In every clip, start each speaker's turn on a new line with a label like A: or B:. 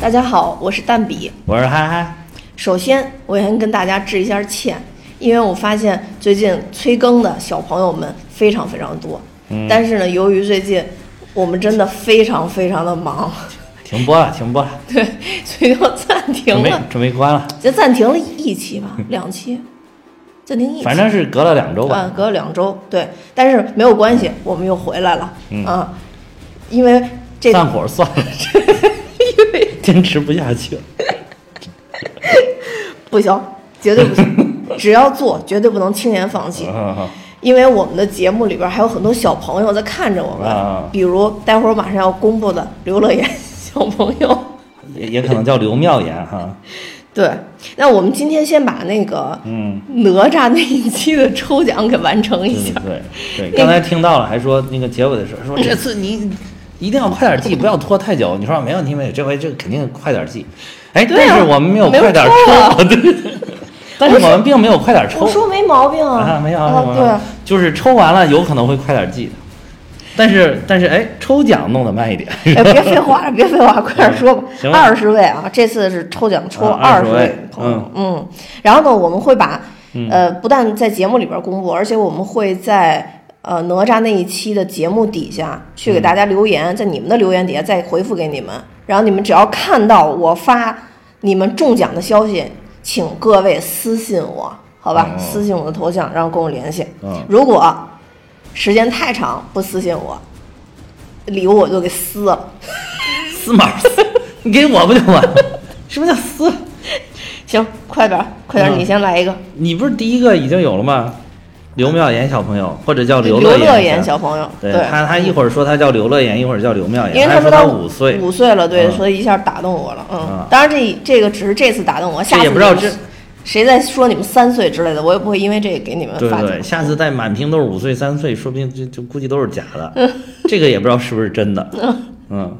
A: 大家好，我是蛋比。
B: 我是嗨嗨，
A: 首先，我先跟大家致一下歉，因为我发现最近催更的小朋友们非常非常多，
B: 嗯
A: 但是呢，由于最近我们真的非常非常的忙，
B: 停播了，停播了，
A: 对，所以就暂停
B: 准备
A: 了，
B: 准备关了，
A: 就暂停了一期吧，两期，暂停一期，
B: 嗯反正是隔了两周吧。
A: 啊，隔了两周，对，但是没有关系，我们又回来了，
B: 嗯
A: 啊，因为这
B: 散伙算了， 坚持不下去了。
A: 不行，绝对不行， 只要做，绝对不能轻言放弃。
B: 嗯
A: 因为我们的节目里边还有很多小朋友在看着我们，
B: 啊
A: 比如待会儿马上要公布的刘乐言小朋友。
B: 也也可能叫刘妙言哈，
A: 对，那我们今天先把那个
B: 嗯，
A: 哪吒那一期的抽奖给完成
B: 对
A: 一 下。
B: 对对对，刚才听到了，还说那个结尾的时候 说这次你一定要快点寄，不要拖太久。你说没问题没问题，这回这个肯定快点寄。哎，
A: 对啊
B: 但是我们没有
A: 没有
B: 快点
A: 抽啊
B: 抽，对，但是我们并没有快点抽
A: 我。说没毛病
B: 啊，没有，
A: 啊
B: 没有，
A: 对，
B: 就是抽完了有可能会快点寄的，但是但是哎，抽奖弄得慢一点，
A: 哎，别废话了，别废话，快点说吧。
B: 行吧
A: 二十位啊，这次是抽奖抽
B: 啊
A: 二十
B: 20
A: 位
B: 位
A: 朋友，嗯，然后呢，我们会把呃，不但在节目里边公布，而且我们会在呃哪吒那一期的节目底下去给大家留言，在你们的留言底下再回复给你们，然后你们只要看到我发你们中奖的消息，请各位私信我，好吧？
B: 哦
A: 私信我的头像，然后跟我联系。
B: 嗯，
A: 如果时间太长不私信我，礼物我就给撕了。
B: 撕毛撕， 你给我不就完了？ 什么叫撕？
A: 行，快点儿，快点儿，
B: 嗯
A: 你先来一个。
B: 你不是第一个已经有了吗？刘妙言小朋友，或者叫
A: 刘
B: 刘乐
A: 言
B: 言
A: 小朋友，
B: 对他，他一会儿说他叫刘乐言，一会儿叫刘妙
A: 因为
B: 言，
A: 他
B: 还说
A: 他
B: 五岁，
A: 五岁了，对，
B: 嗯
A: 所以一下打动我了。嗯
B: 嗯，
A: 当然这这个只是这次打动我，下次
B: 也不知道
A: 你们
B: 这
A: 谁再说你们三岁之类的，我也不会因为这个给你们
B: 对
A: 发
B: 对，
A: 奖。
B: 下次再满屏都是五岁三岁，说不定就就估计都是假
A: 嗯
B: 的，这个也不知道是不是真的，嗯。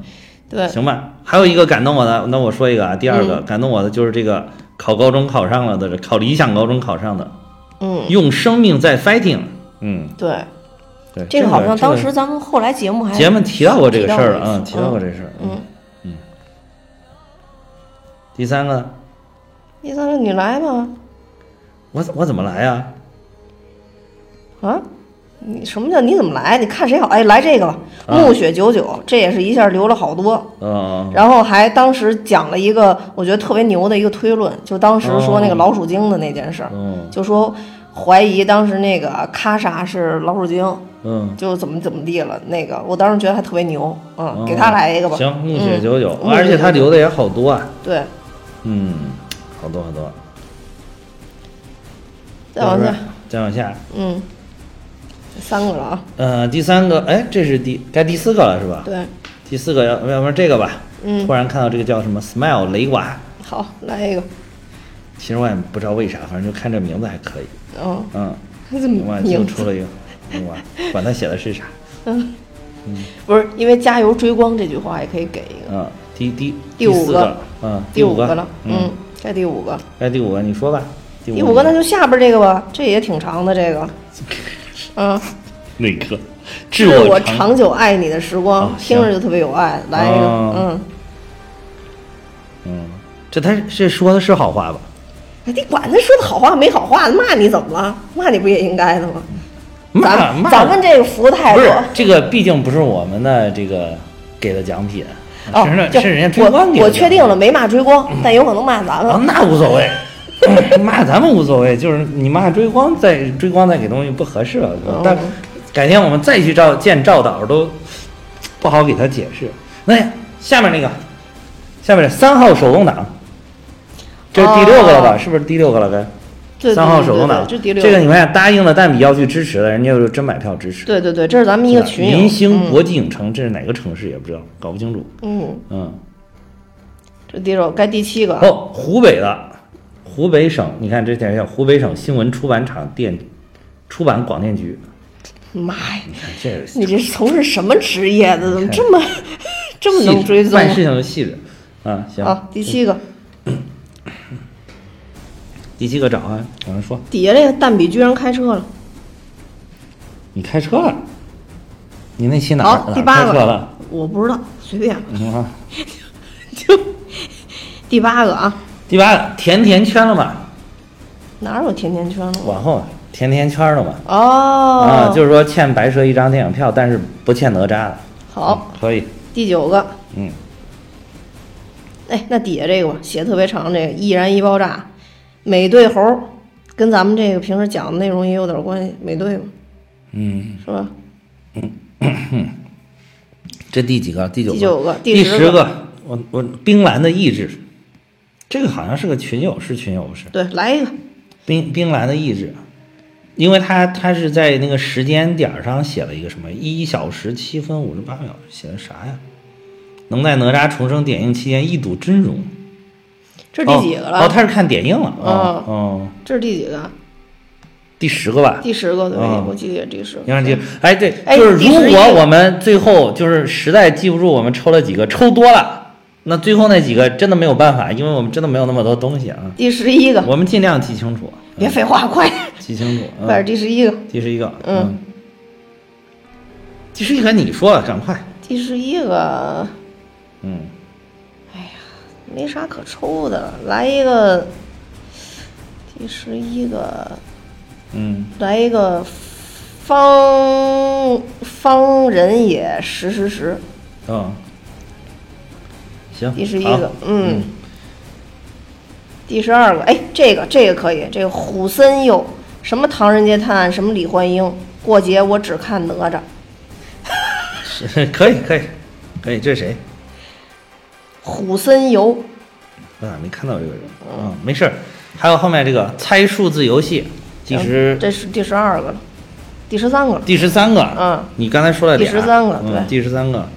A: 对，
B: 行吧，还有一个感动我的，那我说一个啊，第二个、
A: 嗯
B: 感动我的就是这个考高中考上了的，考理想高中考上的，
A: 嗯，
B: 用生命在 fighting，嗯，
A: 对，
B: 对，
A: 这个好像当
B: 这
A: 时咱们后来节目还
B: 个节目提到过这个事儿了，嗯，
A: 提
B: 提
A: 到
B: 到
A: 过
B: 过
A: 一次
B: 这事儿，
A: 嗯。
B: 嗯。第三个，
A: 第三个你来吧，
B: 我我怎么来呀、
A: 啊，你什么叫你怎么来？你看谁好？哎，来这个吧，
B: 啊
A: 暮雪九九，这也是一下留了好多。
B: 嗯、
A: 然后还当时讲了一个我觉得特别牛的一个推论，就当时说那个
B: 哦
A: 老鼠精的那件事儿，
B: 嗯
A: 就说怀疑当时那个咔嚓是老鼠精，
B: 嗯，
A: 就怎么怎么地了。那个我当时觉得还特别牛，嗯，给他来一个吧。
B: 哦行，暮雪九九，
A: 嗯
B: 而且他留的也好多啊，
A: 对，
B: 嗯，好多好多。
A: 再往下
B: 要不，然，再往下，
A: 嗯，三个了啊。
B: 呃，第三个，哎，这是第该第四个了是吧？
A: 对，
B: 第四个要要不然这个吧，
A: 嗯
B: 突然看到这个叫什么 Smile 雷瓦，
A: 好，来一个。
B: 其实我也不知道为啥，反正就看这名字还可以，
A: 嗯，
B: 嗯，
A: 他怎
B: 另
A: 么
B: 外
A: 名
B: 就
A: 字
B: 出了一个， 另外管他写的是啥，
A: 不是因为“加油追光”这句话也可以给一个。
B: 嗯，第第
A: 第五
B: 四
A: 个
B: 个，嗯，
A: 第
B: 五
A: 个了，
B: 嗯，，
A: 该第五个。
B: 该第五个你说吧，第
A: 第五个那
B: 呢？
A: 就下边这个吧，这也挺长的这 个。嗯。
B: 哪个？
A: 致
B: 致我
A: 长久爱你的时光，
B: 啊
A: 听着就特别有爱。来一个，
B: 哦嗯，这他这说的是好话吧？
A: 嗯，你管他说的好话没好话，骂你怎么了？骂你不也应该的吗？
B: 骂
A: 咱
B: 骂
A: 咱们这个服务态
B: 不
A: 度
B: 是这个，毕竟不是我们的这个给的奖品，
A: 哦
B: 是，
A: 就是
B: 人家追光给
A: 我
B: 的嗯
A: 我
B: 奖
A: 确定
B: 品
A: 了，没骂追光，但有可能骂咱
B: 啊，
A: 们。
B: 那无所谓，嗯骂咱们无所谓，就是你骂追光再追光再给东西不合适了。
A: 嗯
B: 但改天我们再去照见赵导都不好给他解释。那下面那个，下面三号手动挡，这是第六个了吧？
A: 哦
B: 是不是第六个了？该
A: 对，
B: 三号手
A: 对
B: 动
A: 对，
B: 挡，
A: 这第六
B: 这个你看答应了但比要去支持的，人家就真买票支持。
A: 对对对，这是咱们一个
B: 是吧
A: 群友。
B: 明星国际影城，这是哪个城市也不知道，搞不清楚。
A: 嗯，嗯，
B: 嗯，
A: 这第六该第七个啊，
B: 哦，湖北的，湖北省，你看这点叫湖北省新闻出版厂电出版广电局，
A: 妈呀，
B: 你看这
A: 你这是从事什么职业的？怎么这么 这么
B: 细
A: 能
B: 致
A: 追踪
B: 办事情就细致，啊，行，
A: 啊？第七个，
B: 第七个找啊，有人说
A: 底下这个蛋比居然开车了。
B: 你开车了，你那期哪儿
A: 好，
B: 哪
A: 第
B: 儿
A: 八
B: 开
A: 个
B: 车了？
A: 我不知道，随便。
B: 你看，
A: 就 第八个啊，
B: 第八个甜甜圈了嘛，
A: 哪有甜甜圈了？
B: 往后甜甜圈了嘛，
A: 哦，
B: 啊，就是说欠白蛇一张电影票，但是不欠哪吒的。
A: 好。
B: 嗯，可以，
A: 第九个，
B: 嗯，
A: 哎，那底下这个吧，写特别长，这个易燃易爆炸，美队猴儿，跟咱们这个平时讲的内容也有点关系，美队嘛，
B: 嗯，
A: 是吧？
B: 这第几个？第九个。
A: 第九个第
B: 第
A: 十
B: 十
A: 个
B: 个。我我冰蓝的意志，这个好像是个群友，是群友不是？
A: 对，来一个，
B: 冰冰蓝的意志，因为他他是在那个时间点儿上写了一个什么一小时七分五十八秒，写的啥呀？能在哪吒重生点映期间一睹真容。
A: 这是第几个了？
B: 哦？哦，他是看点映了。哦哦，
A: 这是第几个？啊
B: 第十个吧。
A: 第十个对，
B: 哦
A: 我记得也是第十个。
B: 杨记，哎，对，
A: 哎
B: 就是
A: 第十
B: 如
A: 一
B: 果
A: 个
B: 我们最后就是实在记不住我们抽了几个，抽多了，那最后那几个真的没有办法，因为我们真的没有那么多东西啊，
A: 第十一个，
B: 我们尽量记清楚，
A: 别废话，快点，
B: 记清楚。
A: 快点，
B: 嗯，
A: 第十一个，
B: 第十一个，
A: 嗯，
B: 第十一个你说，赶快，
A: 第十一个
B: 嗯，
A: 没啥可抽的了，来一个，第十一个，
B: 嗯，
A: 来一个方方人也十十十，
B: 嗯，行，
A: 第十一
B: 好
A: 个，
B: 嗯
A: 嗯，第十二个，哎，这个这个可以，这个虎森佑，什么《唐人街探案》，什么《李焕英》，过节我只看哪吒，
B: 是 可以，可以，可以，这是谁？
A: 虎森游，
B: 我啊咋没看到这个人？嗯，没事儿，还有后面这个猜数字游戏，第十
A: 嗯这是第十二个了，第十三个了，
B: 第十三个，
A: 嗯，
B: 你刚才说了俩，
A: 第13个
B: 嗯
A: 对
B: 第十三个。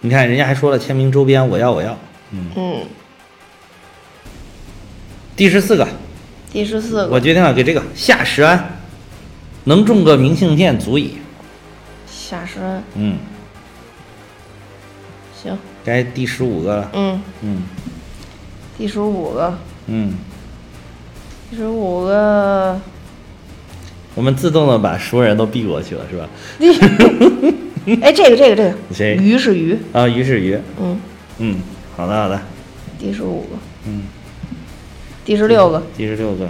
B: 你看，人家还说了签名周边，我要我要。
A: 嗯，
B: 第十四个，
A: 第十四
B: 我
A: 个
B: 决定要给这个夏石安，能中个明信片足矣。
A: 夏时安，
B: 嗯，
A: 行，
B: 该第十五个了。
A: 嗯，
B: 嗯
A: 第十五个，
B: 嗯，
A: 第十五个，
B: 我们自动的把熟人都避过去了，是吧？
A: 第，
B: 嗯
A: 哎，这个这个这个，
B: 谁
A: 鱼是鱼，
B: 啊，于是于，
A: 嗯，
B: 嗯，好的好的，
A: 第十五个，
B: 嗯，
A: 第十六个，
B: 第十六个，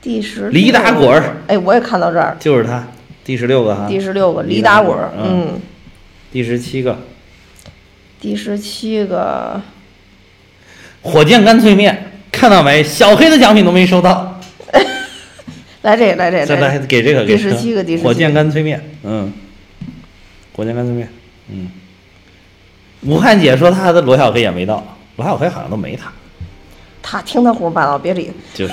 A: 第十
B: 李打滚儿，
A: 哎，我也看到这儿了，
B: 就是他，第十六个哈，
A: 第十六个
B: 李
A: 李
B: 打
A: 打
B: 滚
A: 滚
B: 儿
A: 儿，
B: 嗯
A: 嗯，
B: 第十七个
A: 第十七个，
B: 火箭干脆面，看到没？小黑的奖品都没收到。
A: 来这个来这个
B: 再
A: 来
B: 来
A: 这个，
B: 给这个
A: 第
B: 给这
A: 17个第17
B: 火箭干脆面，嗯，火箭干脆面，嗯。武汉姐说她的罗小黑也没到，罗小黑好像都没他，
A: 他听他胡说八道，别理，
B: 就是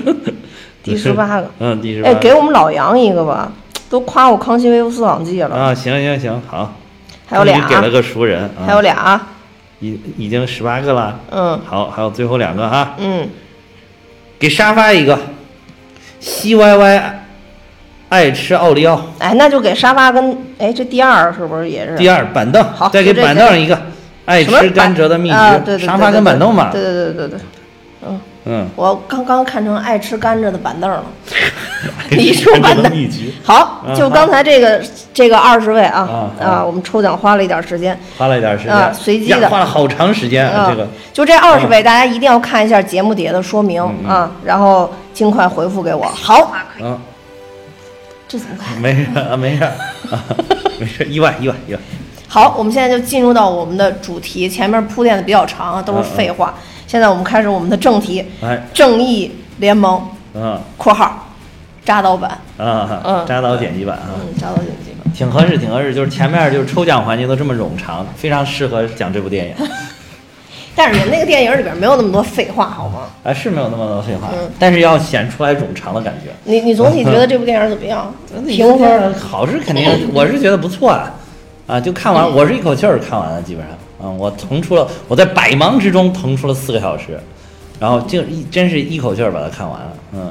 A: 第十八个，
B: 嗯，第十八
A: 哎，
B: 个，
A: 给我们老杨一个吧，都夸我《康熙微服私访记》了，
B: 啊，行行行，好，
A: 还有俩
B: 终于给了个熟人，啊、
A: 还有俩啊，
B: 已已经十八个了，
A: 嗯
B: 好，还有最后两个啊，
A: 嗯。
B: 给沙发一个，西歪歪爱吃奥利奥，
A: 哎，那就给沙发跟哎，这第二是不是也是
B: 第二板凳，
A: 好
B: 再
A: 就
B: 给
A: 这
B: 板凳一个，爱
A: 什么
B: 吃甘
A: 板
B: 蔗的蜜橘，
A: 啊对对对
B: 沙发跟板凳嘛，
A: 对对对对对，嗯，
B: 嗯，
A: 我刚刚看成爱吃甘蔗的板凳了。
B: 一
A: 你说
B: 说
A: 完了
B: 蜜橘，
A: 好
B: 啊，
A: 就刚才这个这个二十位
B: 啊
A: 啊
B: 好
A: 我们抽奖花了一点时间。
B: 花了一点时间，
A: 啊随机
B: 呀
A: 的
B: 花了好长时间啊，
A: 啊
B: 这个，
A: 就这二十位，大家一定要看一下节目底下的说明
B: 嗯
A: 啊，然后尽快回复给我。好，
B: 嗯，
A: 这怎么看？
B: 没事啊，没事啊，没事，意外意外意外，
A: 好，我们现在就进入到我们的主题，前面铺垫的比较长啊，都是
B: 嗯嗯
A: 废话。现在我们开始我们的正题，
B: 哎，
A: 正义联盟
B: 嗯
A: （括号扎刀版）。
B: 啊，
A: 嗯
B: 扎导剪辑版啊。
A: 嗯，扎到顶级吧。
B: 挺合适，挺合适。就是前面就是抽奖环节都这么冗长，非常适合讲这部电影。
A: 但是人那个电影里边没有那么多废话，好吗？
B: 啊，是没有那么多废话，
A: 嗯
B: 但是要显出来冗长的感觉。？
A: 你你总体觉得这部电影怎么样 评分？
B: 好是 肯定，我是觉得不错啊。啊，就看完，我是一口气儿看完了，基本上。嗯，我腾出了，我在百忙之中腾出了四个小时，然后就一真是一口气儿把它看完了。嗯，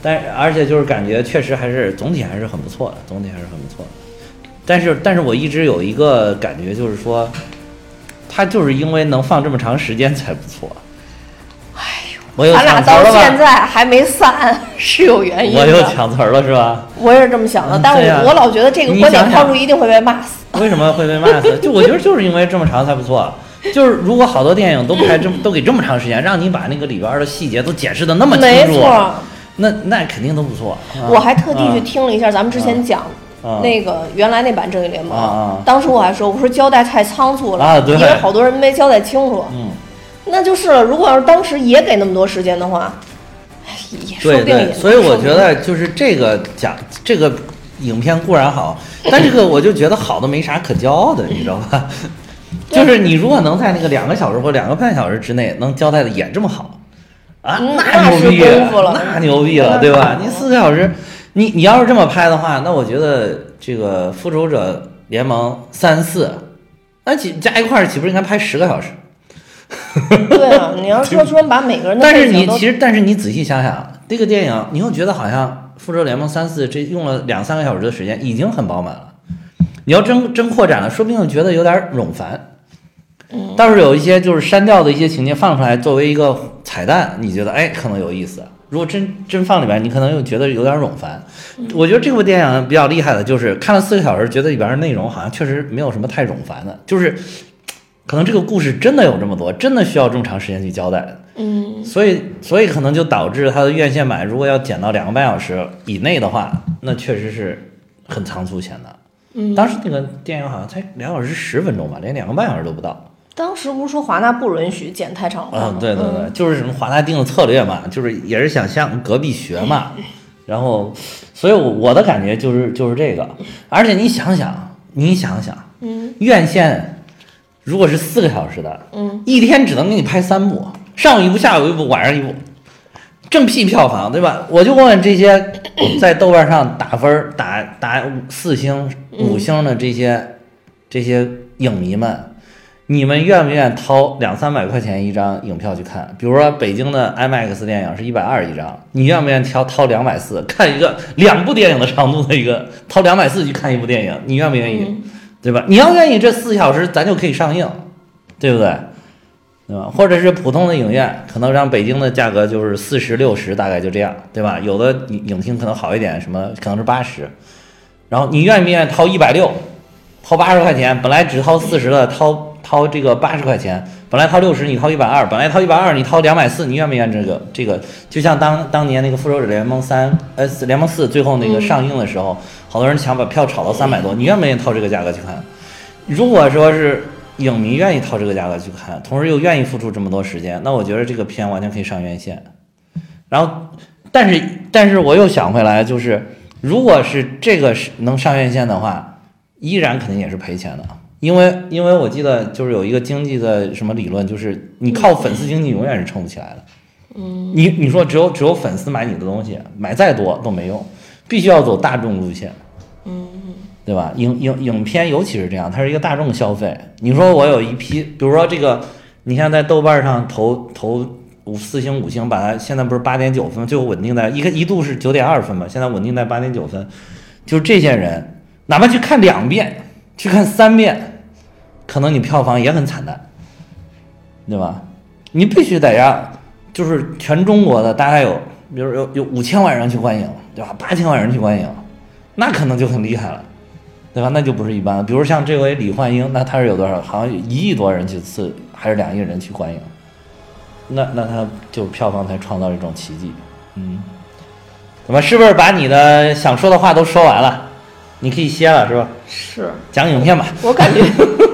B: 但而且就是感觉确实还是总体还是很不错的，总体还是很不错的。但是，但是我一直有一个感觉，就是说，它就是因为能放这么长时间才不错。我又
A: 哎咱俩
B: 抢词儿
A: 到
B: 了
A: 现
B: 吧？
A: 在还没散， 是有原因
B: 我又
A: 的。
B: 抢词儿了是吧？
A: 我也是这么想的，
B: 嗯
A: 但是
B: 对
A: 我、
B: 呀
A: 我老觉得这个
B: 你
A: 观点
B: 想想
A: 抛出一定会被骂死。
B: 为什么会被骂死？就我觉得就是因为这么长才不错。啊就是如果好多电影都拍这么都给这么长时间，让你把那个里边儿的细节都解释的那么
A: 没
B: 清楚，
A: 错，
B: 那那肯定都不错。啊
A: 我还特地去听了一下咱们之前讲
B: 啊
A: 那个原来那版《正义联盟》
B: 啊啊
A: 当时我还说我说交代太仓促了，
B: 啊对
A: 因为好多人没交代清楚。
B: 嗯，
A: 那就是了如果要是当时也给那么多时间的话，哎也说
B: 对
A: 不定
B: 对
A: 也，
B: 所以我
A: 说不
B: 觉
A: 定
B: 得就是这个讲这个影片固然好，但这个我就觉得好的没啥可骄傲的，你知道吧？
A: 对
B: 就是你如果能在那个两个小时或两个半小时之内能交代的也这么好，啊，
A: 嗯
B: 那牛逼
A: 那是功夫了
B: 那牛逼了，对吧？你四个小时，你你要是这么拍的话，那我觉得这个《复仇者联盟三》三四，那几加一块儿岂不是应该拍十个小时？
A: 对啊，你要说说把每个人的
B: 但是
A: 背
B: 你
A: 景
B: 其
A: 都
B: 实，但是你仔细想想，这个电影，你又觉得好像《复仇者联盟三四》这用了两三个小时的时间，已经很饱满了。你要真真扩展了，说不定觉得有点冗繁。
A: 嗯
B: 倒是有一些就是删掉的一些情节放出来，作为一个彩蛋，你觉得哎可能有意思。如果真真放里边，你可能又觉得有点冗繁。
A: 嗯
B: 我觉得这部电影比较厉害的就是看了四个小时，觉得里边的内容好像确实没有什么太冗繁的，就是可能这个故事真的有这么多，真的需要这么长时间去交代。
A: 嗯，
B: 所以，所以可能就导致它的院线版如果要减到两个半小时以内的话，那确实是很仓促显的。
A: 嗯
B: 当时那个电影好像才两小时十分钟吧，连两个半小时都不到。
A: 当时不是说华纳不允许剪太长话
B: 啊
A: 吗？，
B: 对对
A: 嗯
B: 对，就是什么华纳定的策略嘛，就是也是想向隔壁学嘛。然后，所以我我的感觉就是就是这个。而且你想想，你想想，
A: 嗯，
B: 院线如果是四个小时的，
A: 嗯，
B: 一天只能给你拍三部，上午一部，下午一部，晚上一部，正屁票房，对吧？我就问问这些在豆瓣上打分儿打打四星、五星的这些、这些影迷们，你们愿不愿意掏两三百块钱一张影票去看？比如说北京的 IMAX 电影是一百二一张，你愿不愿意掏掏两百四看一个两部电影的长度的一个掏两百四去看一部电影？你愿不愿意？对吧？你要愿意，这四小时咱就可以上映，对不对？对吧？或者是普通的影院，可能让北京的价格就是四十六十，大概就这样，对吧？有的影影厅可能好一点，什么可能是八十，然后你愿不愿意掏一百六，掏八十块钱？本来只掏四十的，掏掏这个八十块钱，本来掏六十，你掏一百二，本来掏一百二，你掏两百四，你愿不愿意这个这个？就像当当年那个《复仇者联盟三》呃四联盟四最后那个上映的时候，好多人想把票炒到三百多，你愿不愿意掏这个价格去看？如果说是影迷愿意掏这个价格去看，同时又愿意付出这么多时间，那我觉得这个片完全可以上院线。然后，但是但是我又想回来，就是如果是这个是能上院线的话，依然肯定也是赔钱的，啊因为因为我记得就是有一个经济的什么理论，就是你靠粉丝经济永远是撑不起来的。嗯，你你说只有只有粉丝买你的东西，买再多都没用，必须要走大众路线。
A: 嗯
B: 对吧？影影影片尤其是这样，它是一个大众消费。你说我有一批，比如说这个，你像在豆瓣上投投五四星五星，把它现在不是八点九分，最后稳定在一个一度是九点二分嘛，现在稳定在八点九分。就这些人，哪怕去看两遍，去看三遍，可能你票房也很惨淡，对吧？你必须得让，就是全中国的大概有，比如有有五千万人去观影，对吧？八千万人去观影，那可能就很厉害了。对吧？那就不是一般了。比如像这回李焕英，那他是有多少？好像一亿多人去次，还是两亿人去观影，那那他就票房才创造一种奇迹。嗯，怎么是不是把你的想说的话都说完了？你可以歇了是吧？
A: 是
B: 讲影片吧。
A: 我感 觉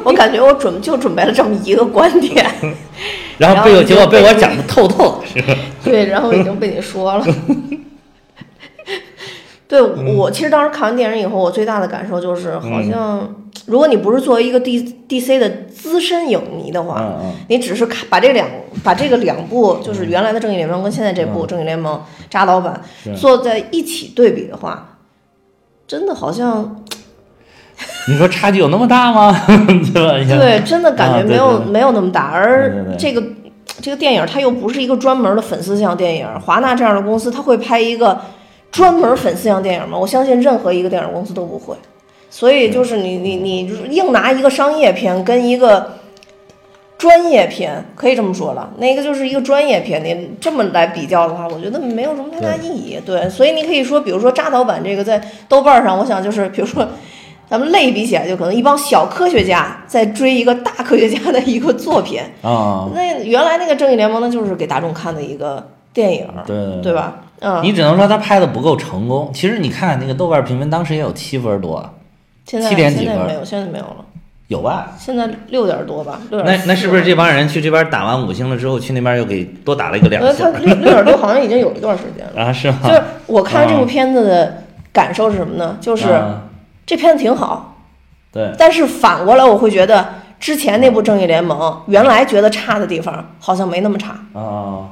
A: 我感觉我准就准备了这么一个观点，
B: 然后被
A: 然后
B: 我结果
A: 就被
B: 被我
A: 你
B: 讲的透透的，是吧？
A: 对，然后已经被你说了。对
B: 嗯
A: 我其实当时看完电影以后，我最大的感受就是，好像如果你不是作为一个 D D C 的资深影迷的话，
B: 嗯嗯
A: 你只是看把这两把这个两部就是原来的正义联盟跟现在这部正义联盟扎老板
B: 嗯是
A: 坐在一起对比的话，真的好像
B: 你说差距有那么大吗？ 对吧？
A: 对，真的感
B: 啊
A: 觉
B: 对
A: 没有、
B: 对对
A: 没有那么大。
B: 对
A: 而
B: 对对
A: 这个这个电影它又不是一个专门的粉丝向电影，华纳这样的公司它会拍一个专门粉丝向电影吗？我相信任何一个电影公司都不会。所以就是你你你硬拿一个商业片跟一个专业片，可以这么说了。那个就是一个专业片，你这么来比较的话，我觉得没有什么太大意义。对，所以你可以说，比如说扎导版这个在豆瓣上，我想就是比如说。咱们类比起来，就可能一帮小科学家在追一个大科学家的一个作品。
B: 啊，
A: 那原来那个《正义联盟》呢，就是给大众看的一个电影，
B: 对对对
A: 对吧？嗯，
B: 你只能说他拍的不够成功。其实你看那个豆瓣评分，当时也有七分多，
A: 现在
B: 七点几
A: 现在
B: 分
A: 没有，现在没有了，
B: 有吧？
A: 现在六点多吧，六
B: 那
A: 点
B: 那是不是这帮人去这边打完五星了之后，去那边又给多打了一个两
A: 呃，
B: 星
A: 他六六点多好像已经有一段时 间了。
B: 啊？是
A: 就
B: 吗？
A: 是我看
B: 哦
A: 这部片子的感受是什么呢？就是
B: 啊
A: 这片子挺好，
B: 对，
A: 但是反过来我会觉得之前那部《正义联盟》原来觉得差的地方好像没那么差，
B: 啊，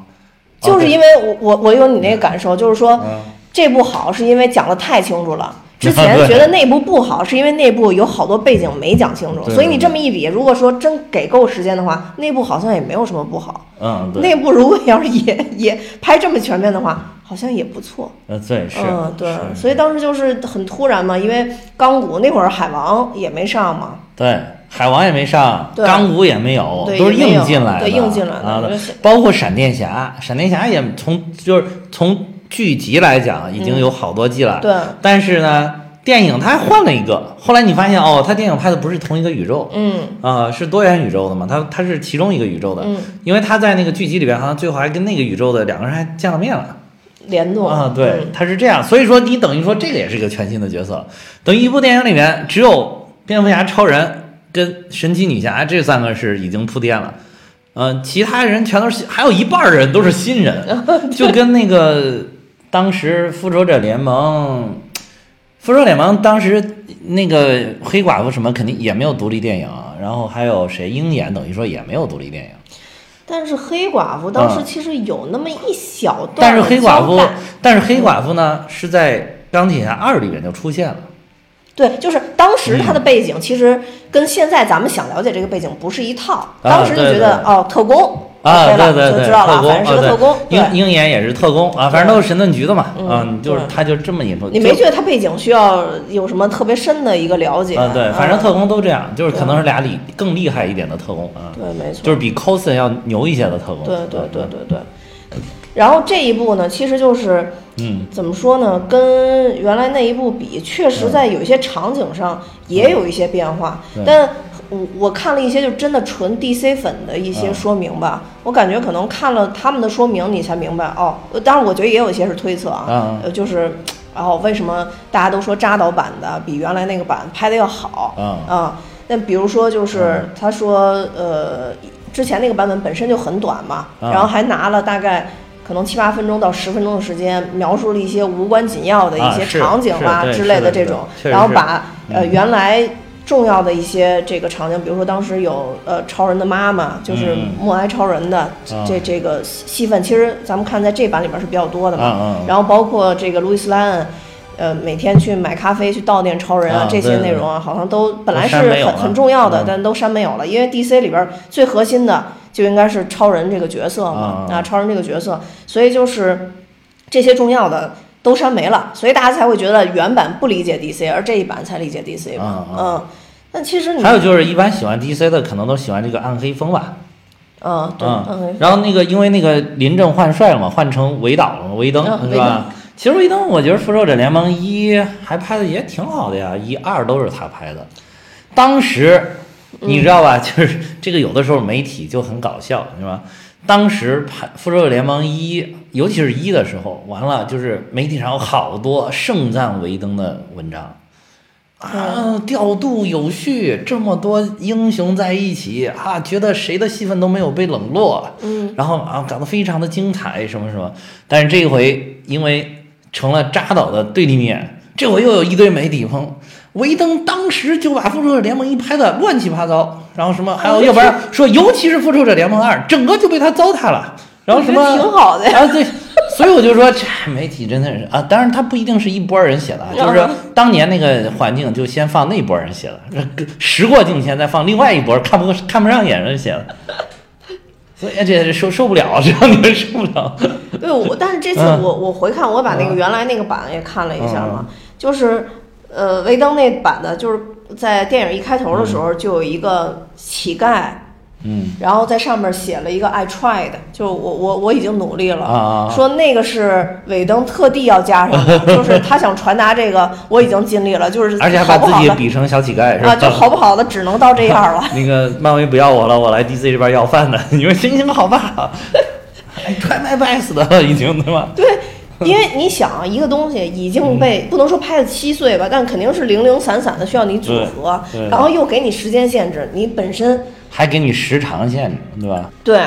A: 就是因为我我我有你那个感受，就是说
B: 嗯
A: 这部好是因为讲的太清楚 了。之
B: 啊
A: 前
B: 对
A: 觉得那部不好，是因为那部有好多背景没讲清楚，
B: 对
A: 所以你
B: 对
A: 这么一比，如果说真给够时间的话，那部好像也没有什么不好。
B: 嗯，对，
A: 那部如果要是也也拍这么全面的话，好像也不错。
B: 嗯，对，是，
A: 嗯，对，
B: 是
A: 所以当时就是很突然嘛，因为钢骨那会儿海王也没上嘛，
B: 对，海王也没上，
A: 对
B: 钢骨也没有，
A: 对
B: 都是
A: 也没有
B: 硬进来的，
A: 对硬进来的
B: 啊
A: 我觉得，
B: 包括闪电侠，闪电侠也从就是从剧集来讲已经有好多季了，
A: 嗯对，
B: 但是呢，电影它还换了一个，后来你发现哦，它电影拍的不是同一个宇宙。
A: 嗯
B: 啊、是多元宇宙的嘛？它它是其中一个宇宙的，
A: 嗯，
B: 因为他在那个剧集里边，好像最后还跟那个宇宙的两个人还见了面了。
A: 联动
B: 啊，对，
A: 嗯
B: 他是这样，所以说你等于说这个也是一个全新的角色，等于一部电影里面只有蝙蝠侠、超人跟神奇女侠哎这三个是已经铺垫了，嗯、其他人全都是新还有一半儿人都是新人，就跟那个当时复仇者联盟。复仇者联盟当时那个黑寡妇什么肯定也没有独立电影，啊然后还有谁鹰眼等于说也没有独立电影，
A: 但是黑寡妇当时
B: 嗯
A: 其实有那么一小段，
B: 但是黑寡妇，但是黑寡妇呢是在钢铁侠二里面就出现了。
A: 对，就是当时他
B: 嗯
A: 的背景其实跟现在咱们想了解这个背景不是一套，当时就觉得
B: 啊对
A: 哦特工
B: 啊，
A: OK
B: 对
A: 了
B: 对
A: 就
B: 对，
A: 知道了，
B: 特工
A: 反正是个特工
B: 啊，对鹰
A: 对。
B: 鹰眼也是特工啊，反正都是神盾局的嘛，
A: 嗯
B: 啊，你就是
A: 对
B: 他就这么引出，
A: 你
B: 就
A: 没觉得他背景需要有什么特别深的一个了解？
B: 啊？对，反正特工都这样，就是可
A: 对
B: 能是俩里更厉害一点的特工啊，
A: 对，没错，
B: 就是比 cos 要牛一些的特工，
A: 对对对
B: 啊，
A: 对对。然后这一部呢，其实就是
B: 嗯，
A: 怎么说呢，跟原来那一部比，确实在有一些场景上也有一些变化，
B: 嗯对
A: 但。我我看了一些就真的纯 DC 粉的一
B: 嗯
A: 些说明吧，我感觉可能看了他们的说明，你才明白哦。呃当然，我觉得也有一些是推测
B: 啊
A: 呃，就是，哦，为什么大家都说扎导版的比原来那个版拍的要好
B: 啊
A: 啊？那比如说就是
B: 嗯
A: 他说，呃，之前那个版本本身就很短嘛，
B: 啊
A: 然后还拿了大概可能七八分钟到十分钟的时间，描述了一些无关紧要的一
B: 啊
A: 些
B: 是
A: 场景
B: 是
A: 啊
B: 对
A: 之
B: 是
A: 类
B: 的
A: 这
B: 是的
A: 种，
B: 确实
A: 然后
B: 是
A: 把呃
B: 嗯
A: 原来。重要的一些这个场景，比如说当时有呃超人的妈妈，就是
B: 嗯嗯
A: 默哀超人的这、
B: 啊
A: 这这个戏戏份，其实咱们看在这版里边是比较多的嘛。
B: 啊啊啊
A: 然后包括这个路易斯莱恩，呃，每天去买咖啡去悼念超人啊，
B: 啊
A: 这些
B: 对对
A: 内容啊，好像都本来
B: 都
A: 是
B: 删没有
A: 很
B: 了
A: 很重要的，
B: 嗯
A: 但都删没有了，因为 DC 里边最核心的就应该是超人这个角色嘛，
B: 啊啊
A: 超人这个角色，所以就是这些重要的。都删没了，所以大家才会觉得原版不理解 DC，而这一版才理解 DC 嘛。
B: 啊啊
A: 嗯，但其实你
B: 还有就是一般喜欢 DC 的可能都喜欢这个暗黑风吧，
A: 嗯，对，
B: 嗯
A: 嗯，，
B: 然后那个因为那个林正换帅了嘛，换成维导了嘛，维登、
A: 嗯
B: 是吧？其实维登，我觉得《复仇者联盟一》还拍的也挺好的呀，一二都是他拍的。当时你知道
A: 嗯
B: 吧，就是这个有的时候媒体就很搞笑，是吧？当时拍《复仇者联盟一》，尤其是一的时候，完了就是媒体上有好多盛赞维登的文章。
A: 嗯
B: 啊，调度有序，这么多英雄在一起啊，觉得谁的戏份都没有被冷落，
A: 嗯，
B: 然后啊，搞得非常的精彩，什么什么。但是这一回因为成了扎导的对立面，这回又有一堆媒体喷维登当时就把《复仇者联盟一》拍的乱七八糟，然后什么还有，要不然说尤其是《复仇者联盟二》，整个就被他糟蹋了，然后什么
A: 我觉得挺好的呀
B: 啊，对，所以我就说这媒体真的是啊，当然他不一定是一波人写的啊，就是
A: 嗯
B: 说当年那个环境就先放那波人写的，呃时过境迁再放另外一波看不看不上眼人写的，所以这受受不了，这让你们受不了。
A: 对我，但是这次
B: 嗯
A: 我我回看，我把那个
B: 嗯
A: 原来那个版也看了一下嘛，就是呃，维登那版的，就是在电影一开头的时候就有一个乞丐。
B: 嗯
A: 然后在上面写了一个 I tried，就是我我我已经努力了，
B: 啊啊啊
A: 说那个是尾灯特地要加上的，就是他想传达这个我已经尽力了，就是
B: 而且还
A: 好
B: 把
A: 不
B: 自
A: 好
B: 己
A: 的
B: 比成小乞丐是吧？
A: 啊，就好不好的只能到这样了。
B: 那个漫威不要我了，我来 DC 这边要饭的。你们行行好吧，还 try my best 的已经对吧？
A: 对，因为你想，啊一个东西已经被、
B: 嗯
A: 不能说拍的稀碎吧，但肯定是零零散散的，需要你组合
B: 对对，
A: 然后又给你时间限制，你本身
B: 还给你时长限制，对吧？
A: 对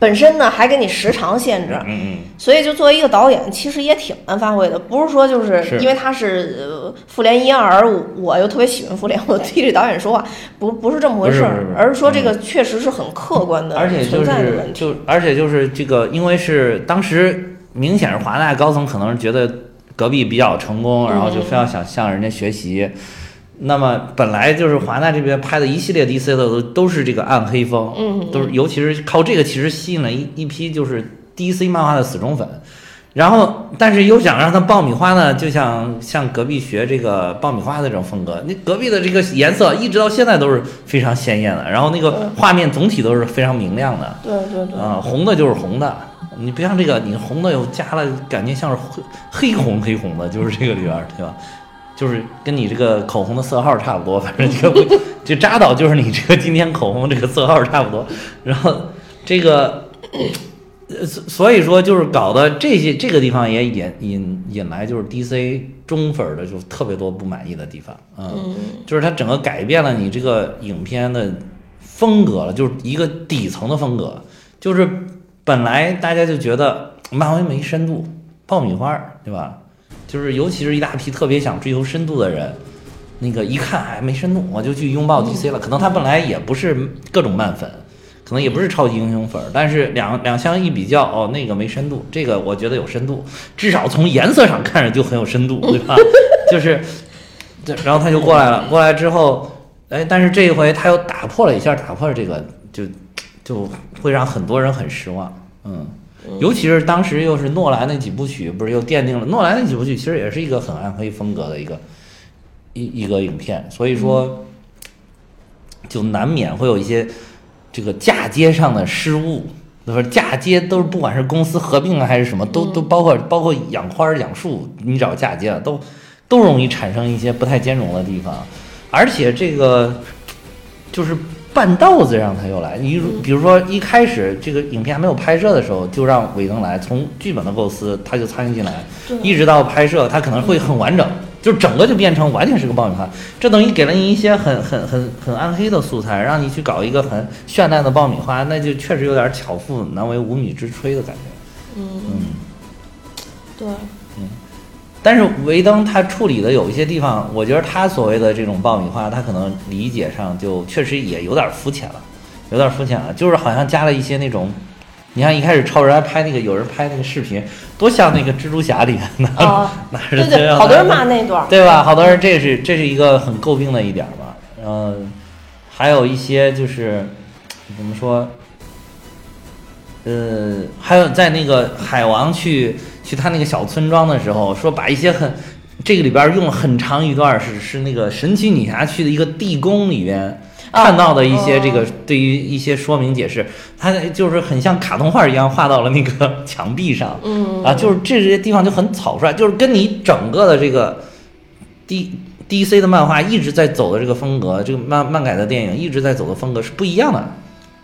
A: 本身呢还给你时长限制，
B: 嗯
A: 所以就作为一个导演，其实也挺难发挥的，不是说就是
B: 是
A: 因为他是呃复联一二，我我又特别喜欢复联，我替这导演说话，不不是这么回事
B: 不是不是
A: 儿
B: 不，是
A: 而是说这个确实是很客观
B: 嗯，
A: 的
B: 而且就
A: 存在的
B: 是
A: 问题。
B: 就而且就是这个，因为是当时明显是华纳高层可能是觉得隔壁比较成功，然后就非要想向人家学习。那么本来就是华纳这边拍的一系列 DC 的都都是这个暗黑风，
A: 嗯
B: 都是尤其是靠这个其实吸引了一一批就是 DC 漫画的死忠粉。然后，但是又想让它爆米花呢，就想向隔壁学这个爆米花的这种风格。那隔壁的这个颜色一直到现在都是非常鲜艳的，然后那个画面总体都是非常明亮的，啊、
A: 对对对，
B: 红的就是红的，你不像这个，你红的又加了，感觉像是黑黑红黑红的，就是这个里边儿，对吧？就是跟你这个口红的色号差不多，反正就就扎导就是你这个今天口红这个色号差不多，然后这个。呃，所所以说就是搞的这些这个地方也引引引来就是 DC 中粉儿的就特别多不满意的地方，嗯，就是它整个改变了你这个影片的风格了，就是一个底层的风格，就是本来大家就觉得漫威没深度，爆米花儿对吧？就是尤其是一大批特别想追求深度的人，那个一看哎没深度，我就去拥抱 DC 了。可能他本来也不是各种漫粉，可能也不是超级英雄粉儿，但是两两相一比较，哦，那个没深度，这个我觉得有深度，至少从颜色上看着就很有深度，对吧？就是，对，然后他就过来了，过来之后，哎，但是这一回他又打破了一下，打破了这个，就就会让很多人很失望，嗯。尤其是当时又是诺兰那几部曲，不是又奠定了诺兰那几部曲，其实也是一个很暗黑风格的一个一一个影片，所以说就难免会有一些这个嫁接上的失误。就是嫁接都是不管是公司合并啊还是什么，都都包括包括养花儿养树，你找嫁接了，都都容易产生一些不太兼容的地方，而且这个就是半道子让他又来。你如比如说一开始这个影片还没有拍摄的时候，就让韦登来，从剧本的构思他就参与进来，一直到拍摄，他可能会很完整，就整个就变成完全是个爆米花。这等于给了你一些很很很很暗黑的素材，让你去搞一个很绚烂的爆米花，那就确实有点巧妇难为无米之炊的感觉。
A: 嗯
B: 嗯
A: 对，
B: 但是维登他处理的有一些地方，我觉得他所谓的这种爆米花，他可能理解上就确实也有点肤浅了，有点肤浅了，就是好像加了一些那种，你看一开始超人还拍那个有人拍那个视频，多像那个蜘蛛侠里那
A: 啊
B: 那是
A: 对对，好多人骂那段儿，
B: 对吧？好多人这是这是一个很诟病的一点儿吧。然后还有一些就是怎么说，呃，还有在那个海王去去他那个小村庄的时候，说把一些很这个里边儿用了很长一段儿是是那个神奇女侠去的一个地宫里边。
A: 啊
B: 看到的一些这个
A: 哦
B: 对于一些说明解释，它就是很像卡通画一样画到了那个墙壁上，
A: 嗯
B: 啊，就是这些地方就很草率，就是跟你整个的这个 D D C 的漫画一直在走的这个风格，这个漫漫改的电影一直在走的风格是不一样的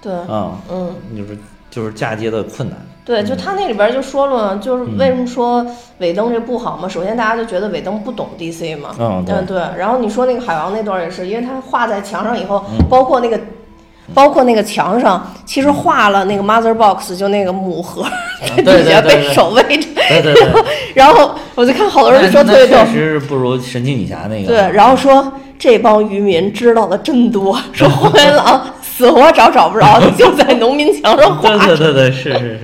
A: 对，
B: 啊、
A: 嗯。
B: 就是就是嫁接的困难。
A: 对，就他那里边就说了嘛，就是
B: 嗯
A: 为什么说尾灯这不好嘛？首先大家就觉得尾灯不懂 DC 嘛，
B: 嗯对
A: 对。然后你说那个海王那段也是，因为他画在墙上以后，
B: 嗯
A: 包括那个。包括那个墙上，其实画了那个 mother box，就那个母盒在
B: 啊对
A: 底下
B: 对对
A: 被
B: 对
A: 守卫着。
B: 对对 对，
A: 然后我就看好多人说
B: 那
A: 特
B: 那
A: 别逗
B: 确，实是嗯不如神奇女侠那个。
A: 对，然后说这帮渔民知道的真多， 说荒原狼啊死活找找不着，就在农民墙上画。
B: 对对对对，是是是，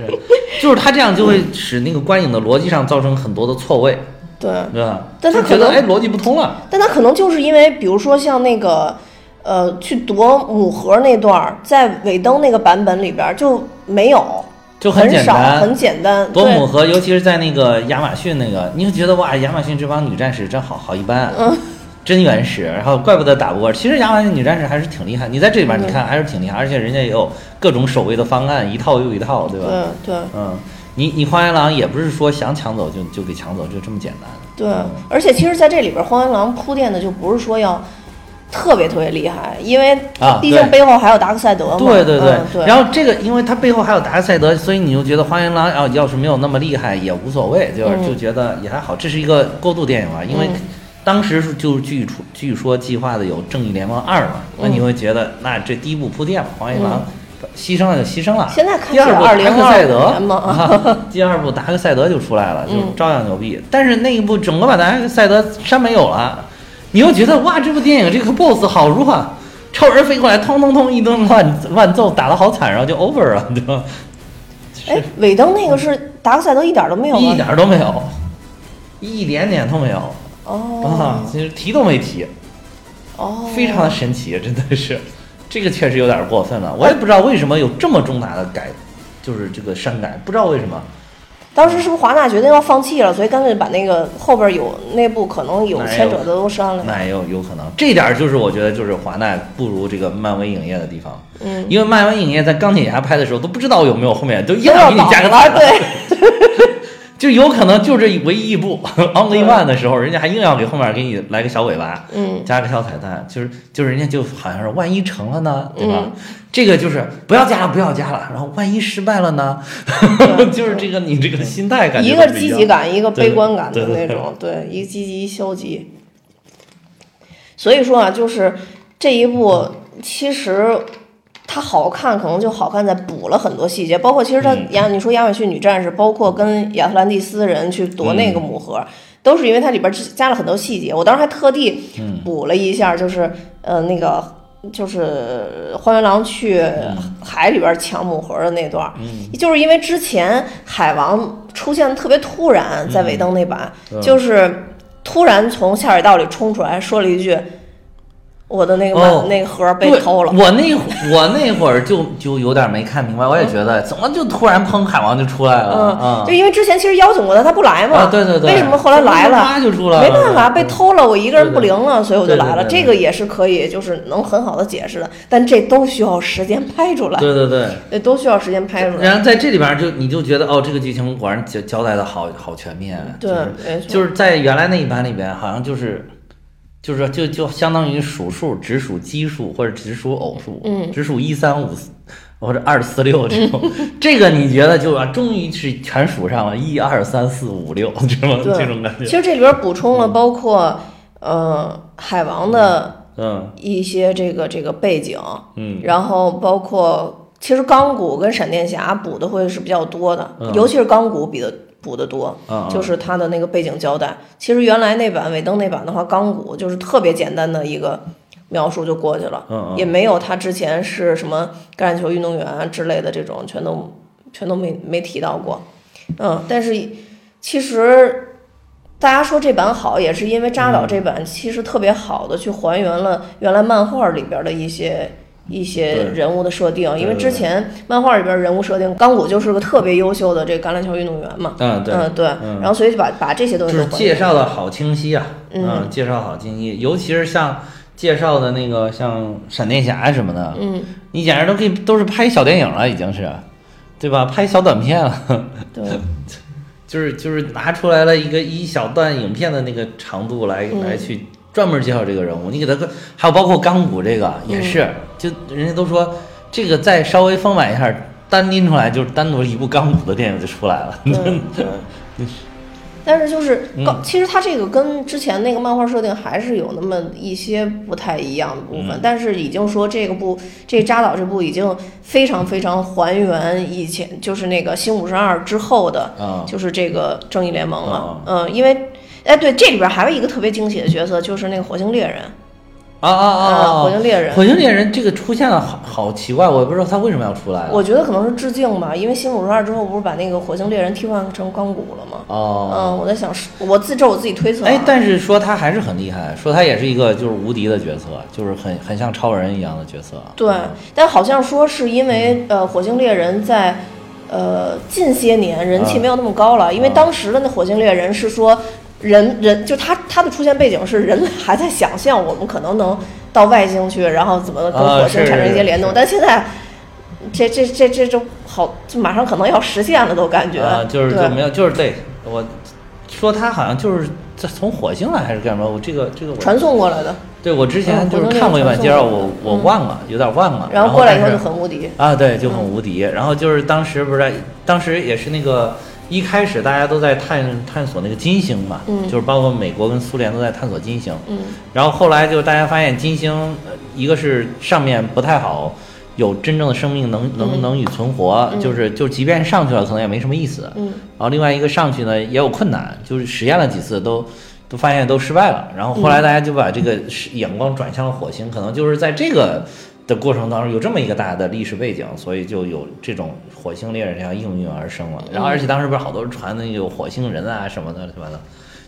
B: 就是他这样就会使那个观影的逻辑上造成很多的错位，
A: 对，
B: 对吧？
A: 但他
B: 就觉
A: 可
B: 得
A: 能
B: 哎逻辑不通了，
A: 但他可能就是因为，比如说像那个，呃，去夺母盒那段儿，在尾灯那个版本里边儿就没有，
B: 就
A: 很
B: 简
A: 少，
B: 单，
A: 很简单。
B: 多
A: 对
B: 姆和，尤其是在那个亚马逊那个，你会觉得哇，亚马逊这帮女战士真好好一般啊。 真原始，然后怪不得打不过。其实牙买加女战士还是挺厉害，你在这里边你看还是挺厉害，而且人家也有各种守卫的方案，一套又一套，对吧？
A: 对对
B: 嗯，你你荒原狼也不是说想抢走就就给抢走，就这么简单。
A: 对，而且其实在这里边，荒原狼铺垫的就不是说要特别特别厉害，因为
B: 啊
A: 毕
B: 对
A: 竟背后还有达克赛德嘛。
B: 对对
A: 嗯对。
B: 然后这个，因为它背后还有达克赛德，所以你就觉得花原狼啊，要是没有那么厉害也无所谓，就是、
A: 嗯
B: 就觉得也还好。这是一个过渡电影啊，因为
A: 嗯
B: 当时是就据出据说计划的有《正义联盟二》嘛，那
A: 嗯
B: 你会觉得那这第一部铺垫嘛，花原狼牺牲了就牺牲了。
A: 现在看起
B: 第二
A: 来
B: 部
A: 二零
B: 达克赛
A: 二
B: 德
A: 年嘛，
B: 啊，第二部达克赛德就出来了，就
A: 嗯
B: 照样牛逼。但是那一部整个把达克赛德删没有了，你又觉得哇，这部电影这个 BOSS 好弱啊，超人飞过来，通通通一顿乱乱揍，打得好惨，然后就 over 了，对吧？
A: 哎，尾灯那个是达克赛德一点都没有啊
B: 一
A: 吗？
B: 点儿都没有，一点点都没有啊
A: 哦，
B: 其实提都没提，
A: 哦，
B: 非常的神奇，真的是，这个确实有点过分了。我也不知道为什么有这么重大的改，就是这个删改，不知道为什么。
A: 当时是不是华纳决定要放弃了，所以干脆把那个后边有内部可能有
B: 哪有
A: 牵扯的都删了？
B: 那也有有可能，这点儿就是我觉得就是华纳不如这个漫威影业的地方，
A: 嗯，
B: 因为漫威影业在钢铁侠拍的时候都不知道有没有后面，都硬
A: 都要
B: 给你加个
A: 倒
B: 字
A: 了，对，
B: 就有可能就这唯一一部 Only One 的时候，人家还硬要给后面给你来个小尾巴，
A: 嗯，
B: 加个小彩蛋，就是就是人家就好像是万一成了呢，对吧？
A: 嗯
B: 这个就是不要加了，不要加了，然后万一失败了呢，
A: 对
B: 就是这个你这个心态 感觉
A: 一
B: 都
A: 个
B: 不
A: 积
B: 样
A: 极感，一个悲观感
B: 对
A: 的
B: 对对
A: 那种，对，一个积极，一消极。所以说啊，就是这一部其实它好看，可能就好看在补了很多细节，包括其实它
B: 嗯
A: 亚，你说亚马逊女战士，包括跟亚特兰蒂斯人去夺那个母
B: 嗯
A: 盒，都是因为它里边加了很多细节。我当时还特地
B: 嗯
A: 补了一下，就是、呃那个就是荒原狼去海里边抢母盒的那段儿，
B: 嗯
A: 就是因为之前海王出现的特别突然，在尾灯那版、
B: 嗯
A: 就是突然从下水道里冲出来，说了一句。我的那个、
B: 哦
A: 那个盒被
B: 对嗯
A: 偷了，
B: 我那会我那会儿就就有点没看明白，我也觉得怎么就突然砰海王就出来了
A: 嗯，
B: 啊
A: 就因为之前其实邀请过他，他不来嘛。
B: 啊对对对，
A: 为什么后来来了？
B: 啪就出来了，
A: 没办法，被偷了，我一个人
B: 对对
A: 不灵了，所以我就来了。
B: 对对对对
A: 这个也是可以，就是能很好的解释的，但这都需要时间拍出来，
B: 对对对。
A: 对，都需要时间拍出来。
B: 然后在这里边儿就你就觉得哦，这个剧情果然交交代的好好全面，
A: 对
B: 就是，
A: 没错，
B: 就是在原来那一版里边，好像就是，就是说就就相当于数数，只数奇数或者只数偶数，
A: 嗯
B: 只数一三五四或者二四六这种， 这个你觉得就啊，终于是全数上了，一二三四五六 这种
A: 对
B: 这种感
A: 其
B: 觉，
A: 实这里边补充了包括呃海王的
B: 嗯
A: 一些这个这个背景，
B: 嗯，
A: 然后包括其实钢骨跟闪电侠补的会是比较多的，
B: 嗯
A: 尤其是钢骨比的补的多，
B: 嗯嗯
A: 就是它的那个背景交代。其实原来那版尾灯那版的话，钢骨就是特别简单的一个描述就过去了，
B: 嗯嗯
A: 也没有他之前是什么橄榄球运动员啊之类的这种，全都全都没没提到过。嗯，但是其实。大家说这版好，也是因为扎
B: 嗯
A: 导这版其实特别好的去还原了原来漫画里边的一些一些
B: 对
A: 人物的设定，因为
B: 对对
A: 之前漫画里边人物设定，钢骨就是个特别优秀的这个橄榄球运动员嘛，
B: 嗯对。
A: 嗯对，然后所以就把把这些东
B: 就
A: 西都
B: 是
A: 还
B: 介绍的好清晰啊，
A: 嗯
B: 介绍好清晰，尤其是像介绍的那个像闪电侠什么的，
A: 嗯，
B: 你简直都可以都是拍小电影了，已经是，对吧？拍小短片了，
A: 对，
B: 就是就是拿出来了一个一小段影片的那个长度来、
A: 嗯
B: 来去专门介绍这个人物，你给他个，还有包括钢骨这个
A: 嗯
B: 也是，就人家都说这个再稍微丰满一下，单拎出来就是单独一部钢骨的电影就出来了，
A: 对但是就是
B: 嗯
A: 钢，其实它这个跟之前那个漫画设定还是有那么一些不太一样的部
B: 嗯
A: 分，但是已经说这个部这扎导这部已经非常非常还原以前就是那个新五十二之后的，
B: 啊
A: 就是这个正义联盟了，嗯，因为。哎，对，这里边还有一个特别惊喜的角色，就是那个火星猎人。
B: 啊啊啊！
A: 啊火星猎人
B: 火星猎人这个出现了好，好奇怪，我也不知道他为什么要出来啊。
A: 我觉得可能是致敬吧，因为新五十二之后不是把那个火星猎人替换成钢骨了吗？
B: 哦，
A: 嗯，我在想是，我自这是我自己推测、啊。
B: 哎，但是说他还是很厉害，说他也是一个就是无敌的角色，就是很很像超人一样的角色。嗯
A: 对，但好像说是因为呃，火星猎人在呃近些年人气
B: 啊
A: 没有那么高了，因为
B: 啊
A: 当时的那火星猎人是说。人人就他他的出现背景是人类还在想象我们可能能到外星去，然后怎么跟
B: 啊
A: 火星
B: 是
A: 产生一些联动，
B: 是
A: 但现在这这这这就好，就马上可能要实现了，都感觉
B: 啊，就是
A: 对
B: 就没有，就是对我说他好像就是在从火星来还是干嘛？我这个这个我
A: 传送过来的，
B: 对我之前
A: 嗯
B: 就是
A: 火星
B: 看过一
A: 那个
B: 版
A: 传
B: 介绍，
A: 送
B: 我
A: 过
B: 我
A: 嗯
B: 忘了，有点忘了。
A: 然
B: 然
A: 后过来以
B: 但
A: 后就是很嗯无敌。
B: 啊，对，就很无敌。然后就是当时不是，当时也是那个一开始大家都在探探索那个金星嘛，
A: 嗯
B: 就是包括美国跟苏联都在探索金星。
A: 嗯
B: 然后后来就大家发现金星，呃一个是上面不太好。有真正的生命能能
A: 嗯
B: 能与存活，
A: 嗯
B: 就是就即便上去了，可能也没什么意思。
A: 嗯
B: 然后另外一个上去呢也有困难，就是实验了几次都都发现都失败了。然后后来大家就把这个视眼光转向了火星，可能就是在这个的过程当中有这么一个大的历史背景，所以就有这种火星猎人这样应运而生了。然后而且当时不是好多人传的有火星人啊什么的什么的，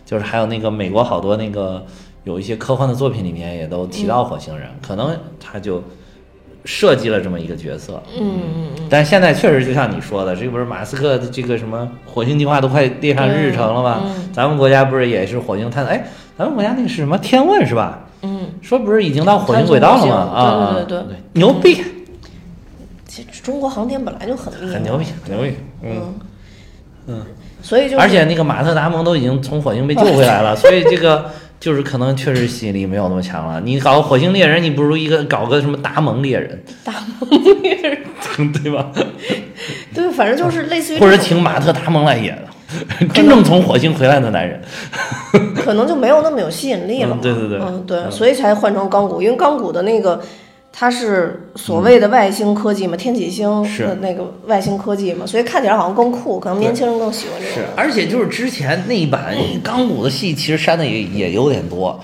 B: 就是还有那个美国好多那个有一些科幻的作品里面也都提到火星人，可能他就设计了这么一个角色。
A: 嗯
B: 但现在确实就像你说的，这不是马斯克的这个什么火星计划都快列上日程了吗？
A: 嗯
B: 咱们国家不是也是火星探？哎，咱们国家那个是什么天问是吧？
A: 嗯，
B: 说不是已经到火星轨道了吗？啊，
A: 探索火星对
B: 啊
A: 对对对
B: 牛逼，
A: 其实中国航天本来就很厉害，
B: 很牛逼，很牛逼。
A: 嗯所以就是
B: 而且那个马特达蒙都已经从火星被救回来了，所以 这个就是可能确实吸引力没有那么强了。你搞火星猎人，你不如一个搞个什么达蒙猎人，
A: 大蒙猎人，
B: 对吧？
A: 对，反正就是类似于
B: 嗯或者
A: 这种
B: 请马特达蒙来演，真正从火星回来的男人。
A: 可能就没有那么有吸引力了嘛。
B: 嗯对对对
A: 嗯对，
B: 嗯
A: 所以才换成钢骨，因为钢骨的那个它是所谓的外星科技嘛，天启星
B: 嗯是
A: 的那个外星科技嘛，所以看起来好像更酷，可能年轻人更喜欢这
B: 是
A: 种，。
B: 而且就是之前那一版钢骨的戏，其实删的也也有点多，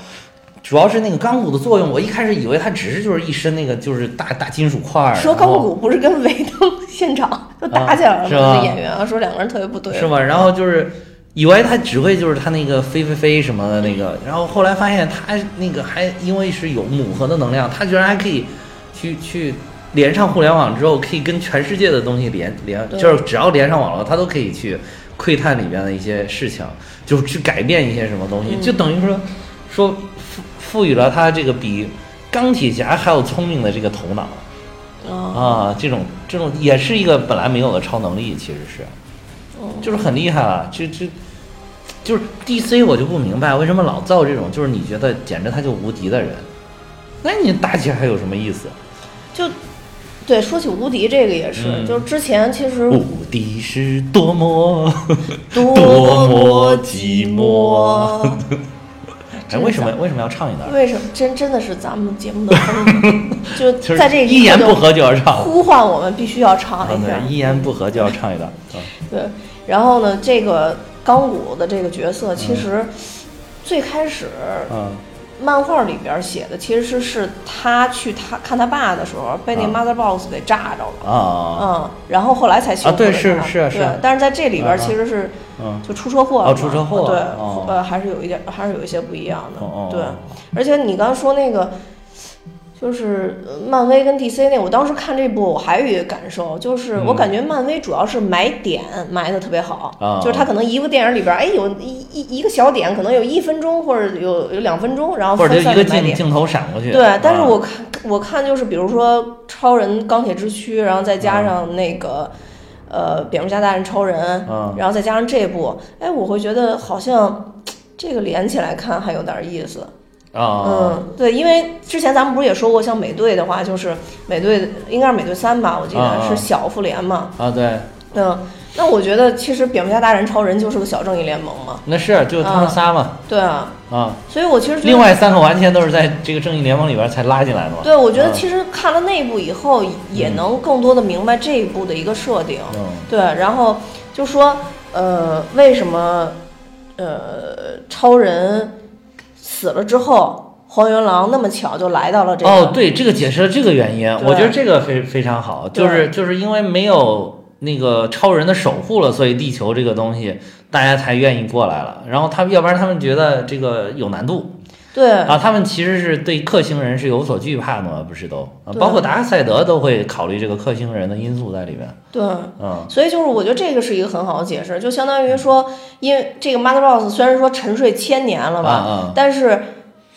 B: 主要是那个钢骨的作用。我一开始以为它只是就是一身那个就是大大金属块儿，
A: 说
B: 然
A: 钢
B: 后啊
A: 骨不是跟维登现场就打起来了
B: 是
A: 吗？
B: 吧
A: 那演员啊，说两个人特别不对。
B: 是吗？然后就是以为他只会就是他那个飞飞飞什么的那个，然后后来发现他那个还因为是有母核的能量，他居然还可以去去连上互联网之后，可以跟全世界的东西连连，
A: 对
B: 就是只要连上网络，他都可以去窥探里边的一些事情，就是去改变一些什么东
A: 嗯
B: 西，就等于说说赋赋予了他这个比钢铁侠还要聪明的这个头脑。
A: 啊，
B: 啊，这种这种也是一个本来没有的超能力，其实是，
A: 嗯
B: 就是很厉害了。这这就是 DC，我就不明白为什么老造这种就是你觉得简直他就无敌的人，那你打起来还有什么意思？
A: 就对，说起无敌这个也是，
B: 嗯
A: 就是之前其实
B: 无敌是多么
A: 多
B: 多
A: 么
B: 么寂寞。哎，为什么为什么要唱一段？
A: 为什么真真的是咱们节目的风格？就
B: 就是
A: 在这
B: 一言
A: 刻
B: 不
A: 就
B: 合就要唱，
A: 呼唤我们必须要唱
B: 啊
A: 一下
B: 对，。一言不合就要唱一段。啊
A: 对，然后呢，这个钢骨的这个角色，其实最开始
B: 嗯
A: 漫画里边写的，其实是是他去他看他爸的时候，被那
B: 啊
A: Mother Box 给炸着了。
B: 啊
A: 嗯，然后后来才修
B: 啊
A: 复
B: 对
A: 了
B: 是
A: 它
B: 是啊是啊
A: 对，但是在这里边
B: 啊啊
A: 其实是
B: 嗯
A: 就出车祸了
B: 哦
A: 嘛，
B: 出车祸
A: 对
B: 了哦，
A: 呃，还是有一点，还是有一些不一样的，
B: 哦哦
A: 对
B: 哦。
A: 而且你刚刚说那个，就是呃漫威跟 DC 那，我当时看这部我还有一个感受，就是
B: 嗯
A: 我感觉漫威主要是埋点埋的特别好，
B: 啊
A: 就是它可能一部电影里边，哎，有一一一个小点，可能有一分钟或者有有两分钟，然后
B: 或者
A: 分
B: 就
A: 散
B: 一个
A: 地埋
B: 镜
A: 点。
B: 镜头闪过去。
A: 对，但是
B: 啊
A: 我看我看就是，比如说超人、钢铁之躯，然后再
B: 啊
A: 加上那个、呃蝙蝠侠大战超人，
B: 嗯
A: 然后再加上这部，哎，我会觉得好像这个连起来看还有点意思。
B: 啊
A: 嗯，对，因为之前咱们不是也说过，像美队的话，就是美队应该是美队三吧，我记得、
B: 啊啊
A: 是小复联嘛。
B: 啊对。
A: 嗯，那我觉得其实蝙蝠侠大战超人就是个小正义联盟嘛。
B: 那是就是他们仨嘛，
A: 对啊，
B: 啊，
A: 所以我其实觉得
B: 另外三个完全都是在这个正义联盟里边才拉进来的嘛。
A: 对，我觉得
B: 嗯
A: 其实看了那一部以后，也能更多的明白这一部的一个设定。
B: 嗯
A: 对，然后就说，呃，为什么，呃，超人死了之后，黄原狼那么巧就来到了这个？
B: 哦，对，这个解释了这个原因，
A: 对
B: 我觉得这个非非常好，
A: 对
B: 就是就是因为没有那个超人的守护了，所以地球这个东西大家才愿意过来了。然后他们要不然他们觉得这个有难度，
A: 对，
B: 啊，他们其实是对克星人是有所惧怕的嘛，不是都啊？
A: 对
B: 包括达克赛德都会考虑这个克星人的因素在里边。
A: 对，
B: 嗯，
A: 所以就是我觉得这个是一个很好的解释，就相当于说，因为这个 Mark Ross 虽然说沉睡千年了吧，
B: 啊
A: 但是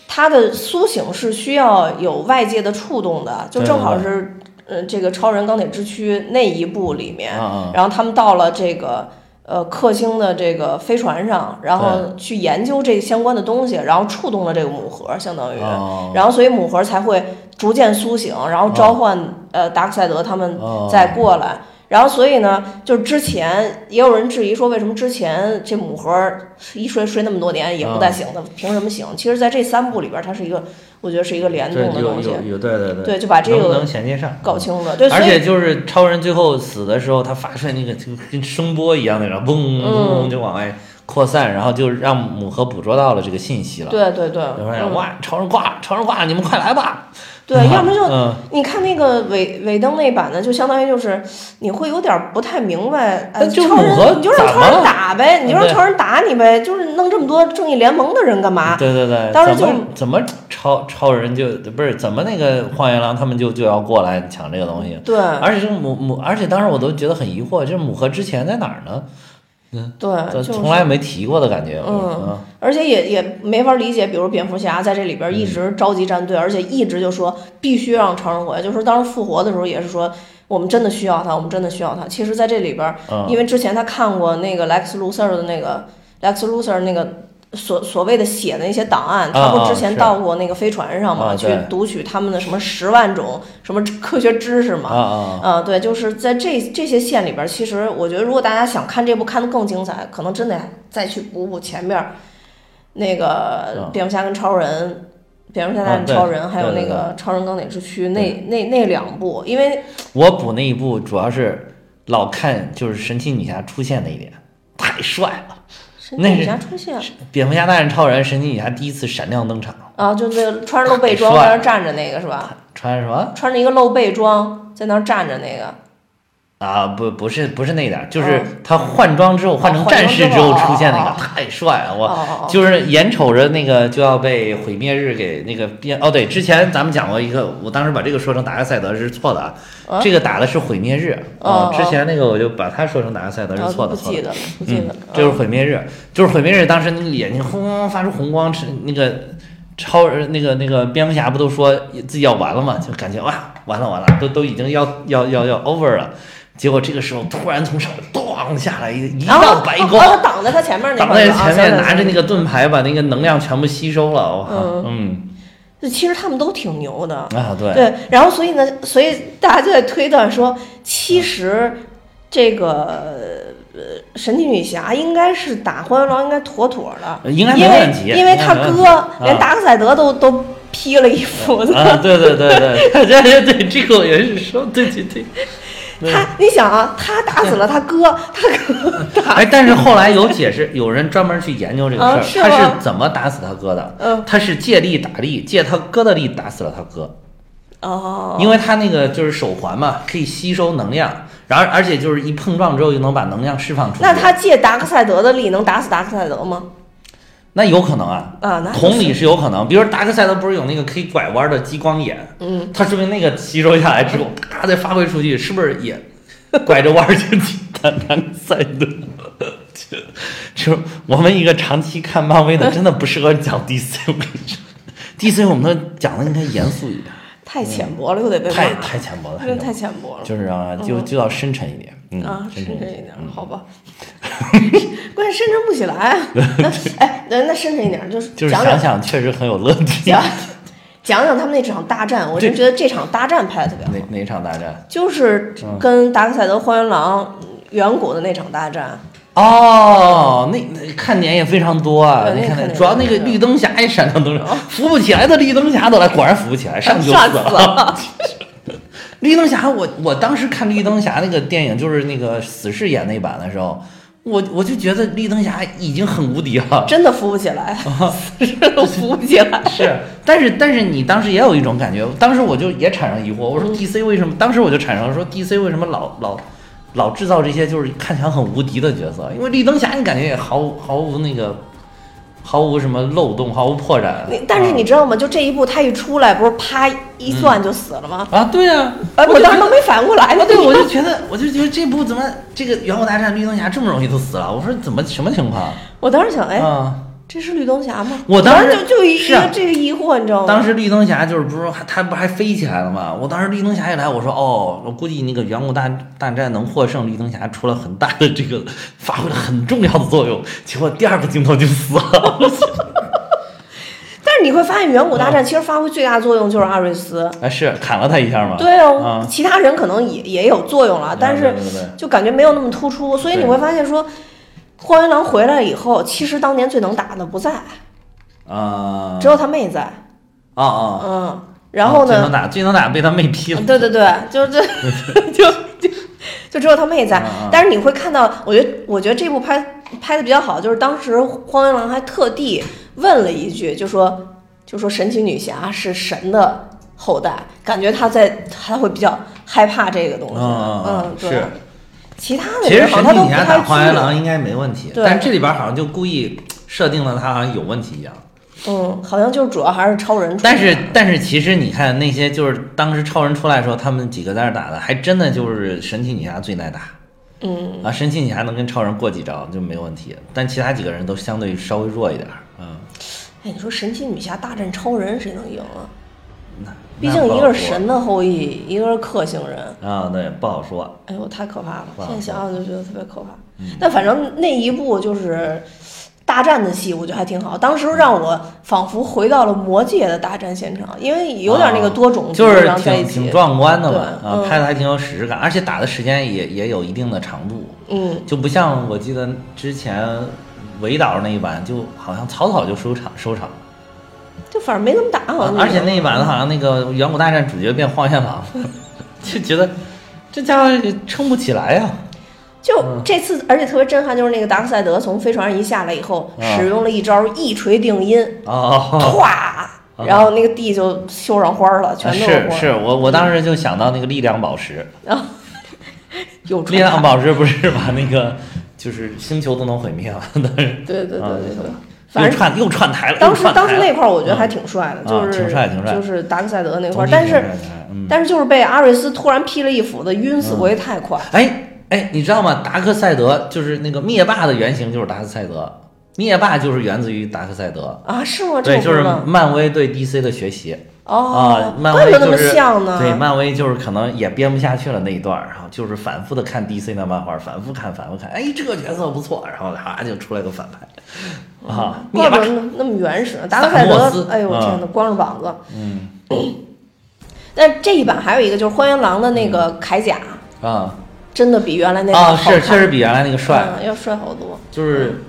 A: 他的苏醒是需要有外界的触动的，就
B: 对
A: 正好是，呃，这个超人钢铁之躯那一部里
B: 啊
A: 面，
B: 啊
A: 然后他们到了这个呃克星的这个飞船上，然后去研究这相关的东西，然后触动了这个母核，相当于，
B: 啊！
A: 然后所以母核才会逐渐苏醒，然后召唤、
B: 啊
A: 呃达克赛德他们
B: 哦
A: 再过来。然后所以呢，就是之前也有人质疑说，为什么之前这母核一睡睡那么多年也不再醒呢？凭什么醒？其实，在这三部里边，它是一个，我觉得是一个联
B: 对
A: 动的
B: 有
A: 东西，
B: 有有，对对对，
A: 对，就把这
B: 能不
A: 个
B: 能衔接上？
A: 搞清了。对，所
B: 而
A: 以
B: 且就是超人最后死的时候，他发出来那个就跟声波一样那种，嗡
A: 嗯
B: 嗡嗡就往外扩散，然后就让母核捕捉到了这个信息了。，
A: 对对对，
B: 就发现
A: 嗯
B: 哇，超人挂了，超人挂了，你们快来吧！
A: 对，要么就
B: 嗯
A: 你看那个尾尾灯那版呢，就相当于就是你会有点不太明白，哎，
B: 但就
A: 超人
B: 符合
A: 你就让
B: 怎
A: 超
B: 么
A: 人
B: 了
A: 打呗，你就让
B: 对
A: 超人打你呗，就是弄这么多正义联盟的人干嘛？
B: 对对对，
A: 当时
B: 怎么怎么超超人就不是怎么那个荒原狼他们就就要过来抢这个东西，
A: 对
B: 而且这个母母，而且当时我都觉得很疑惑，这母核之前在哪儿呢？
A: 对，
B: 这
A: 嗯就是
B: 从来没提过的感觉。嗯
A: 而且也也没法理解，比如蝙蝠侠在这里边
B: 嗯
A: 一直召集战队，而且一直就说必须让超人回来，就是当时复活的时候也是说我们真的需要他，我们真的需要他。其实，在这里边，
B: 嗯
A: 因为之前他看过那个 Lex Luthor 的那个 Lex Luthor 那个所所谓的写的那些档案，他
B: 啊
A: 不
B: 啊
A: 之前
B: 是
A: 到过那个飞船上嘛，
B: 啊
A: 去
B: 对
A: 读取他们的什么十万种什么科学知识嘛。
B: 啊啊，
A: 啊，对，就是在这这些线里边儿，其实我觉得，如果大家想看这部看得更精彩，可能真得再去补补前面儿那个
B: 嗯
A: 蝙蝠侠跟超人、蝙蝠侠大
B: 啊
A: 战
B: 对
A: 超人，还有那
B: 对对
A: 个超人钢铁之躯那那那两部，因为
B: 我补那一部主要是老看就是神奇女侠出现那一点，太帅了！
A: 神奇
B: 那
A: 女
B: 是
A: 侠出现
B: 蝙蝠侠大战超人，神奇女侠第一次闪亮登场，
A: 啊，就那个穿着露背装
B: 帅
A: 在那儿站着那个是吧？
B: 穿什么
A: 穿着一个露背装在那儿站着那个，
B: 啊？不不是不是那一点，就
A: 哦
B: 是他换装之后换成
A: 啊换装
B: 战士
A: 之
B: 之
A: 后
B: 后出现那
A: 哦哦
B: 个，太帅了！
A: 哦
B: 我
A: 哦哦，
B: 就是眼瞅着那个就要被毁灭日给那个变哦，对，之前咱们讲过一个，我当时把这个说成达克赛德是错的啊，
A: 啊
B: 这个打的是毁灭日啊
A: 哦
B: 之前那个我就把它说成达克赛德是
A: 啊
B: 错的，
A: 不
B: 错
A: 记
B: 的，
A: 得了，不记得
B: 嗯
A: 了，，
B: 就是
A: 啊
B: 毁灭日，就是毁灭日，当时那个眼睛轰轰轰发出红光，是那个超人那个那个蝙蝠侠不都说自己要完了嘛，就感觉哇，完了完了，都都已经要要要要 over 了，结果这个时候突然从上面咣下来一一
A: 然后
B: 道白光
A: 哦。哦挡在他前面那
B: 挡
A: 块儿
B: 在
A: 了啊行
B: 前面，
A: 行
B: 拿
A: 行
B: 着那个盾牌把那个能量全部吸收了。我靠，嗯
A: 就其实他们都挺牛的，
B: 啊，对，
A: 对，然后所以呢，所以大家就在推断说，其实这个呃神奇女侠应该是打荒原狼应该妥妥的，
B: 呃应该
A: 因
B: 没
A: 为
B: 问题，
A: 因为他
B: 应该没问题
A: 哥连
B: 啊
A: 达克赛德都、都披了一斧子。
B: 啊，对 对对对，对对对，这个我也是说，对对对。
A: 他，你想啊，他打死了他哥，他哥打，
B: 哎，但是后来有解释，有人专门去研究这
A: 啊
B: 个
A: 是
B: 事儿，他
A: 吗
B: 是怎么打死他哥的？
A: 嗯，
B: 他是借力打力，借他哥的力打死了他哥，
A: 哦，
B: 因为他那个就是手环嘛，可以吸收能量，然后而且就是一碰撞之后就能把能量释放出去。
A: 那他借达克赛德的力能打死达克赛德吗？
B: 那有可能啊，
A: 啊，那
B: 同理是有可能，比如说达克赛德不是有那个可以拐弯的激光眼，
A: 嗯，
B: 它说明那个吸收下来之后，啪再发挥出去，是不是也拐着弯儿就去打达克赛德？就我们一个长期看漫威的，真的不适合讲 DC，我跟你说，DC 我们都讲的应该严肃一点，
A: 太浅薄了，又得被
B: 太
A: 骂
B: 太浅薄了，
A: 真的太
B: 太浅
A: 浅薄
B: 薄
A: 了
B: 了。就是啊，就就要深沉一点，嗯，
A: 啊，
B: 深
A: 深
B: 沉
A: 沉
B: 一
A: 一
B: 点。
A: 点儿，好吧。关键深沉不起来。那 哎，那那深沉一点儿，就是
B: 就是
A: 讲
B: 想
A: 讲
B: 想确实很有乐趣。
A: 讲讲讲他们那场大战，我真
B: 对
A: 觉得这场大战拍的特别好
B: 哪，哪场大战？
A: 就是
B: 嗯
A: 跟达克赛德荒原狼远古的那场大战。
B: 哦，那那看点也非常多啊！
A: 对
B: 你
A: 那
B: 看
A: 看
B: 那，
A: 点
B: 主要那
A: 也
B: 个
A: 是
B: 绿灯侠也闪亮登场，扶不起来的绿灯侠都来，果然扶不起 来，哎上去就
A: 哦上
B: 死
A: 死
B: 了。绿灯侠，我我当时看绿灯侠那个电影，就是那个死侍演那版的时候，我我就觉得绿灯侠已经很无敌了。
A: 真的扶不起 来，是的扶不起来。
B: 是，但是但是你当时也有一种感觉，当时我就也产生疑惑，我
A: 嗯
B: 说 DC 为什么？当时我就产生了说 DC 为什么老老老制造这些就是看起来很无敌的角色？因为绿灯侠你感觉也毫无毫无那个毫无什么漏洞，毫无破绽。嗯
A: 你但是你知道吗？就这一步，他一出来，不是啪一算就死了吗？
B: 啊，对呀、
A: 哎，
B: 嗯就
A: 我当时都没反应过来
B: 啊，
A: 呢。
B: 对，我就觉得，我就觉得这部怎么这个远古大战绿灯侠这么容易就死了？我说怎么什么情况？
A: 我当时想，哎，
B: 啊，
A: 这是绿灯侠吗？
B: 我当
A: 当
B: 时
A: 就就一
B: 是啊
A: 个这个疑惑，你知道吗？
B: 当时绿灯侠就是不是还他不还飞起来了吗？我当时绿灯侠一来，我说哦，我估计那个远古大大战能获胜，绿灯侠出了很大的这个发挥了很重要的作用，结果第二个镜头就死了。
A: 但是你会发现，远古大战其实发挥最大作用就是阿瑞斯。
B: 嗯啊，是砍了他一下嘛？
A: 对哦
B: 啊，
A: 其他人可能也也有作用了，但是
B: 对对对
A: 就感觉没有那么突出，所以你
B: 对
A: 会发现说，荒原狼回来以后，其实当年最能打的不在，
B: 啊
A: 只有他妹在。
B: 啊啊！
A: 嗯，然后
B: 最
A: 呢
B: 能？打最能打被他妹劈了。
A: 嗯对对对，就这 就就就只有他妹在
B: 嗯嗯。
A: 但是你会看到，我觉得我觉得这部拍拍的比较好，就是当时荒原狼还特地问了一句，就说就说神奇女侠是神的后代，感觉他在他会比较害怕这个东西。
B: 嗯
A: 嗯，对
B: 是。
A: 其他的
B: 其实
A: 人好
B: 神
A: 像他
B: 奇
A: 都
B: 女
A: 不
B: 侠
A: 太
B: 打荒原
A: 去。
B: 狼应该没问题，
A: 对
B: 但这里边好像就故意设定了他好像有问题一样。
A: 嗯，好像就是主要还是超人出来。
B: 但是但是其实你看那些就是当时超人出来的时候，他们几个在那打的，还真的就是神奇女侠最耐打。
A: 嗯，
B: 啊，神奇女侠能跟超人过几招就没问题，但其他几个人都相对稍微弱一点儿。嗯，
A: 哎，你说神奇女侠大战超人，谁能赢啊？
B: 那
A: 毕
B: 那
A: 竟
B: 不
A: 一
B: 好
A: 个是
B: 说
A: 神的后裔，一个是克星人。
B: 啊，对，不好说。
A: 哎呦，太可怕了！
B: 哇嗯
A: 现在想想就觉得特别可怕。但反正那一部就是大战的戏，我觉得还挺好。当时让我仿佛回到了魔界的大战现场，因为有点那个多种族
B: 啊就是
A: 然后在一
B: 挺
A: 起
B: 挺。壮观的嘛，
A: 对
B: 啊，
A: 嗯
B: 拍的还挺有史诗感，而且打的时间也也有一定的长度，
A: 嗯，
B: 就不像我记得之前围岛那一版，就好像草草就收场收场了。
A: 就反正没怎么打，好
B: 啊
A: 像
B: 而且那一版的好像那个远古大战主角变荒原狼，就觉得这家伙撑不起来呀、
A: 就
B: 嗯
A: 这次，而且特别震撼，就是那个达克赛德从飞船上一下来以后，
B: 啊
A: 使用了一招一锤定音，
B: 啊！哦，
A: 唰，然后那个地就修上花了，全都
B: 啊是
A: 花。
B: 是，我我当时就想到那个力量宝石，
A: 然后有
B: 力
A: 传
B: 量
A: 达，
B: 宝石不是把那个就是星球都能毁灭了，但是
A: 对对对
B: 啊
A: 对
B: 就
A: 对
B: 是。
A: 反
B: 又
A: 正
B: 串又串 台了。
A: 当
B: 又
A: 时
B: 串台
A: 当时
B: 了
A: 那块儿我觉得还
B: 嗯
A: 挺帅的，
B: 啊
A: 就是
B: 挺帅挺帅
A: 就是达克赛德那块
B: 总
A: 儿，
B: 体
A: 但
B: 挺
A: 是
B: 帅挺帅嗯，
A: 但是就是被阿瑞斯突然劈了一斧子，晕死回太快。
B: 哎哎，你知道吗？达克赛德就是那个灭霸的原型，就是达克赛德，灭霸就是源自于达克赛德。
A: 啊，是吗？这
B: 对，
A: 我不
B: 就是
A: 知道
B: 漫威对 DC 的学习。
A: 哦
B: 啊，，漫
A: 怪
B: 威
A: 不得那
B: 就
A: 么
B: 是
A: 像呢。
B: 对，漫威就是可能也编不下去了那一段儿，然后就是反复的看 DC 的漫画，反复看，反复看，哎，这个角色不错，然后他就出来个反派，啊，灭
A: 怪不得，
B: 霸
A: 那么那么原始呢。达克赛
B: 萨默斯
A: 德，哎呦我
B: 嗯
A: 天呐，光着膀子。
B: 嗯
A: 但这一版还有一个就是荒原狼的那个铠甲，
B: 啊
A: 真的比原来那个
B: 嗯啊，
A: 好
B: 是
A: 看
B: 确实比原来那个帅，
A: 嗯要帅好多。
B: 就是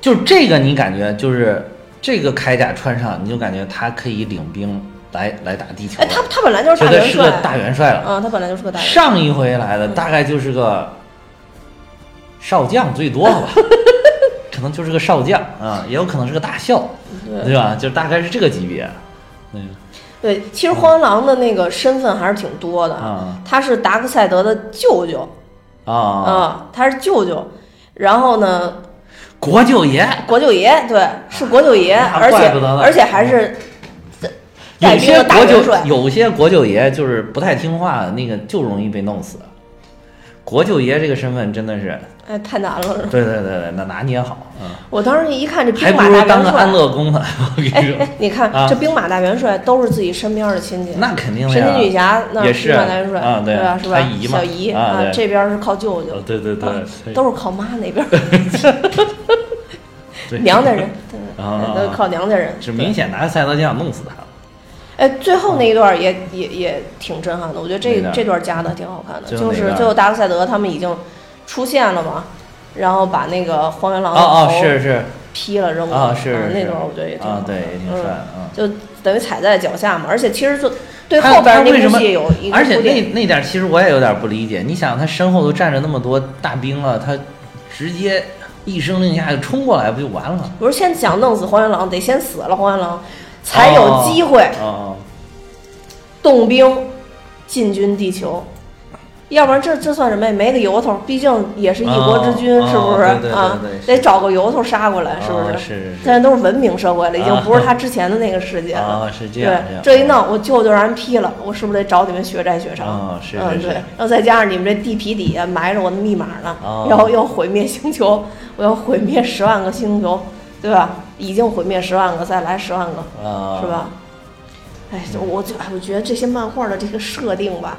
B: 就是这个你感觉就是这个铠甲穿上，你就感觉他可以领兵来来打地球
A: 哎，
B: 了，
A: 他他本来就是
B: 觉
A: 大
B: 得
A: 元
B: 是个
A: 帅，
B: 大元帅了。
A: 嗯，他本来就是个大元嗯帅。
B: 上一回来的大概就是个少将最 多吧，可能就是个少将啊，也有可能是个大校，
A: 对
B: 对吧？就大概是这个级别。对
A: 对，其实荒原狼的那个身份还是挺多的
B: 啊
A: 他是达克赛德的舅舅
B: 啊，
A: 啊、他是舅舅。然后呢，
B: 国舅爷
A: 国舅爷对，是国舅爷，
B: 那
A: 而且
B: 啊怪不得呢
A: 而且还是带兵的
B: 有些
A: 大
B: 国
A: 元
B: 舅
A: 帅。
B: 有些国舅爷就是不太听话，那个就容易被弄死。国舅爷这个身份真的是，
A: 哎，太难了。
B: 对对对对，那拿捏好，嗯，
A: 我当时一看这
B: 还
A: 兵
B: 不
A: 马
B: 如
A: 大
B: 当
A: 元
B: 个安
A: 帅，
B: 乐公呢。我跟你
A: 哎
B: 说，
A: 哎，你看、
B: 啊
A: 这兵马大元帅都是自己身边的亲戚。
B: 那肯定的
A: 神
B: 呀。
A: 奇女侠那
B: 也
A: 儿
B: 是
A: 兵马大元帅
B: 啊对
A: 对吧？是吧
B: 她？姨嘛
A: 小姨
B: 啊对
A: 这边是靠舅舅
B: 哦，对对
A: 啊
B: 对，
A: 都是靠妈那边，
B: 对
A: 娘家人，对
B: 啊
A: 对，都是靠娘家人。
B: 是
A: 对
B: 明显拿赛德就想弄死他了。
A: 哎，最后那一段儿也、也也挺震撼的，我觉得
B: 哪
A: 这
B: 嗯段儿
A: 这段儿加的挺好看的，
B: 最
A: 就
B: 后哪
A: 是
B: 段儿
A: 最后达克赛德他们已经出现了嘛，然后把那个荒原狼的
B: 哦哦，
A: 头
B: 是是
A: 劈了扔了
B: 啊是
A: 嗯那
B: 是
A: 段儿我觉得也挺好
B: 啊
A: 看，的
B: 对，也挺帅的啊。
A: 嗯，就等于踩在脚下嘛，而且其实就对
B: 还有
A: 后边儿
B: 但
A: 那
B: 是为什
A: 部
B: 么
A: 戏有一个
B: 而且
A: 铺垫，
B: 那那点儿其实我也有点不理解，你想他身后都站着那么多大兵了，他直接一声令下就冲过来不就完了？
A: 不是先想弄死荒原狼，得先死了荒原狼，才有
B: 哦
A: 机会
B: 哦，
A: 动兵进军地球。要不然这这算什么呀？没个由头，毕竟也是一国之君，
C: 哦
A: 是不是
C: 哦对对对
A: 啊
C: 对对？是
A: 得找个由头杀过来，是不
B: 哦
A: 是？
B: 是
A: 现在都是文明社会了，已经
B: 啊
A: 不是他之前的那个世界了。
B: 哦是这
A: 对
B: 样这样，
A: 一闹我舅舅让人批了，我是不是得找你们血债血偿？
B: 哦是是
A: 嗯，
B: 是
A: 对。然后再加上你们这地皮底下埋着我的密码呢，
B: 哦
A: 然后要毁灭星球，我要毁灭十万个星球，对吧？已经毁灭十万个，再来十万个，
B: 啊，
A: 是？吧？哎，就我就哎，我觉得这些漫画的这个设定吧，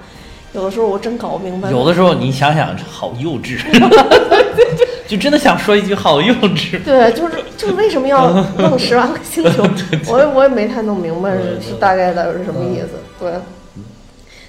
A: 有的时候我真搞不明白。
B: 有的时候你想想，好幼 稚，就真的想说一句好幼稚。
A: 对，就是就是为什么 要弄十万个星球？我也我也没太弄明白是是大概的是什么意思。
B: 嗯
A: 对，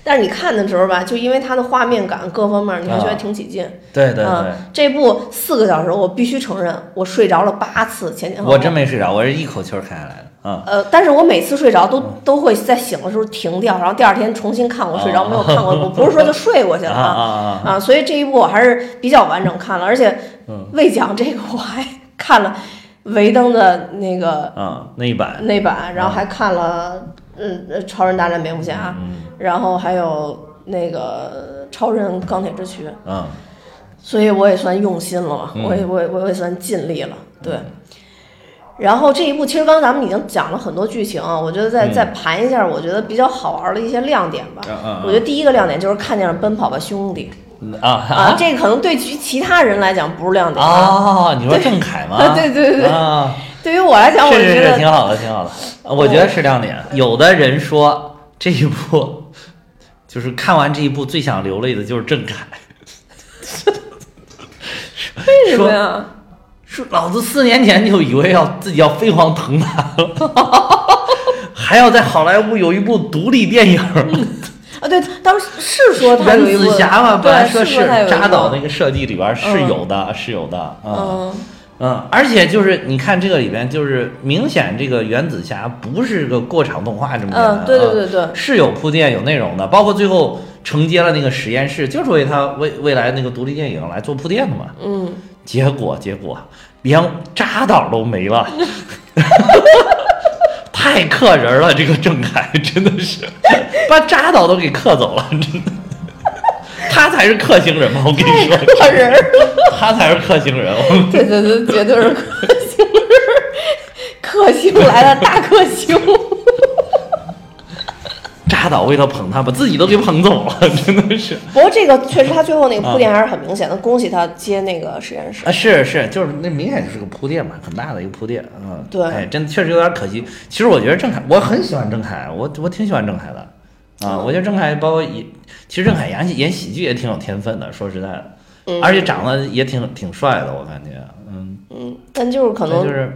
A: 但是你看的时候吧，就因为它的画面感各方面，你还觉得
B: 啊
A: 挺起劲。
B: 对对对，
A: 嗯，这部四个小时，我必须承认，我睡着了八次，前前后后。
B: 我真没睡着，我是一口气儿看下来的啊。
A: 呃，但是我每次睡着都
B: 嗯
A: 都会在醒的时候停掉，然后第二天重新看。我睡着没有看过，我不是说就睡过去了
B: 哦 啊啊啊！
A: 啊，所以这一部我还是比较完整看了，而且
B: 嗯
A: 为讲这个我还看了维登的那个
B: 啊，那一版，
A: 那版，然后还看了嗯呃超人大战蝙蝠侠，
B: 嗯
A: 然后还有那个超人钢铁之躯，
B: 嗯，
A: 所以我也算用心了嘛，
B: 嗯
A: 我也我也我也算尽力了，对。然后这一部其实刚刚咱们已经讲了很多剧情啊，我觉得再
B: 嗯
A: 再盘一下，我觉得比较好玩的一些亮点吧
B: 嗯嗯。嗯
A: 我觉得第一个亮点就是看见了《奔跑吧兄弟》。
B: 啊
A: 啊，这个可能对其其他人来讲不是亮点。
B: 哦，你说郑恺吗？
A: 啊 对对对对
B: 啊，
A: 对于我来讲，我
B: 是是
A: 觉
B: 是，
A: 得
B: 挺好的，挺好的。呃我觉得是亮点。有的人说这一部就是看完这一部最想流泪的就是郑恺，
A: 为什么呀？
B: 说老子四年前就以为要自己要飞黄腾达了，还要在好莱坞有一部独立电影儿。
A: 啊，对，当时是说他有
B: 原
A: 一部
B: 子侠嘛，
A: 对
B: 本来说
A: 是说他有一部
B: 扎导那个设计里边儿是有的，是有的，嗯
A: 嗯
B: 嗯，而且就是你看这个里边，就是明显这个原子侠不是个过场动画这么简单，
A: 嗯，对对
B: 嗯
A: 对对，
B: 是有铺垫有内容的，包括最后承接了那个实验室，就是为他未未来那个独立电影来做铺垫的嘛。
A: 嗯，
B: 结果结果连扎导都没了， 太克人了，这个郑恺真的是把扎导都给克走了，真的。 他才是克星人吧？我 跟你说，
A: 个人儿，
B: 他才是克星人。我
A: 对对对，绝对是克星人儿，克星来了，大克星。
B: 扎导为了捧他，把自己都给捧走了，真的是。
A: 不过这个确实，他最后那个铺垫还是很明显的，恭喜他接那个实验室
B: 啊，。是是，就是那明显就是个铺垫嘛，很大的一个铺垫，嗯，
A: 对
B: 哎，真的确实有点可惜。其实我觉得郑恺，我很喜欢郑恺，我我挺喜欢郑恺的，
A: 嗯
B: 啊，我觉得郑恺包括演，其实郑恺演喜演喜剧也挺有天分的，说实在的，
A: 嗯
B: 而且长得也挺挺帅的，我感觉，嗯，
A: 嗯，但就是可
B: 那就
A: 能
B: 是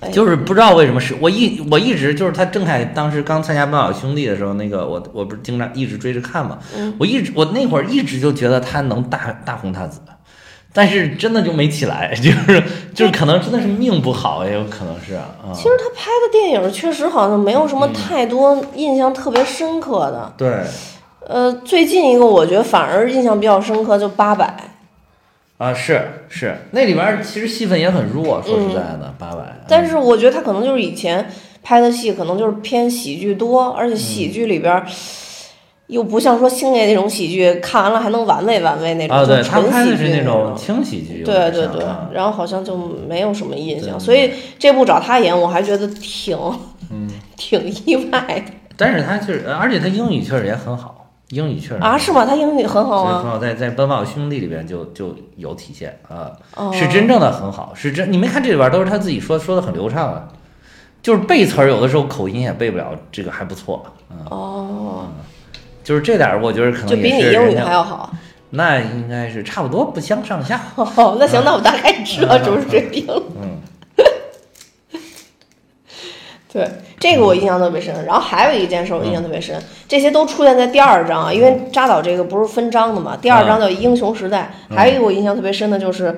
A: 哎
B: 就是不知道为什么是我一我一直就是他郑恺当时刚参加《奔跑吧兄弟》的时候，那个我我不是经常一直追着看嘛，
A: 嗯
B: 我一直我那会儿一直就觉得他能大大红大紫，但是真的就没起来， 就是就是可能真的是命不好，也有可能是啊。嗯
A: 其实他拍的电影确实好像没有什么太多印象特别深刻的。
B: 对
A: 呃，最近一个我觉得反而印象比较深刻，就八百。
B: 啊，是是，那里边儿其实戏份也很弱，说实在的，八百、
A: 嗯
B: 啊
A: 但是我觉得他可能就是以前拍的戏，可能就是偏喜剧多，而且
B: 嗯
A: 喜剧里边儿又不像说星爷那种喜剧，看完了还能玩味玩味那种，
B: 啊，
A: 就
B: 对他
A: 纯
B: 拍
A: 喜
B: 的
A: 剧
B: 是那
A: 种
B: 种。轻喜剧，有
A: 对
B: 点
A: 对
B: 像
A: 对
B: 啊，
A: 然后好像就没有什么印象，
B: 对嗯
A: 所以这部找他演，我还觉得挺， 挺意外
B: 但是他就是，而且他英语确实也很好，英语确实
A: 的啊，是吗？他英语很好
B: 所以
A: 啊，
B: 朋友在在《奔跑吧兄弟》里边就就有体现啊，
A: 哦
B: 是真正的很好，是真你没看这里边都是他自己说说的很流畅啊，就是背词儿有的时候口音也背不了，这个还不错，嗯，
A: 哦，
B: 就是这点儿我觉得可
A: 就
B: 能
A: 比
B: 也
A: 你
B: 是
A: 英
B: 人
A: 语
B: 家
A: 还要好。
B: 那应该是差不多不相上下，
A: 哦，那行，那我大概知道什么水平了。
B: 嗯，
A: 对，这个我印象特别深。然后还有一件事我印象特别深，这些都出现在第二章啊，因为扎导这个不是分章的嘛。第二章叫《英雄时代》，还有一个我印象特别深的就是，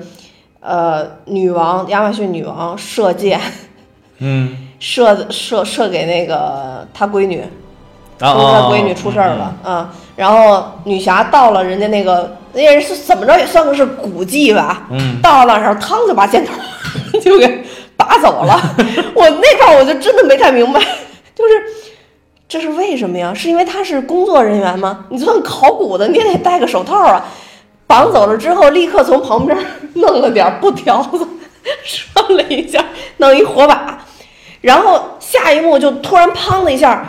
A: 呃，女王亚马逊女王射箭，
B: 嗯，
A: 射射射给那个她闺女，
B: 然
A: 就是她
B: 后
A: 闺女出事儿了，
B: 嗯
A: 啊。然后女侠到了人家那个，那人是怎么着也算个是古迹吧，
B: 嗯
A: 到了那儿，嘡就把箭头 就 给拔走了。我那块儿我就真的没太明白，就是这是为什么呀？是因为他是工作人员吗？你就算考古的，你也得戴个手套啊。绑走了之后，立刻从旁边弄了点布条子，拴了一下，弄一火把，然后下一幕就突然砰的一下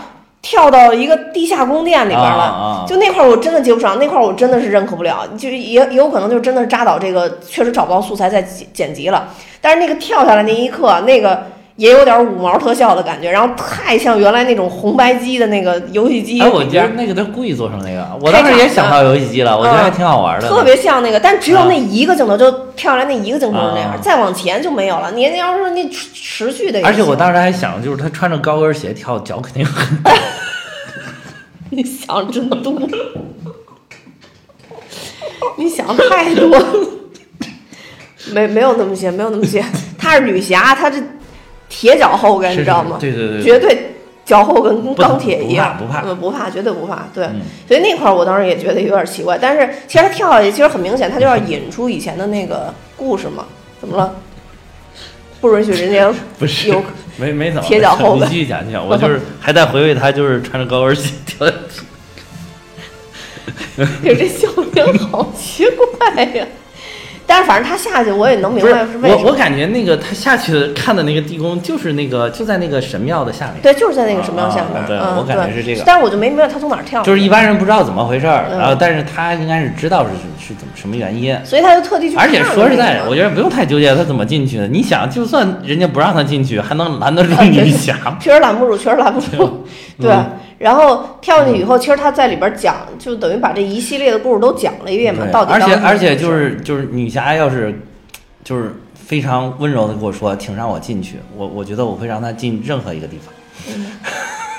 A: 跳到一个地下宫殿里边了。
B: 啊啊
A: 就那块儿我真的接不上，那块儿我真的是认可不了，就也也有可能就真的是扎导这个确实找不到素材再剪剪辑了。但是那个跳下来那一刻，那个也有点五毛特效的感觉，然后太像原来那种红白机的那个游戏机嗯
B: 哎，我
A: 里
B: 觉
A: 边
B: 得那个他故意做成那个，我当时也想到游戏机了，我觉得还挺好玩的。
A: 啊特别像那个，但只有
B: 啊
A: 那一个镜头，就跳下来那一个镜头是那样，
B: 啊
A: 再往前就没有了。你要是那持持续的也行，
B: 而且我当时还想，就是他穿着高跟鞋跳，脚肯定很
A: 你想真多，你想太多了，没没有那么些，没有那么些。她是女侠，她这铁脚后跟，你
B: 是
A: 知道吗？
B: 对对对，
A: 绝对脚后跟跟钢铁一样，
B: 不怕不怕
A: 嗯不怕，绝对不怕。对，
B: 嗯
A: 所以那块儿我当时也觉得有点奇怪，但是其实他跳下去，其实很明显，他就要引出以前的那个故事嘛。怎么了？不允许人家
B: 不是
A: 有
B: 没没怎么
A: 铁脚后跟
B: 你继续讲，继续讲，我就是还在回味他就是穿着高跟鞋跳。
A: 有这笑点好奇怪呀。 但是反正他下去，我也能明
B: 不是
A: 白是为
B: 我
A: 什，
B: 我
A: 么。
B: 感觉那个他下去看的那个地宫，就是那个就在那个神庙的下面，
A: 对，就是在那个什么样下面，
B: 啊对
A: 嗯，
B: 我感觉是这个
A: 但是我就没明白他从哪儿跳，
B: 就是一，般人不知道怎么回事儿，
A: 嗯
B: 然后但是他应该是知道是是怎么什么原因。
A: 所以他就特地去看
B: 而
A: 了那
B: 且
A: 个嘛。
B: 说实在，我觉得不用太纠结他怎么进去的。你想，就算人家不让他进去，还能拦得住
A: 啊对
B: 女侠吗？
A: 确实拦不住， 确实拦不住。
B: 嗯
A: 对，然后跳进去以后，其实他在里边讲，就等于把这一系列的故事都讲了一遍嘛。
B: 对
A: 到底
B: 而且
A: 当时
B: 而且就
A: 怎么回事
B: 是就是女侠要是就是非常温柔的跟我说，请让我进去，我我觉得我会让她进任何一个地方。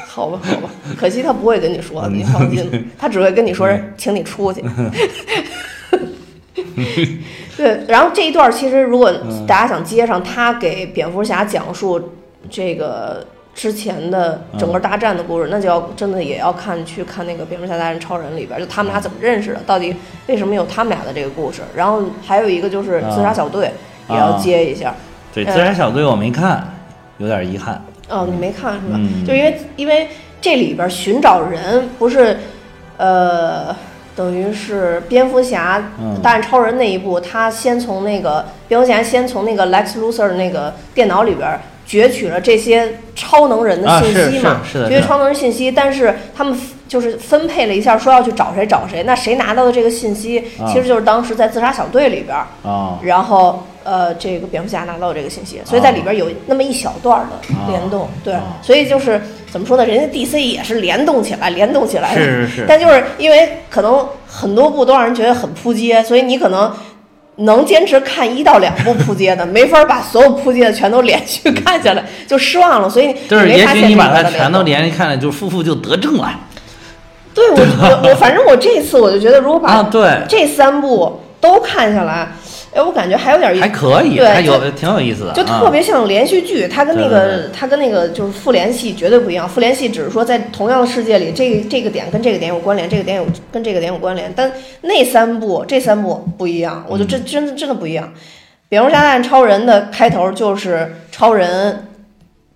A: 好吧，好吧，可惜他不会跟你说，
B: 嗯
A: 你放心，他只会跟你说，请你出去。对，然后这一段其实如果大家想接上，他给蝙蝠侠讲述这个之前的整个大战的故事，那就要真的也要看去看那个蝙蝠侠大战超人里边，就他们俩怎么认识的，到底为什么有他们俩的这个故事。然后还有一个就是自杀小队也要接一下。
B: 对，
A: 嗯
B: 自然小队我没看，有点遗憾。
A: 哦，你没看是吧？
B: 嗯
A: 就因为因为这里边寻找人不是，呃，等于是蝙蝠侠
B: 嗯
A: 大战超人那一部，他先从那个蝙蝠侠先从那个 Lex Luthor 那个电脑里边。攫取了这些超能人的
B: 啊
A: 信息嘛？
B: 是是是的
A: 攫取
B: 是的
A: 超能人信息，但是他们就是分配了一下，说要去找谁找谁。那谁拿到的这个信息，
B: 啊
A: 其实就是当时在自杀小队里边，
B: 啊、
A: 然后呃，这个蝙蝠侠拿到这个信息，所以在里边有那么一小段儿的联动，对，
B: 哦
A: 所以就是怎么说呢，人家 DC 也是联动起来，联动起来的，
B: 是是是
A: 但就是因为可能很多部都让人觉得很扑街，所以你可能。能坚持看一到两部扑街的，没法把所有扑街的全都连续看 下来，就失望了。所以
B: 就是
A: 没
B: 也
A: 发
B: 许
A: 现
B: 你把
A: 它
B: 它全都连着看了，就夫妇就得正了
A: 对我 我我反正我这次我就觉得，如果
B: 啊。
A: 把
B: 对，
A: 这三部都看下来，哎，我感觉还有点意
B: 还可以，
A: 对
B: 还
A: 就
B: 有挺有意思的，啊
A: 就特别像连续剧，它跟那
B: 嗯对对
A: 个它跟那个就是复联系绝对不一样。复联系只是说在同样的世界里，这这个点跟这个点有关联，这个点有跟这个点有关联，但那三部这三部不一样，
B: 嗯
A: 我觉得这真的真的不一样。蝙蝠侠大战超人的开头就是超人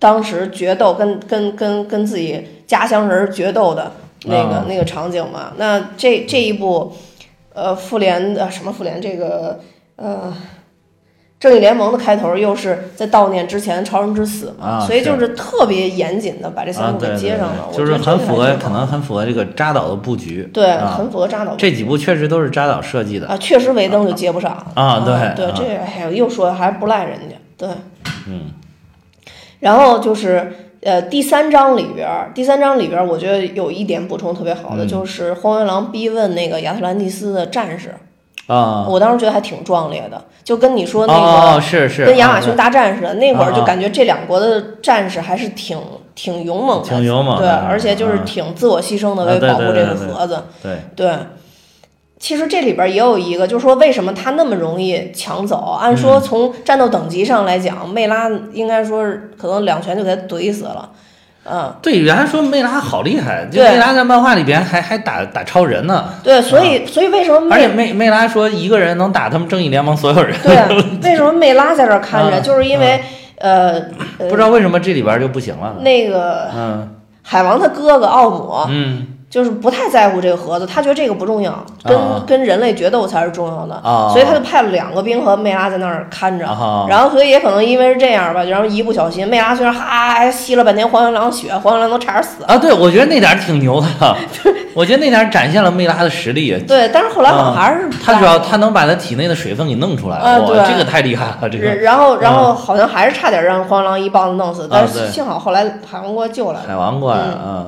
A: 当时决斗跟跟跟跟自己家乡人决斗的那个、
B: 啊
A: 那个场景嘛。那这这一部，呃，复联的什么复联这个呃。正义联盟的开头又是在悼念之前超人之死嘛，
B: 啊
A: 所以就是特别严谨的把这
B: 嗯
A: 三
B: 啊，
A: 部
B: 对
A: 给
B: 对
A: 接上了，
B: 对
A: 我
B: 就
A: 觉
B: 是
A: 得这
B: 很
A: 个
B: 符
A: 还
B: 合，
A: 挺
B: 可
A: 好
B: 能很符合这个扎导的布局。
A: 对，
B: 啊
A: 很符合扎导
B: 这几部确实都是扎导设计的。
A: 啊，确实维登就接不上
B: 啊对
A: 对
B: 啊，
A: 这哎呦又说还不赖人家，对，
B: 嗯，
A: 然后就是呃第三章里边儿，第三章里边儿我觉得有一点补充特别好的，
B: 嗯
A: 就是荒原狼逼问那个亚特兰蒂斯的战士，
B: 啊，
A: 我当时觉得还挺壮烈的，就跟你说那个、
B: 哦哦是是
A: 跟亚马
B: 啊
A: 逊大战似的，那会儿就
B: 啊
A: 感觉这两国的战士还是挺挺勇猛的，
B: 挺勇猛的
A: 对，
B: 啊
A: 而且就是挺自我牺牲的，
B: 啊
A: 为
B: 对
A: 保护
B: 对
A: 这
B: 对
A: 个
B: 对
A: 盒子。
B: 对，
A: 对，其实这里边也有一个，就是说为什么他那么容易抢走？按说
B: 嗯
A: 从战斗等级上来讲，魅拉应该说是可能两拳就给他怼死了。嗯，
B: 对，原来说魅拉好厉害，就
A: 对
B: 魅拉在漫画里边还还打打超人呢，
A: 对，所
B: 啊
A: 以、所以为什么
B: 而且
A: 魅
B: 魅魅拉说一个人能打他们正义联盟所有人，
A: 对为什么魅拉在这儿看着，
B: 啊
A: 就是因为、呃呃
B: 不知道为什么这里边就不行了。
A: 那个
B: 嗯，
A: 海王他哥哥奥姆，
B: 嗯
A: 就是不太在乎这个盒子，他觉得这个不重要，跟、
B: 啊
A: 跟人类决斗才是重要的，
B: 啊
A: 所以他就派了两个兵和梅拉在那儿看着。
B: 啊
A: 然后，所以也可能因为是这样吧，然后一不小心，梅拉虽然哈还吸了半天黄原狼血，黄原狼都差点死。
B: 啊，对，我觉得那点儿挺牛的，我觉得那点儿展现了梅拉的实力。
A: 对，但是后来好像还是不
B: 啊他
A: 大
B: 主要他能把他体内的水分给弄出来，
A: 啊
B: 哇，
A: 对
B: 这个太厉害了，这个啊
A: 然然后然后好像还是差点让黄原狼一棒子弄死，但
B: 对
A: 是幸好后来海王国救来了。
B: 海王过来
A: 嗯
B: 啊。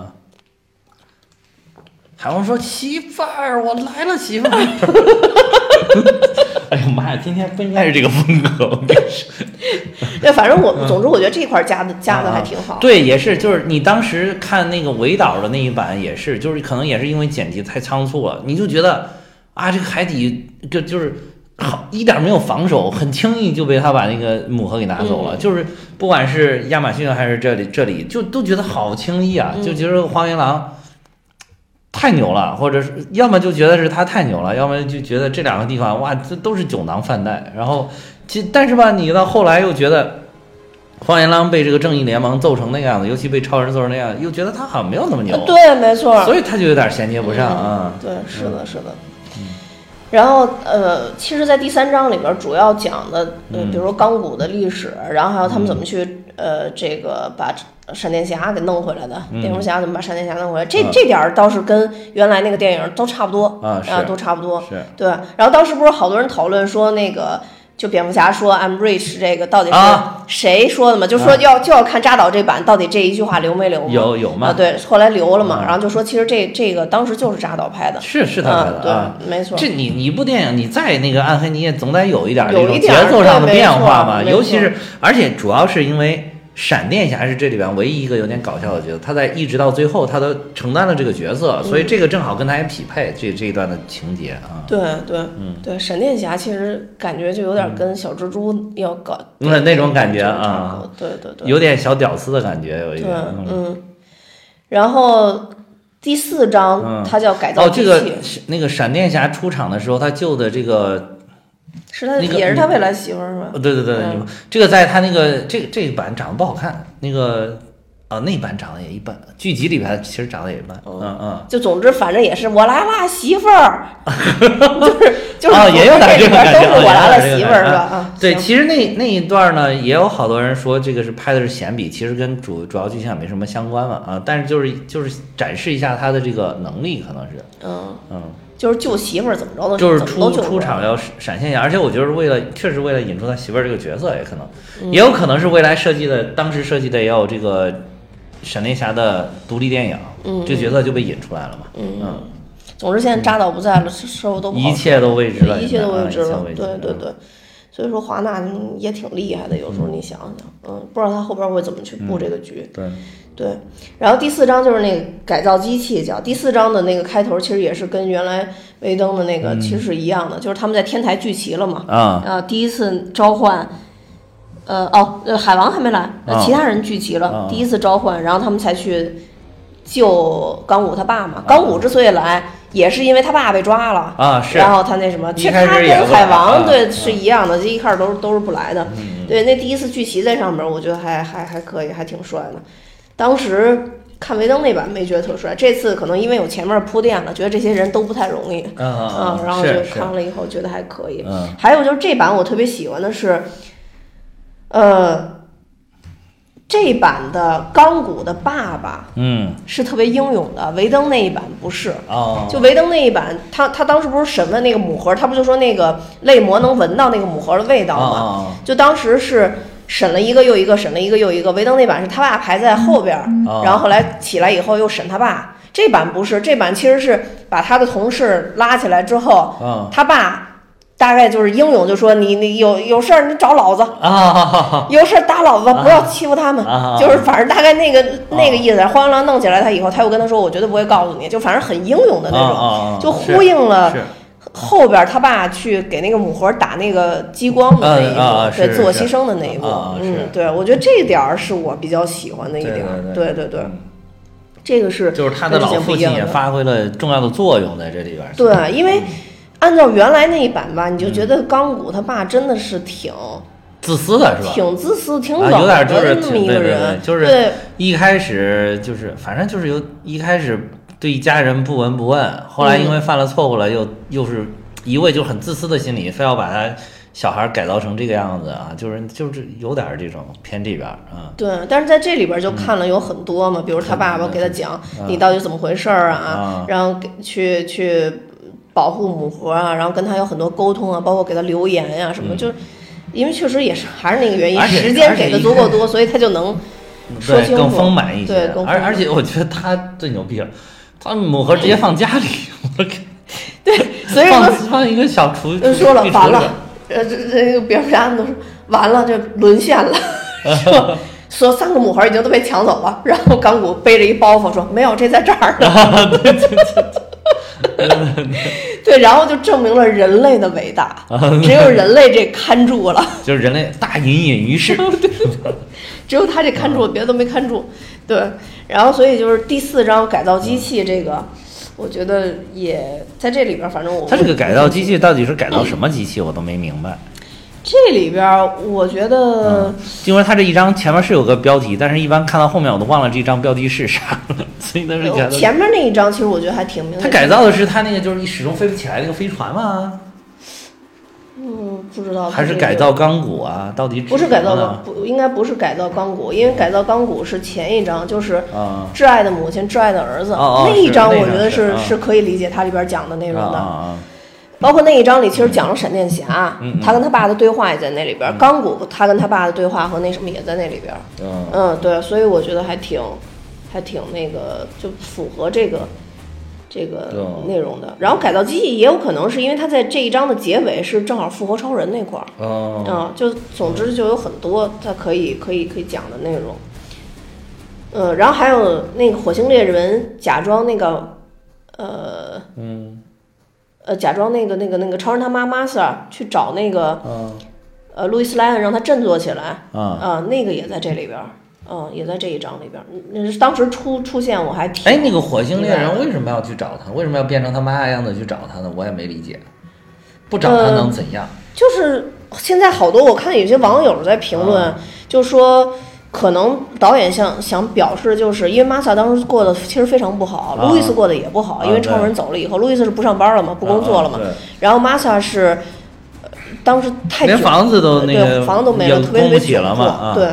B: 海王说：“媳妇儿，我来了，媳妇 儿。”哎呀妈呀，今天不应该是这个风格，我跟你说。
A: 对，反正我总之我觉得这块儿加的加的还挺好。
B: 对，也是，就是你当时看那个围导的那一版，也是，就是可能也是因为剪辑太仓促了，你就觉得啊，这个海底就就是好一点没有防守，很轻易就被他把那个母盒给拿走了。就是不管是亚马逊还是这里这里，就都觉得好轻易啊，就觉得荒原狼。太牛了，或者是要么就觉得是他太牛了，要么就觉得这两个地方哇，这都是酒囊饭袋。然后，其但是吧，你到后来又觉得荒原狼被这个正义联盟揍成那个样子，尤其被超人揍成那样，又觉得他好像没有那么牛，啊
A: 啊对，没错。
B: 所以他就有点衔接不上啊。
A: 嗯对，是的，是的。然后呃，其实，在第三章里边儿主要讲的，呃，
B: 嗯
A: 比如说钢骨的历史，然后还有他们怎么去呃，这个把闪电侠给弄回来的，蝙蝠侠怎么把闪电侠弄回来，这
B: 嗯
A: 这点儿倒是跟原来那个电影都差不多
B: 啊是
A: 都差不多。
B: 是
A: 对，然后当时不是好多人讨论说那个。就蝙蝠侠说 “I'm rich” 这个到底是
B: 啊
A: 谁说的嘛？就说要、就要看扎导这版到底这一句话留没留嘛？
B: 有有吗
A: 啊，对，后来留了嘛。
B: 啊
A: 然后就说其实这这个当时就是扎导拍的，
B: 是是他拍
A: 嗯
B: 的
A: 对
B: 啊，
A: 没错
B: 这你你一部电影，你再那个暗黑，你也总得有一点儿
A: 有
B: 这种
A: 一点儿
B: 节奏上
A: 对
B: 的
A: 没
B: 变化
A: 错
B: 嘛。
A: 没
B: 尤其
A: 错
B: 是，而且主要是因为闪电侠是这里边唯一一个有点搞笑的角色，他在一直到最后他都承担了这个角色，
A: 嗯
B: 所以这个正好跟他也匹配这这一段的情节啊。
A: 对对，对，闪电侠其实感觉就有点跟小蜘蛛要搞，
B: 嗯
A: 对
B: 那种感觉
A: 差不多
B: 啊
A: 对对对，
B: 有点小屌丝的感觉，有一
A: 对
B: 点。
A: 嗯，然后第四章
B: 嗯
A: 它叫改造
B: 哦，
A: 机
B: 这
A: 器，
B: 个是那个闪电侠出场的时候，他救的这个，
A: 是他的
B: 那个嗯
A: 也是他未来媳妇儿是吧
B: 呃？对对对，
A: 嗯
B: 这个在他那个这个这一版长得不好看，那个啊、那版长得也一般，剧集里边其实长得也一般，
A: 哦
B: 嗯嗯，
A: 就总之，反正也是我来啦，媳妇 儿，就是就是，
B: 啊也有点
A: 这里
B: 这种
A: 边
B: 感
A: 都
B: 觉
A: 是我
B: 啊
A: 来
B: 也
A: 了
B: 有点
A: 媳
B: 这
A: 妇儿
B: 种感
A: 是
B: 觉
A: 吧？啊，
B: 对，
A: 行
B: 其实那那一段呢，也有好多人说这个是拍的是闲笔，其实跟主主要剧情也没什么相关嘛啊，但是就是就是展示一下他的这个能力，可能是，
A: 嗯，
B: 嗯。
A: 就是救媳妇儿怎么着都
B: 就是
A: 怎么
B: 出
A: 都救
B: 出
A: 不了
B: 场要闪现一下，而且我觉得是为了，确实为了引出他媳妇儿这个角色，也可能，
A: 嗯
B: 也有可能是未来设计的，当时设计的也有这个闪电侠的独立电影，
A: 嗯
B: 这角色就被引出来了嘛，
A: 嗯
B: 嗯，
A: 总之，现在扎导不在了，事事后都不好
B: 一切都未知了，嗯
A: 一切都
B: 未
A: 未知了，
B: 未知
A: 对对，对。所以说华纳嗯也挺厉害的，有时候你想想，嗯，不知道他后边会怎么去布这个局。
B: 对，
A: 对，然后第四章就是那个改造机器叫第四章的那个开头，其实也是跟原来威登的那个其实是一样的，就是他们在天台聚齐了嘛，
B: 啊
A: 啊，第一次召唤，呃，哦，呃海王还没来，呃
B: 啊
A: 其他人聚齐了，
B: 啊
A: 第一次召唤，然后他们才去救钢骨他爸嘛。钢骨之所以来，也是因为他爸被抓了。
B: 啊是，
A: 然后他那什么，
B: 一
A: 其实
B: 开
A: 他
B: 始也
A: 跟
B: 不
A: 海
B: 来
A: 王
B: 啊嗯
A: 对
B: 啊
A: 是一样的，这一开始都是都是不来的。对，那第一次聚齐在上面，我觉得还还还可以，还挺帅的。当时看维登那版没觉得特帅，这次可能因为有前面铺垫了，觉得这些人都不太容易。
B: 嗯
A: 嗯
B: 啊，
A: 然后就是
B: 是
A: 看完了以后觉得还可以。
B: 嗯
A: 还有就是这版我特别喜欢的是，呃，这版的钢骨的爸爸
B: 嗯
A: 是特别英勇的，维登那一版不是。
B: 哦，
A: 就维登那一版，他他当时不是审问那个母盒，他不就说那个泪魔能闻到那个母盒的味道吗？
B: 啊啊
A: 就当时是审了一个又一个，审了一个又一个。维登那版是他爸排在后边儿，
B: 哦
A: 然后后来起来以后又审他爸。这版不是，这版其实是把他的同事拉起来之后，
B: 嗯
A: 他爸大概就是英勇就说：“你你有有事儿你找老子。”
B: 啊，
A: 有事儿打老子，不要欺负他们，
B: 啊啊哦
A: 就是反正大概那个、那个意思。黄原狼弄起来他以后，他又跟他说：“我绝对不会告诉你。”就反正很英勇的那种，
B: 啊啊啊
A: 就是呼应了
B: 是
A: 后边他爸去给那个母猴打那个激光的那一幕，
B: 啊啊啊
A: 对
B: 是
A: 自我
B: 是
A: 牺牲的那一幕。
B: 啊啊
A: 嗯
B: 是，
A: 对，我觉得这点儿是我比较喜欢的一
B: 对
A: 点儿。
B: 对
A: 对对对，这个是
B: 就是他的
A: 跟之
B: 老
A: 前不
B: 父
A: 一
B: 亲
A: 样
B: 也
A: 的
B: 发挥了重要的作用在这里边，
A: 对，
B: 嗯
A: 因为按照原来那一版吧，你就觉得钢骨他爸真的是挺
B: 自私的是吧？
A: 挺自私、挺冷
B: 啊，有
A: 的
B: 点就是
A: 那么
B: 挺
A: 一
B: 对
A: 个
B: 对对
A: 人，，
B: 就是
A: 对
B: 一开始就是反正就是有一开始对家人不闻不问，后来因
A: 嗯
B: 为犯了错误了，又又是一味就很自私的心理，非要把他小孩改造成这个样子啊，就是就是有点这种偏这边儿啊，
A: 对，但是在这里边就看了有很多嘛，比如他爸爸给他讲
B: 嗯
A: 你到底怎么回事儿啊
B: 啊，
A: 然后给去去保护母盒啊，然后跟他有很多沟通啊，包括给他留言呀、什么，
B: 嗯
A: 就是因为确实也是还是那个原因，
B: 而且
A: 时间
B: 而且
A: 给的
B: 一
A: 足够
B: 开
A: 多，所以他就能说
B: 对
A: 清
B: 更
A: 楚
B: 丰满一
A: 对
B: 些，
A: 更丰
B: 而
A: 满
B: 而且我觉得他最牛逼了，他母盒直接放家里， 我
A: 对，所以
B: 放
A: 说
B: 放一个小厨
A: 就
B: 厨
A: 说了
B: 壁橱
A: 完
B: 里
A: 了
B: 边，
A: 呃这这个别人家都说完了，这沦陷 了，说说三个母盒已经都被抢走了，然后钢骨背着一包袱说没有，这在这儿呢。 对，然后就证明了人类的伟大，
B: 啊
A: 只有人类这看住了，
B: 就是人类大隐隐于 市，
A: 只有他这看住了，别的都没看住。对，然后所以就是第四章改造机器这个，我觉得也在这里边儿，反正我
B: 他这个改造机器到底是改造什么机器，我都没明白。
A: 这里边儿，我觉得。
B: 因为他这一章前面是有个标题，但是一般看到后面我都忘了这一章标题是啥了，所以他是改造。
A: 前面那一章其实我觉得还挺明显。
B: 他改造的是他那个就是一始终飞不起来那个飞船吗？
A: 嗯，不知道
B: 还是
A: 这个
B: 改造啊钢骨啊？到底指
A: 不是改造
B: 什么
A: 钢
B: 呢？
A: 不应该不是改造钢骨，因为改造钢骨是前一章，就是
B: 啊
A: 挚爱的母亲、挚爱的儿子、
B: 哦哦
A: 那一章，
B: 是那
A: 我觉得
B: 一章是
A: 是
B: 啊
A: 是可以理解它里边讲的内
B: 啊
A: 容的。
B: 啊啊！
A: 包括那一章里，其实讲了闪电侠，
B: 嗯嗯
A: 他跟他爸的对话也在那里边，钢骨他跟他爸的对话和那什么也在那里边。
B: 嗯，
A: 嗯，对，所以我觉得还挺，还挺那个，就符合这个这
B: 对
A: 个
B: 哦
A: 内容的。然后改造机器也有可能是因为它在这一章的结尾是正好复活超人那块儿，
B: 哦，
A: 嗯，就总之就有很多它可以可以可以讲的内容。嗯，然后还有那个火星猎人假装那个，呃
B: 嗯，
A: 呃，假装那个那个那个超人他妈妈 Sir 去找那个
B: 嗯，
A: 呃路易斯莱恩让他振作起来，
B: 啊
A: 啊，那个也在这里边儿，嗯，也在这一章里边儿。那是当时出出现我还挺
B: 哎，那个火星猎人为什么要去找他？为什么要变成他妈样子去找他呢？我也没理解，不找他能怎
A: 嗯
B: 样？
A: 就是现在好多我看有些网友在评论，
B: 啊
A: 就说。可能导演想想表示，就是因为玛莎当时过得其实非常不好，
B: 啊
A: 路易斯过得也不好，
B: 啊
A: 因为
B: 对
A: 超人走了以后，路易斯是不上班了嘛，不工作了嘛。
B: 啊啊
A: 然后玛莎是，呃当时太
B: 连
A: 久
B: 房子都那个
A: 对房子都没了，
B: 也
A: 特别特
B: 供
A: 别
B: 不起了
A: 窘迫
B: 嘛啊
A: 对，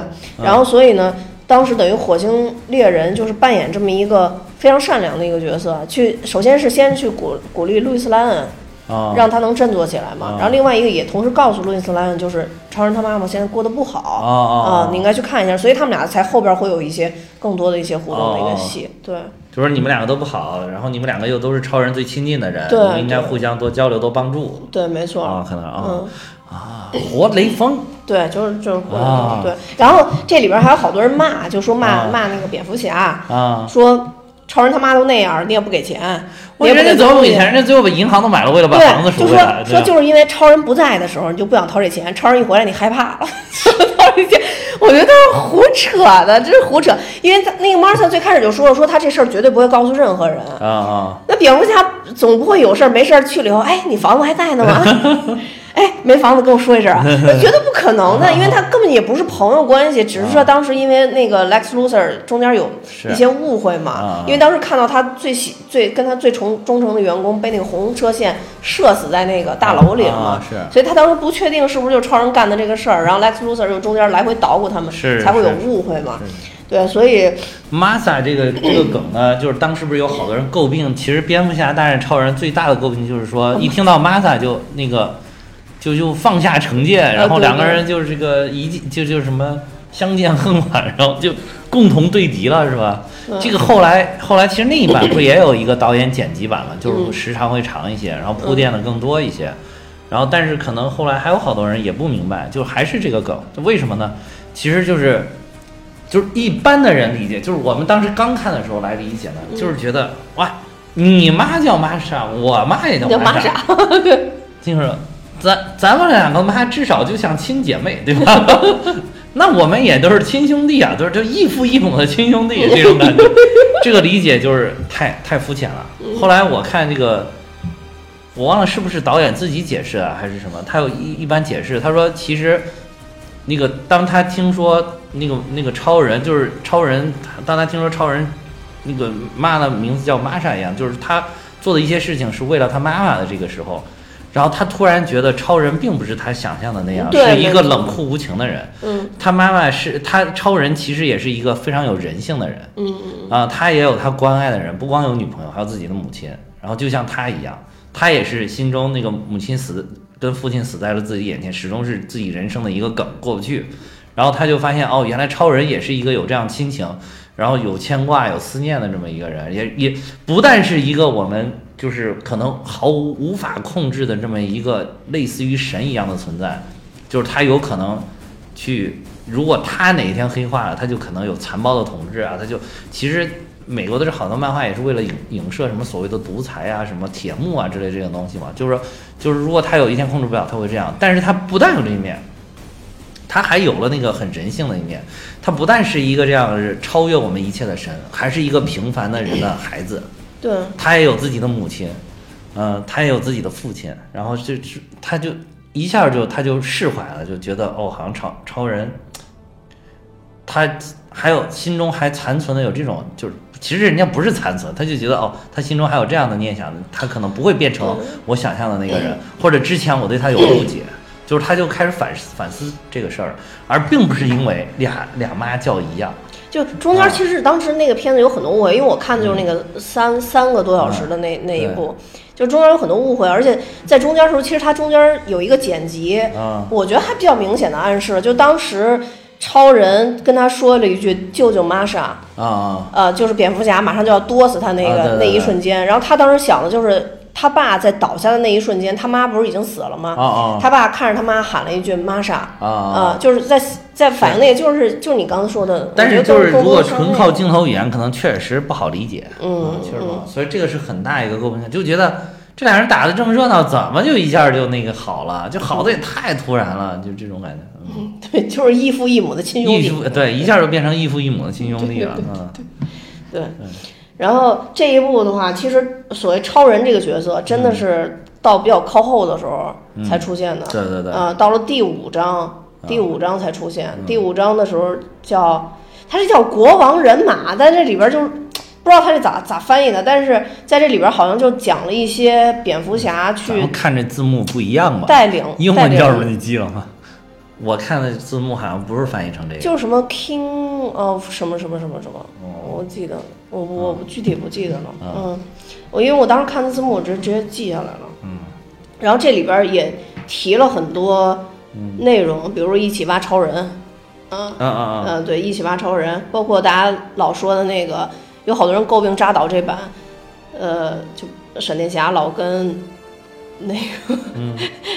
A: 然后所以呢，当时等于火星猎人就是扮演这么一个非常善良的一个角色，去首先是先去鼓鼓励路易斯莱恩，
B: 对啊，
A: 让他能振作起来嘛
B: 啊。
A: 然后另外一个也同时告诉路易斯莱恩，就是超人他妈妈现在过得不好
B: 啊啊
A: 啊，你应该去看一下。所以他们俩才后边会有一些更多的一些互动的一
B: 哦
A: 个
B: 哦
A: 戏，对。
B: 就说你们两个都不好，然后你们两个又都是超人最亲近的人，
A: 对
B: 你们应该
A: 对
B: 互相多交流、多帮助
A: 对，没错。
B: 啊，可能啊
A: 嗯，
B: 啊，活雷锋
A: 对，就是就是互动、
B: 啊
A: 对。然后这里边还有好多人骂，就说骂、
B: 啊
A: 骂那个蝙蝠侠，
B: 啊，
A: 说超人他妈都那样，你也不给钱，你
B: 我
A: 也不
B: 人家
A: 给
B: 怎么
A: 东
B: 不给
A: 西。
B: 钱？人家最后把银行都买了，为了把房子
A: 对，
B: 赎
A: 就
B: 回来
A: 说，
B: 对
A: 说
B: 吧
A: 就是因为超人不在的时候，你就不想掏这钱，超人一回来你害怕了， 掏这钱，我觉得都是胡扯的，这是胡扯。因为他那个 Martha 最开始就说了，说他这事儿绝对不会告诉任何人。
B: 啊啊，
A: 那蝙蝠侠总不会有事儿没事儿去了以后，哎，你房子还在呢 吗？哎，没房子跟我说一声啊，那绝对不可能的，因为 他根本也不是朋友关系，只是说当时因为那个 Lex Luthor 中间有
B: 啊是
A: 一些误会嘛
B: 啊，
A: 因为当时看到他最喜最跟他最忠忠诚的员工被那个红车线射死在那个大楼里了嘛
B: 啊，是
A: 所以他当时不确定是不是就是超人干的这个事儿，然后 Lex Luthor 又中间来回捣鼓他们，
B: 是
A: 才会有
B: 是
A: 误会嘛，对，所以
B: Masa 这个这个梗呢，就是当时不是有好多人诟病，其实蝙蝠侠大战超人最大的诟病就是说，
A: 嗯
B: 一听到 Masa 就那个就就放下成见，然后
A: 啊对对
B: 两个人就是这个一见就就什么相见恨晚，然后就共同对敌了，是吧？
A: 嗯
B: 这个后来后来其实那一版不也有一个导演剪辑版嘛，就是时长会长一些，然后铺垫的更多一些。然后，但是可能后来还有好多人也不明白，就还是这个梗，为什么呢？其实就是，就是一般的人理解，就是我们当时刚看的时候来理解呢，就是觉得哇，你妈叫玛莎，我妈也叫
A: 叫
B: 玛
A: 玛
B: 莎，
A: 莎，对。
B: 就是咱咱们两个妈至少就像亲姐妹，对吧？那我们也都是亲兄弟啊，都是就异父异母的亲兄弟这种 感觉。这个理解就是太太肤浅了。
A: 嗯
B: 后来我看这个，我忘了是不是导演自己解释啊，还是什么？他有一一般解释，他说其实那个当他听说那个那个超人就是超人，当他听说超人那个妈的名字叫玛莎一样，就是他做的一些事情是为了他妈妈的这个时候，然后他突然觉得超人并不是他想象的那样，
A: 对
B: 是一
A: 没
B: 个
A: 错
B: 冷酷无情的人。
A: 嗯
B: 他妈妈是他超人，其实也是一个非常有人性的人
A: 嗯
B: 啊、他也有他关爱的人，不光有女朋友，还有自己的母亲。然后就像他一样，他也是心中那个母亲死跟父亲死在了自己眼前，始终是自己人生的一个梗过不去。然后他就发现哦，原来超人也是一个有这样亲情，然后有牵挂、有思念的这么一个人，也也不但是一个我们就是可能毫无无法控制的这么一个类似于神一样的存在，就是他有可能去，如果他哪一天黑化了，他就可能有残暴的统治啊，他就其实美国的这好多漫画也是为了影影射什么所谓的独裁啊、什么铁幕啊之类这种东西嘛，就是说就是如果他有一天控制不了，他会这样，但是他不但有这一面。他还有了那个很人性的一面，他不但是一个这样是超越我们一切的神，还是一个平凡的人的孩子，
A: 对，
B: 他也有自己的母亲，嗯、他也有自己的父亲，然后就就他就一下就他就释怀了，就觉得哦，好像超超人，他还有心中还残存的有这种，就是其实人家不是残存，他就觉得哦，他心中还有这样的念想，他可能不会变成我想象的那个人，或者之前我对他有误解。 就是他就开始反思反思这个事儿，而并不是因为俩俩妈叫一样，
A: 就中
B: 啊
A: 间其实当时那个片子有很多误会，因为我看的就是那个
B: 嗯
A: 三三个多小
B: 啊
A: 时的那那一部，就中间有很多误会，而且在中间的时候，其实它中间有一个剪辑，
B: 啊
A: 我觉得还比较明显的暗示了，就当时超人跟他说了一句“救救玛莎”，
B: 啊啊，
A: 呃，就是蝙蝠侠马上就要剁死他那个、
B: 啊对对
A: 那一
B: 对
A: 瞬间，然后他当时想的就是他爸在倒下的那一瞬间，他妈不是已经死了吗？
B: 啊啊
A: 他爸看着他妈喊了一句“玛莎”，
B: 啊
A: 呃，就是在在反映的，也就是就是你刚才说的，
B: 但是
A: 我觉
B: 就
A: 得
B: 是
A: 更
B: 如果
A: 更
B: 纯靠镜头语言，可能确实不好理解，
A: 嗯
B: 确实不好，所以这个是很大一个诟病点，就觉得这俩人打得这么热闹，怎么就一下就那个好了？就好的也太突然了，就这种感觉，嗯，
A: 对，就是异父异母的亲兄
B: 异
A: 弟，
B: 父对一下就变成异父异母的亲兄弟了，嗯
A: 对。然后这一部的话，其实所谓超人这个角色，真的是到比较靠后的时候才出现的
B: 嗯，。对嗯对对，
A: 呃，到了第五章，第五章才出
B: 嗯
A: 现。第五章的时候叫，它是叫国王人马，但这里边就是不知道它是咋咋翻译的，但是在这里边好像就讲了一些蝙蝠侠
B: 嗯咱
A: 去
B: 们看这字幕不一样吧？
A: 带领，
B: 英
A: 带
B: 文
A: 领
B: 叫什么？你记了吗？ 我看的字幕好像不是翻译成这个，
A: 就是什么 King of 什么什么什么什么，
B: 哦
A: 我记得，我我我具体不记得了。
B: 嗯
A: 嗯，我因为我当时看的字幕，我直直接记下来了。
B: 嗯，
A: 然后这里边也提了很多内容，比如一起挖超人，嗯
B: 嗯嗯嗯，
A: 嗯，对，一起挖超人，包括大家老说的那个，有好多人诟病扎导这版，呃，就闪电侠老跟那个、
B: 嗯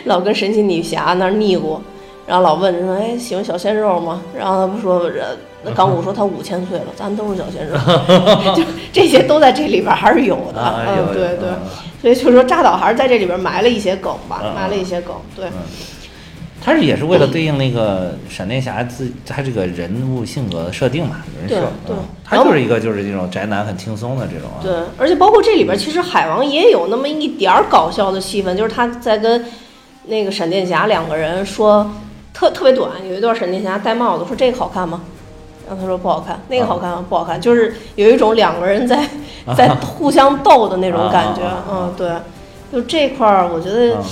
A: 老跟神奇女侠那儿腻咕，然后老问说，哎，喜欢小鲜肉吗？然后他不说，呃那港股说他五千岁了，咱都是小 鲜肉，就这些都在这里边儿还是有的，
B: 啊
A: 嗯，
B: 有
A: 对
B: 有
A: 对，
B: 嗯
A: 所以就是说扎导还是在这里边埋了一些梗吧，
B: 嗯
A: 埋了一些梗，对，
B: 他是也是为了对应那个闪电侠自他这个人物性格的设定嘛，人设
A: 对，对
B: 嗯他就是一个就是这种宅男很轻松的这种啊，
A: 对，而且包括这里边，其实海王也有那么一点儿搞笑的戏份，就是他在跟那个闪电侠两个人说，特特别短，有一段闪电侠戴帽子说这个好看吗？然后他说不好看，那个好看吗？不好看，就是有一种两个人 在在互相斗的那种感觉。
B: 啊啊啊啊
A: 嗯，对，就这块儿，我觉得
B: 嗯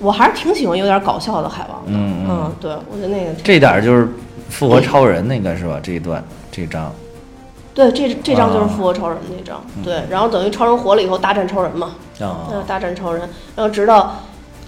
A: 我还是挺喜欢有点搞笑的海王的。
B: 嗯嗯
A: 对，我觉得那个
B: 这点儿就是复活超人那个是吧？这一段这一章，
A: 对，这这张就是
B: 啊嗯
A: 复活超人那张，对，然后等于超人活了以后大战超人嘛。
B: 啊
A: 嗯，大战超人，然后直到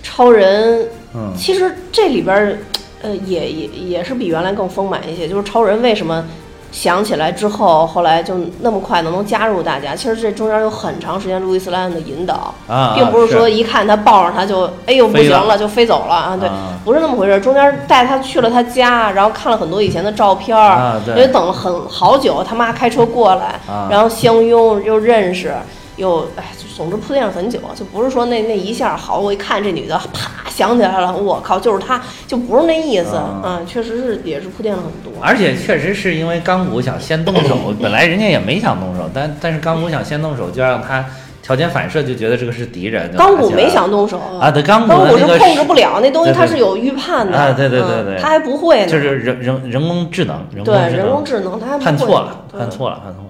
A: 超人，
B: 嗯
A: 其实这里边儿，呃，也也也是比原来更丰满一些。就是超人为什么想起来之后，后来就那么快能能加入大家？其实这中间有很长时间路易斯莱恩的引导，
B: 啊啊，
A: 并不是说一看他抱上他就哎呦不
B: 飞
A: 行
B: 了
A: 了就飞走了啊，对，
B: 啊
A: 不是那么回事儿。中间带他去了他家，然后看了很多以前的照片儿，
B: 啊对
A: 因为等了很好久，他妈开车过来，
B: 啊
A: 然后相拥又认识。又哎，就总之铺垫了很久，啊就不是说那那一下好，我一看这女的，啪想起来了，我靠，就是她，就不是那意思，
B: 啊
A: 嗯，确实是也是铺垫了很多，
B: 而且确实是 因为钢骨想先动手，本来人家也没想动手，但但是钢骨想先动手，就让他条件反射就觉得这个是敌人。就
A: 钢骨
B: 打起来
A: 没
B: 了
A: 想动手
B: 啊，对钢骨
A: 钢骨
B: 的
A: 是
B: 那个
A: 控制不了那东西，
B: 对对
A: 它是有预判的
B: 啊对对对
A: 嗯
B: 对
A: 它还不会呢，
B: 就是人人人工智能，人
A: 对
B: 工智
A: 人
B: 能
A: 工智能它还不会
B: 判错了，
A: 对
B: 判错了，判错了，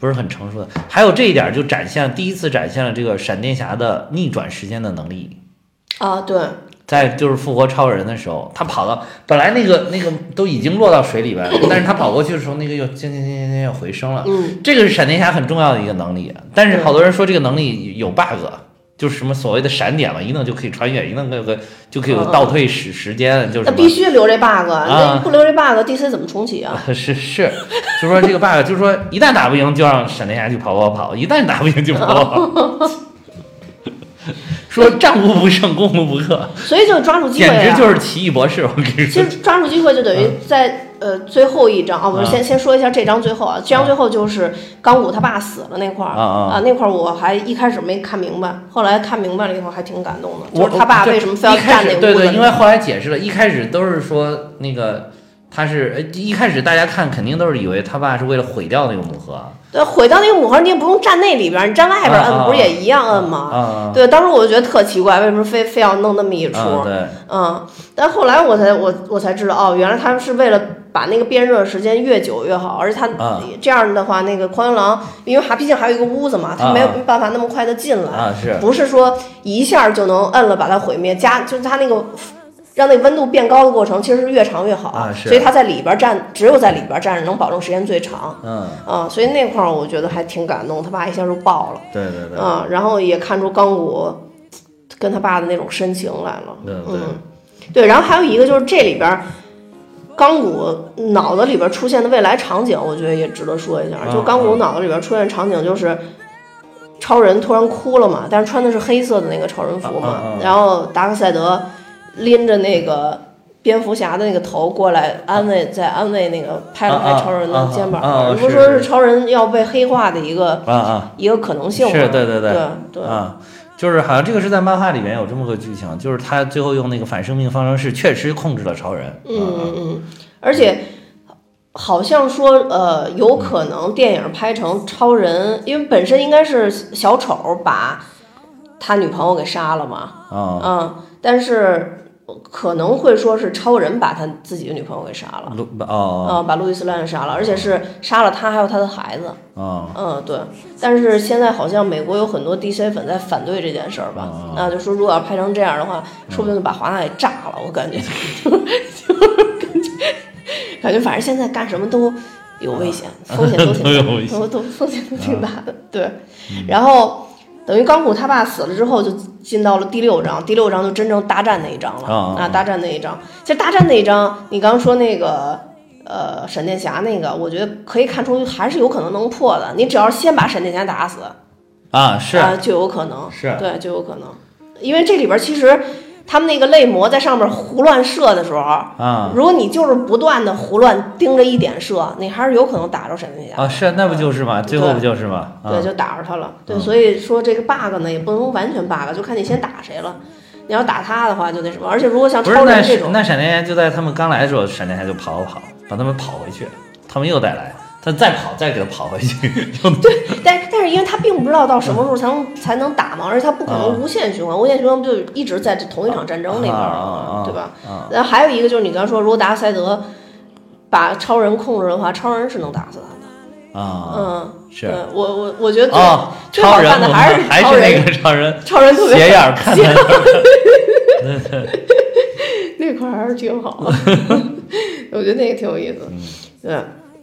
B: 不是很成熟的。还有这一点就展现第一次展现了这个闪电侠的逆转时间的能力。
A: 啊，对，
B: 在就是复活超人的时候，他跑到本来那个那个都已经落到水里边了，但是他跑过去的时候，那个又轻轻轻轻轻又回升了。
A: 嗯，
B: 这个是闪电侠很重要的一个能力，但是好多人说这个能力有 bug，就是什么所谓的闪点了，一弄就可以穿越，一弄有个就可以有个倒退时时间，就
A: 那
B: 是什
A: 必
B: 么。啊
A: 须留这 bug，那不留这 bug，DC 怎么重启 啊？
B: 是是，就是说这个 bug，就是说一旦打不赢就让闪电侠去跑跑跑，一旦打不赢就跑跑跑。 说战无不胜，攻无不克，
A: 所以就抓住机会
B: 简直
A: 啊！
B: 就是奇异博士。我跟你说
A: 其，实抓住机会就等
B: 嗯
A: 于在呃最后一章啊，我们
B: 啊
A: 先先说一下这章最后啊，这
B: 嗯
A: 章最后就是钢骨他爸死了那块儿
B: 啊啊
A: 那块儿我还一开始没看明白，后来看明白了以后还挺感动的，
B: 我
A: 就是他爸为什么非要
B: 一开
A: 干
B: 始
A: 那个
B: 对
A: 屋
B: 对，
A: 子
B: 因为后来解释了，一开始都是说那个他是呃一开始大家看肯定都是以为他爸是为了毁掉那个母盒，
A: 对，毁到那个母盒你也不用站那里边儿，你站外边儿
B: 啊啊
A: 摁
B: 啊
A: 不是也一样摁吗？
B: 啊，
A: 对，当时我就觉得特奇怪，为什么非非要弄那么一出？
B: 啊对，
A: 嗯，但后来我才我我才知道，哦，原来他们是为了把那个变热时间越久越好，而且他、
B: 啊
A: 这样的话，那个狂原狼，因为他毕竟还有一个屋子嘛，他没有
B: 啊啊
A: 办法那么快的进来，
B: 啊是
A: 不是说一下就能摁了把它毁灭，加就是它那个。让那个温度变高的过程其实是越长越好，
B: 啊是
A: 所以他在里边站，只有在里边站着能保证时间最长
B: 嗯，
A: 啊，所以那块儿我觉得还挺感动，他爸一下就爆了
B: 对对对，
A: 啊，然后也看出钢骨跟他爸的那种深情来了，
B: 对对
A: 嗯，对，然后还有一个就是这里边儿，钢骨脑子里边儿出现的未来场景，我觉得也值得说一下。
B: 嗯
A: 就钢骨脑子里边儿出现的场景就是，超人突然哭了嘛，但是穿的是黑色的那个超人服嘛，
B: 嗯嗯嗯
A: 然后达克赛德拎着那个蝙蝠侠的那个头过来安慰，
B: 啊
A: 在安慰那个拍了
B: 嗯
A: 拍
B: 嗯
A: 超人的肩膀
B: 嗯嗯嗯
A: 嘛，你不
B: 是
A: 说
B: 是
A: 是超人要被黑化的一个
B: 啊啊
A: 一个可能性吗？
B: 是对对
A: 对
B: 对
A: 对
B: 啊。就是好像这个是在漫画里面有这么个剧情，就是他最后用那个反生命方程式确实控制了超人。
A: 嗯，嗯，而且好像说，呃，有可能电影拍成超人，因为本身应该是小丑把他女朋友给杀了嘛，
B: 啊，
A: 嗯，但是可能会说是超人把他自己的女朋友给杀了，
B: 路哦
A: 嗯，把路易斯·兰杀了，而且是杀了他还有他的孩子，
B: 哦
A: 嗯，对。但是现在好像美国有很多 DC 粉在反对这件事儿吧？
B: 啊
A: 啊，就说如果要拍成这样的话，说不定就把华纳给炸了。我感觉，就是感觉，感觉，反正现在干什么都有危险，
B: 嗯
A: 风险都挺
B: 都有危
A: 大，
B: 险
A: 都都风险都
B: 嗯
A: 挺大的。对，然后等于钢骨他爸死了之后，就进到了第六章，第六章就真正大战那一章了
B: 啊啊
A: 啊！大战那一章，其实大战那一章，你刚说那个。呃，闪电侠那个，我觉得可以看出还是有可能能破的。你只要先把闪电侠打死，
B: 啊是
A: 啊，就有可能
B: 是
A: 对，就有可能，因为这里边其实他们那个泪魔在上面胡乱射的时候，
B: 啊
A: 如果你就是不断的胡乱盯着一点射，你还是有可能打着闪电侠的。
B: 啊是，那不就是嘛，最后不就是嘛？啊
A: 对，就打着他了。对，所以说这个 bug 呢，也不能完全 bug，就看你先打谁了。你要打他的话，就那什么。而且如果像
B: 不是
A: 超
B: 那
A: 人这
B: 闪
A: 种，
B: 那闪电侠就在他们刚来的时候，闪电侠就跑跑跑，把他们跑回去，他们又再来，他再跑再给他跑回去，又
A: 但但是因为他并不知道到什么时候才能才能打嘛，而且他不可
B: 嗯啊
A: 能无限循环，无限循环不就一直在这同一场战争里边儿
B: 啊啊
A: 嘛，
B: 啊
A: 对吧？
B: 啊
A: 然后还有一个就是你刚说，如果达克赛德把超人控制的话，超人是能打死他的。
B: 啊
A: 嗯，
B: 是
A: 对我我我觉得最
B: 哦，
A: 最好
B: 超人
A: 看的
B: 我
A: 还
B: 们
A: 是
B: 还
A: 超
B: 是那
A: 人，
B: 个 超人，
A: 超人特别
B: 斜眼儿看他，
A: 那块儿还是挺 好的，我觉得那个挺有意思。
B: 嗯
A: 对，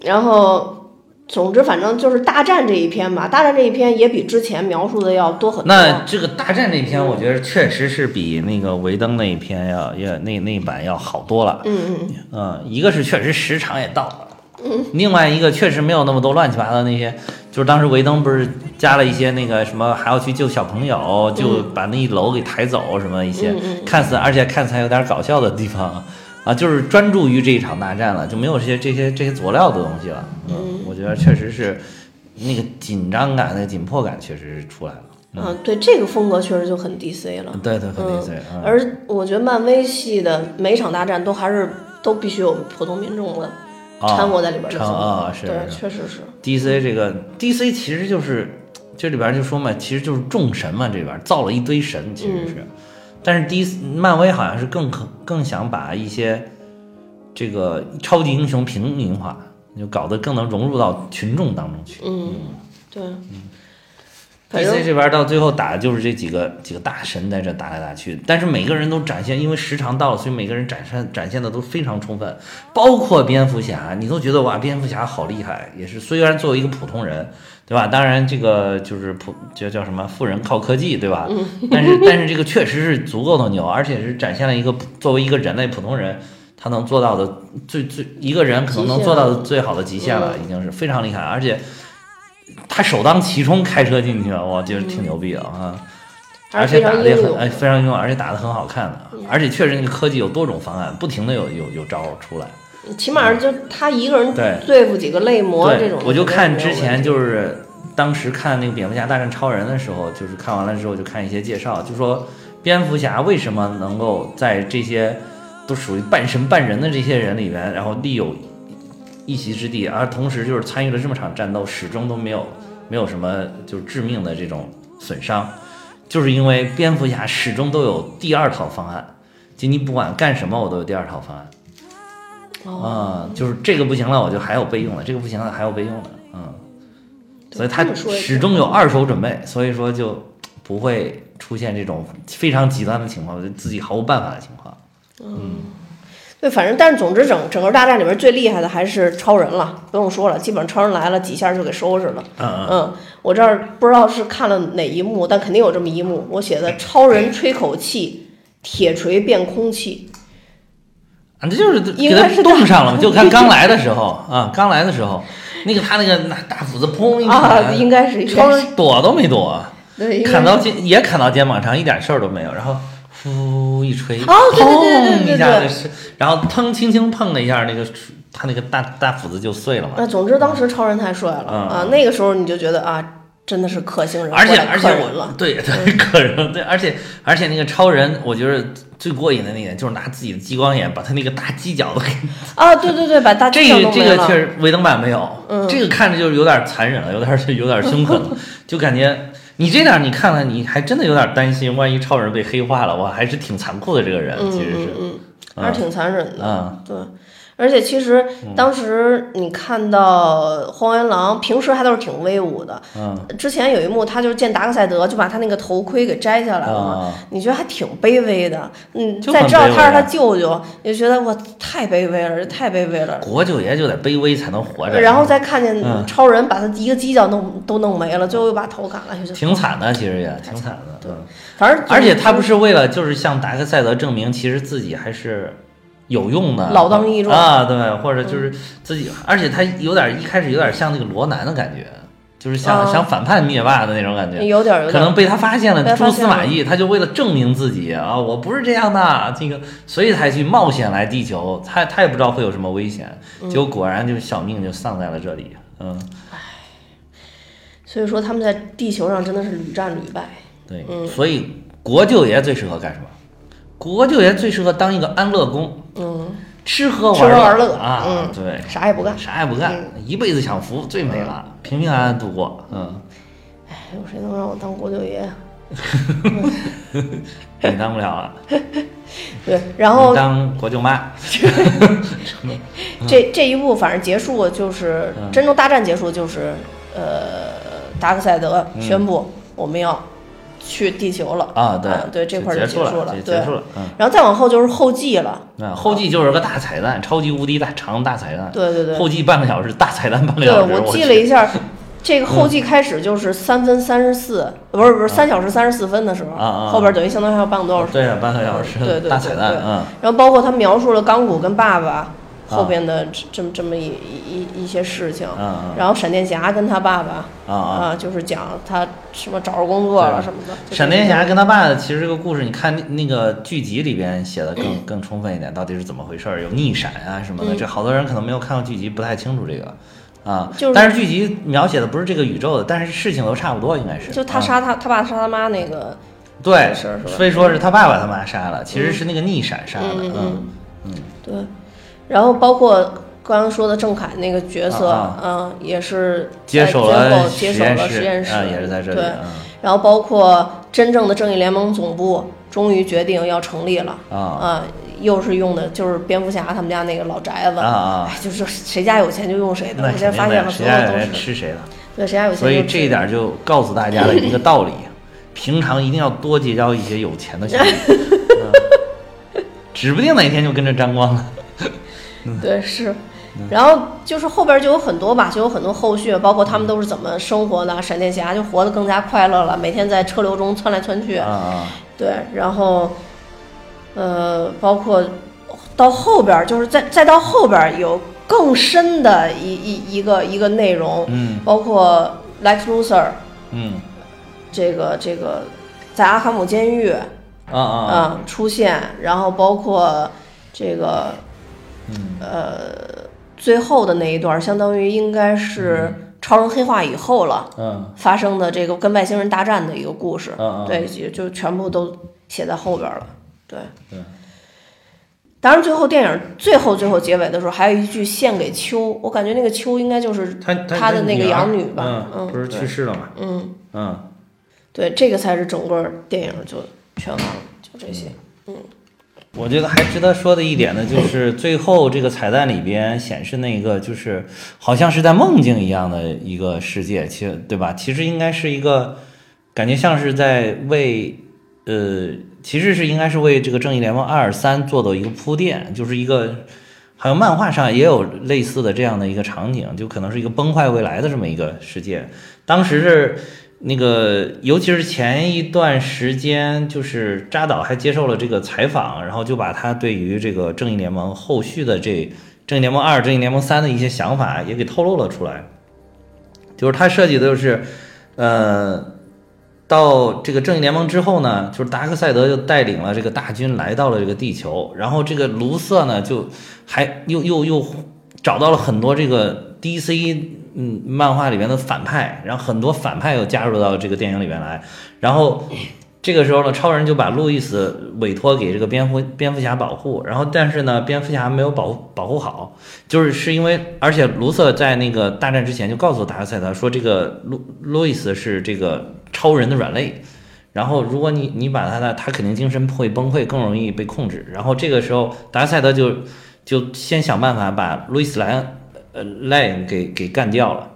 A: 然后总之反正就是大战这一篇吧，大战这一篇也比之前描述的要多很多。
B: 那这个大战那篇，我觉得确实是比那个维登那一篇要要那那一版要好多了。
A: 嗯嗯
B: 嗯，一个是确实时长也到了，嗯，另外一个确实没有那么多乱七八糟那些，就是当时维登不是加了一些那个什么，还要去救小朋友，就把那一楼给抬走什么一些，看似而且看似还有点搞笑的地方啊，就是专注于这一场大战了，就没有这些这些这些佐料的东西了。嗯，我觉得确实是那个紧张感、那个紧迫感确实是出来了。
A: 嗯、啊，对，这个风格确实就很 DC 了。
B: 对对，肯定是。嗯
A: 啊而我觉得漫威系的每场大战都还是都必须有普通民众的
B: 啊
A: 掺和在里边儿的
B: 掺
A: 风格，
B: 啊是
A: 对，
B: 是
A: 确实是，
B: DC 这个 DC 其实就是这里边就说嘛，其实就是众神嘛，这里边造了一堆神，其实
A: 嗯
B: 是，但是第一漫威好像是更可更想把一些这个超级英雄平民化，就搞得更能融入到群众当中去。
A: 嗯，对，反
B: DC
A: 正
B: 这边到最后打的就是这几个几个大神在这打来打去，但是每个人都展现，因为时长到了，所以每个人展现展现的都非常充分，包括蝙蝠侠，你都觉得哇，蝙蝠侠好厉害，也是虽然作为一个普通人，对吧？当然这个就是普叫叫什么富人靠科技，对吧？
A: 嗯
B: 但是但是这个确实是足够的牛，而且是展现了一个普作为一个人类普通人。他能做到的最最一个人可能能
A: 极限
B: 做到的
A: 了嗯
B: 最好的极限了，已经是非常厉害，而且他首当其冲开车进去了，我觉得挺牛逼的啊！而
A: 还是
B: 且
A: 非
B: 打
A: 常
B: 的也
A: 英
B: 很
A: 勇
B: 哎，非常英勇，而且打的很好看的，而且确实那个科技有多种方案，不停的有有有招儿出来。
A: 起码就他一个人
B: 嗯对
A: 对付几个类魔这
B: 对
A: 种，，
B: 我就看之前就是当时看那个蝙蝠侠大战超人的时候，就是看完了之后就看一些介绍，就说蝙蝠侠为什么能够在这些都属于半神半人的这些人里边，然后立有一席之地，而同时就是参与了这么场战斗，始终都没有没有什么就是致命的这种损伤，就是因为蝙蝠侠始终都有第二套方案，就你不管干什么，我都有第二套方案。
A: 哦，
B: 啊，就是这个不行了，我就还有备用的；这个不行了，还有备用的，嗯，
A: 对
B: 所以他
A: 这么说也
B: 始终有二手准备，所以说就不会出现这种非常极端的情况，就自己毫无办法的情况。
A: 对，反正但是总之整整个大战里面最厉害的还是超人了，不用说了，基本上超人来了几下就给收拾了。
B: 嗯
A: 嗯，我这儿不知道是看了哪一幕，但肯定有这么一幕，我写
B: 哎
A: 的超人吹口气，铁锤变空气。
B: 啊，这就是
A: 应
B: 给
A: 该
B: 他
A: 是
B: 冻
A: 大
B: 上了嘛，就看刚来的 时候啊，刚来的时候，那个他那个拿大斧子砰一
A: 啊，应
B: 砍，
A: 该是应该
B: 哎超
A: 是
B: 人躲都没躲，
A: 对，应该
B: 砍到肩也砍到肩膀上，一点事儿都没有，然后。呼一吹，
A: 哦对对对对对
B: 砰一下
A: 对
B: 就是，然后腾轻轻碰了一下，那个他那个大大斧子就碎了嘛。
A: 那总之当时超人太帅了、
B: 嗯
A: 啊，那个时候你就觉得啊，真的是克星人，
B: 而且
A: 过来
B: 而且
A: 克人
B: 我
A: 了，嗯
B: 对对 可人对，而且而且那个超人，我觉得最过瘾的那点就是拿自己的激光眼把他那个大犄角都给
A: 啊，对对对，把大
B: 这
A: 象
B: 个
A: 都
B: 这
A: 没
B: 个
A: 了嗯
B: 确实尾灯版没有，这个看着就是有点残忍了，有点有点凶狠 了，就感觉你这点你看了你还真的有点担心，万一超人被黑化了，我还是挺残酷的这个人
A: 嗯
B: 其实
A: 嗯
B: 是，
A: 嗯，还是挺残忍的，
B: 嗯
A: 对。而且其实当时你看到荒原狼，平时还都是挺威武的。
B: 嗯
A: 之前有一幕，他就是见达克赛德，就把他那个头盔给摘下来了嘛。
B: 啊
A: 你觉得还挺卑微的，嗯，
B: 就
A: 再
B: 很
A: 知道
B: 卑微
A: 他是他
B: 啊
A: 舅舅，你就觉得我太卑微了，这太卑微了。
B: 国舅爷就得卑微才能活着，
A: 然后再看见
B: 嗯
A: 超人把他一个犄角弄都弄没了，最后又把头砍了，就
B: 挺惨的，其实也挺惨的，
A: 对
B: 嗯
A: 反正
B: 而且他不是为了就是向达克赛德证明，其实自己还是有用的，
A: 老当益壮
B: 啊，对，或者就是自己，而且他有点一开始有点像那个罗南的感觉，就是想、
A: 啊
B: 想反叛灭霸的那种感觉。
A: 有点有
B: 可
A: 点
B: 能被他发现
A: 被
B: 了
A: 他发
B: 蛛
A: 现
B: 丝马迹，他就为了证明自己啊，我不是这样的，这个所以才去冒险来地球，他他也不知道会有什么危险，
A: 嗯
B: 结果果然就小命就丧在了这里，嗯，
A: 所以说他们在地球上真的是屡战屡败。
B: 对，
A: 嗯
B: 所以国舅爷最适合干什么？国舅爷最适合当一个安乐工，
A: 嗯，
B: 吃喝
A: 吃喝玩
B: 乐
A: 乐
B: 啊，
A: 嗯嗯
B: 对，
A: 啥也不干。
B: 啥也不干，一辈子享福最美了，平平安安度过， 嗯，
A: 哎，有谁能让我当国舅爷？
B: 你当不了了，
A: 对，然后
B: 你当国舅妈，嗯
A: 这这一部反正结束就是真正大战结束就是，呃，达克赛德
B: 嗯
A: 宣布我们要去地球了
B: 啊，对
A: 对，这块儿就
B: 结
A: 结
B: 了，
A: 了，
B: 结
A: 对
B: 结。束了，嗯，
A: 然后再往后就是后记了，
B: 那后记就是个大彩蛋，超级无敌大长大彩蛋，
A: 对对对，
B: 后记半个小时，大彩蛋半个
A: 对，
B: 小时，
A: 我
B: 我嗯
A: 记
B: 去
A: 了一下，这个后记开始就是三分三十四，不是不是三小时三十四分的时候，
B: 嗯啊啊啊
A: 后边等于相当于还有半个多小时。
B: 对啊，半个小时，
A: 对对对
B: 大彩蛋
A: 对，
B: 嗯，
A: 然后包括他描述了钢骨跟爸爸
B: 啊
A: 后边的这这么这么一一一一些事情，
B: 嗯嗯
A: 然后闪电侠跟他爸爸
B: 啊啊
A: 就是讲他什么找着工作了
B: 对
A: 什么的。就是
B: 闪电侠跟他爸其实这个故事，你看那那个剧集里边写的
A: 嗯
B: 更更充分一点，到底是怎么回事儿？有逆闪啊什么的，这好多人可能没有看过剧集，不太清楚这个啊。
A: 就是
B: 但是剧集描写的不是这个宇宙的，但是事情都差不多，应该是。
A: 就他
B: 啊
A: 杀他、他爸杀他妈那个，
B: 对
A: 是是吧，
B: 非说是他爸把他
A: 嗯
B: 妈杀了，其实是那个逆闪杀的。
A: 嗯嗯
B: 嗯，
A: 对，然后包括刚刚说的郑恺那个角色，
B: 啊
A: 嗯，也是
B: 接
A: 在
B: 手
A: 最后
B: 了
A: 接手了实验室，
B: 啊，也是在这里
A: 对，
B: 啊
A: 然后包括真正的正义联盟总部终于决定要成立了，
B: 啊
A: 啊，又是用的就是蝙蝠侠他们家那个老宅子，
B: 啊啊！
A: 哎，就是谁家有钱就用谁的。
B: 那
A: 嗯我
B: 肯
A: 现
B: 定
A: 在
B: 的，
A: 发现了，
B: 谁
A: 所
B: 家
A: 有
B: 有
A: 都
B: 人
A: 是
B: 吃谁的。
A: 对谁家有钱就
B: 所以这
A: 吃
B: 一点就告诉大家的一个道理：平常一定要多结交一些有钱的 兄弟，嗯指不定哪天就跟着沾光了。嗯
A: 对是。然后就是后边就有很多吧，就有很多后续，包括他们都是怎么生活的。闪电侠就活得更加快乐了，每天在车流中窜来窜去。
B: 啊啊！
A: 对，然后，呃，包括到后边儿，就是再再到后边儿有更深的一一一个一个内容，
B: 嗯
A: 包括 Lex Luthor
B: 嗯
A: 这个这个在阿卡姆监狱
B: 啊啊啊！
A: 啊、出现，然后包括这个，
B: 嗯
A: 呃，最后的那一段儿，相当于应该是超人黑化以后了。
B: 嗯
A: 发生的这个跟外星人大战的一个故事，
B: 嗯嗯
A: 对，就就全部都写在后边了。对，
B: 对
A: 当然最后电影最后最后结尾的时候，还有一句献给秋，我感觉那个秋应该就是
B: 他
A: 他的那个养女吧，
B: 嗯，不是去世了嘛？
A: 嗯，
B: 嗯，
A: 对，这个才是整个电影就全完了，就这些。
B: 我觉得还值得说的一点呢，就是最后这个彩蛋里边显示那个，就是好像是在梦境一样的一个世界，其实对吧？其实应该是一个感觉像是在为呃，其实是应该是为这个《正义联盟二》三做的一个铺垫，就是一个还有漫画上也有类似的这样的一个场景，就可能是一个崩坏未来的这么一个世界。当时是那个，尤其是前一段时间，就是扎导还接受了这个采访，然后就把他对于这个正义联盟后续的这《正义联盟二》《正义联盟三》的一些想法也给透露了出来。就是他设计的就是，呃，到这个正义联盟之后呢，就是达克赛德就带领了这个大军来到了这个地球，然后这个卢瑟呢就还又又又找到了很多这个 DC 嗯漫画里面的反派，然后很多反派又加入到这个电影里面来，然后这个时候呢，超人就把路易斯委托给这个蝙蝠蝙蝠侠保护，然后但是呢，蝙蝠侠没有保护保护好，就是是因为而且卢瑟在那个大战之前就告诉达克赛德说，这个路路易斯是这个超人的软肋。然后，如果你你把他的，他肯定精神会崩溃，更容易被控制。然后这个时候，达克赛德就就先想办法把路易斯莱恩呃莱恩给给干掉了，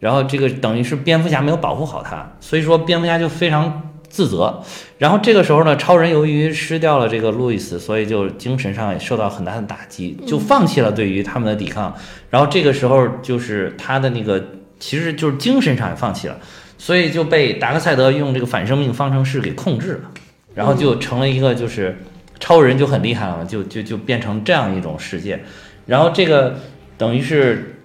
B: 然后这个等于是蝙蝠侠没有保护好他，所以说蝙蝠侠就非常自责。然后这个时候呢，超人由于失掉了这个路易斯，所以就精神上也受到很大的打击，就放弃了对于他们的抵抗。然后这个时候就是他的那个，其实就是精神上也放弃了，所以就被达克赛德用这个反生命方程式给控制了，然后就成了一个就是。超人就很厉害了，就就就变成这样一种世界。然后这个等于是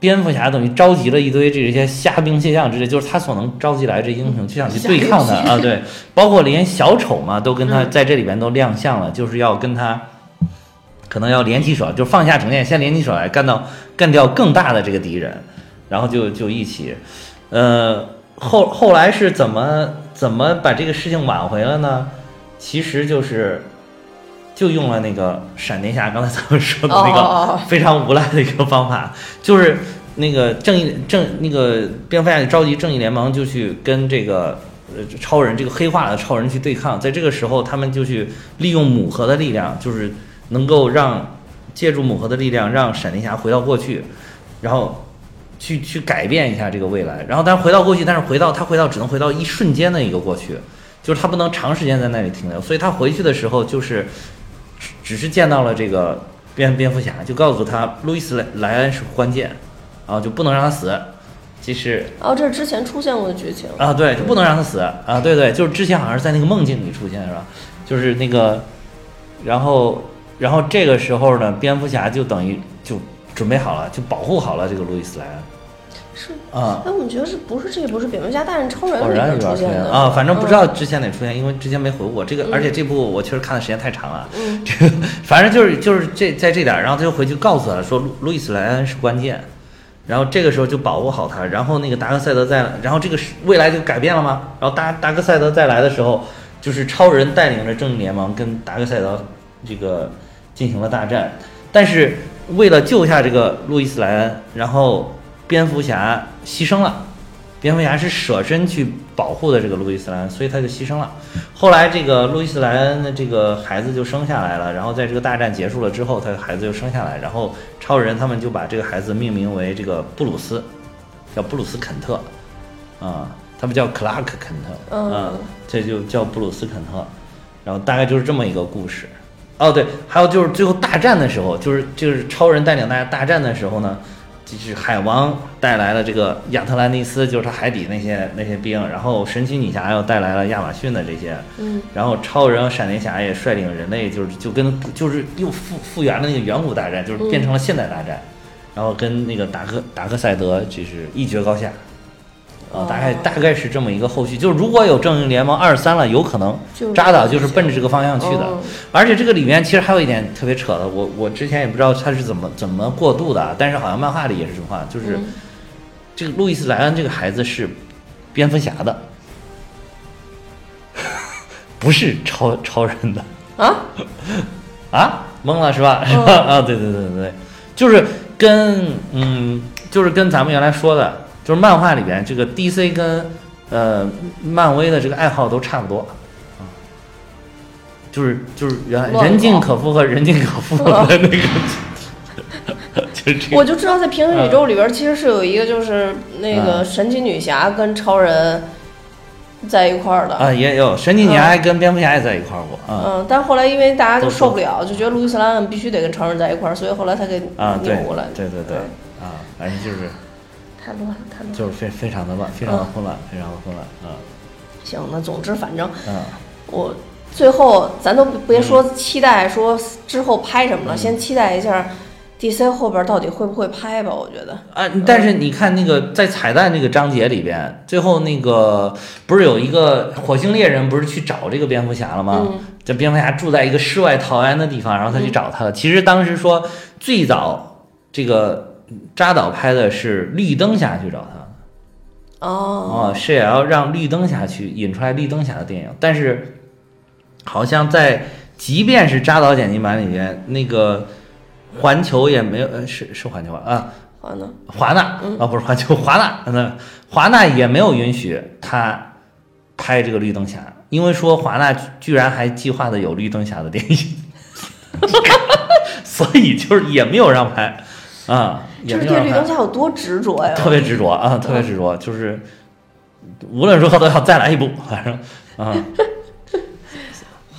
B: 蝙蝠侠等于召集了一堆这些虾兵蟹将之类，就是他所能召集来这英雄，就想去对抗他啊。对，包括连小丑嘛，都
A: 嗯
B: 跟他在这里边都亮相了，就是要跟他可能要联起手，就放下成见，先联起手来干到干掉更大的这个敌人，然后就就一起，呃，后后来是怎么怎么把这个事情挽回了呢？其实就是就用了那个闪电侠刚才咱们说 的那
A: 哦哦
B: 个
A: 哦
B: 非常无赖的一个方法，就是那个正义正那个蝙蝠侠召集正义联盟就去跟这个。呃，超人这个黑化的超人去对抗，在这个时候，他们就去利用母核的力量，就是能够让借助母核的力量，让闪电侠回到过去，然后去去改变一下这个未来。然后，但是回到过去，但是回到他回到只能回到一瞬间的一个过去，就是他不能长时间在那里停留。所以他回去的时候，就是只只是见到了这个蝙蝙蝠侠，就告诉他路易斯莱莱恩是关键，啊，就不能让他死。其实
A: 然哦后这是之前出现过的剧情，
B: 啊，对，就不能让他死啊，对对，就是之前好像是在那个梦境里出现是吧？就是那个，然后然后这个时候呢，蝙蝠侠就等于就准备好了，就保护好了这个路易斯莱恩
A: 是。
B: 啊。
A: 哎，我们觉得是不是这不是蝙蝠侠大战超人
B: 偶
A: 里
B: 然有
A: 面
B: 点
A: 出
B: 出
A: 现
B: 现
A: 的
B: 啊，反正不知
A: 嗯
B: 道之前哪出现，因为之前没回过这个，而且这部我确实看的时间太长了，
A: 嗯
B: 这个 反正就是就是这在这点儿，然后他就回去告诉他说，路路易斯莱恩是关键，然后这个时候就保护好他，然后那个达克赛德再，然后这个是未来就改变了吗？然后达达克赛德再来的时候，就是超人带领着正义联盟跟达克赛德这个进行了大战，但是为了救下这个路易斯莱恩，然后蝙蝠侠牺牲了。蝙蝠侠是舍身去保护的这个路易斯莱恩，所以他就牺牲了。后来这个路易斯莱恩的这个孩子就生下来了，然后在这个大战结束了之后，他的孩子就生下来，然后超人他们就把这个孩子命名为这个布鲁斯，叫布鲁斯肯特，啊、他们叫克拉克肯特，
A: 嗯
B: 这就叫布鲁斯肯特，然后大概就是这么一个故事。哦，对，还有就是最后大战的时候，就是就是超人带领大家大战的时候呢，就是海王带来了这个亚特兰蒂斯，就是他海底那些那些兵，然后神奇女侠又带来了亚马逊的这些，
A: 嗯，
B: 然后超人、闪电侠也率领人类，就是就跟就是又复复原了那个远古大战，就是变成了现代大战，然后跟那个达克达克赛德就是一决高下，啊、大概
A: 哦
B: 大概是这么一个后续。就是如果有正义联盟二三了，有可能
A: 就是
B: 扎导就是奔着这个方向去的。
A: 哦
B: 而且这个里面其实还有一点特别扯的，我我之前也不知道他是怎么怎么过渡的啊，但是好像漫画里也是这么画，就是
A: 嗯
B: 这个路易斯莱恩这个孩子是蝙蝠侠的， 不是超超人的。
A: 啊，
B: 啊，懵了是吧？
A: 嗯
B: 是吧？啊，对对对对对，就是跟嗯，就是跟咱们原来说的，就是漫画里边这个 DC 跟呃漫威的这个爱好都差不多啊，就是就是原来
A: 乱
B: 人尽
A: 搞
B: 可夫和人尽可夫的那个， 就是这
A: 我
B: 个。
A: 就知道在平行宇宙里边，其实是有一个就是那
B: 嗯
A: 个神奇女侠跟超人在一块儿的。
B: 啊，也有神奇女侠还跟蝙蝠侠也在一块儿过啊、
A: 嗯，但后来因为大家
B: 都
A: 就受不了，就觉得路易斯莱恩必须得跟超人在一块儿，所以后来才给
B: 啊，对
A: 扭嗯过来。
B: 对对对
A: 嗯
B: 啊，反正就是
A: 太乱了，太乱了。
B: 就是非非常的乱，非常的混
A: 嗯
B: 乱，非常的混乱啊
A: 行，那总之反正
B: 嗯。
A: 我最后咱都别说期待说之后拍什么
B: 嗯
A: 了，先期待一下 DC 后边到底会不会拍吧。我觉得
B: 啊，但是你看那个在彩蛋这个章节里边，最后那个不是有一个火星猎人不是去找这个蝙蝠侠了吗？
A: 嗯
B: 这蝙蝠侠住在一个世外桃源的地方，然后他去找他了。其实当时说最早这个扎导拍的是绿灯侠去找他，
A: 哦，
B: 哦，是也要让绿灯侠去引出来绿灯侠的电影，但是好像在即便是扎导剪辑版里边，那个环球也没有，呃，是是环球吧？啊，
A: 好呢，
B: 华纳啊、
A: 嗯
B: 不是环球，华纳，那华纳也没有允许他拍这个绿灯侠，因为说华纳居然还计划的有绿灯侠的电影， 所以就是也没有让拍啊，也
A: 就
B: 没
A: 是
B: 有
A: 对
B: 让
A: 绿灯
B: 拍，
A: 侠有多执着呀？
B: 特别执着啊，特别执着，就是无论如何都要再来一部，反正啊。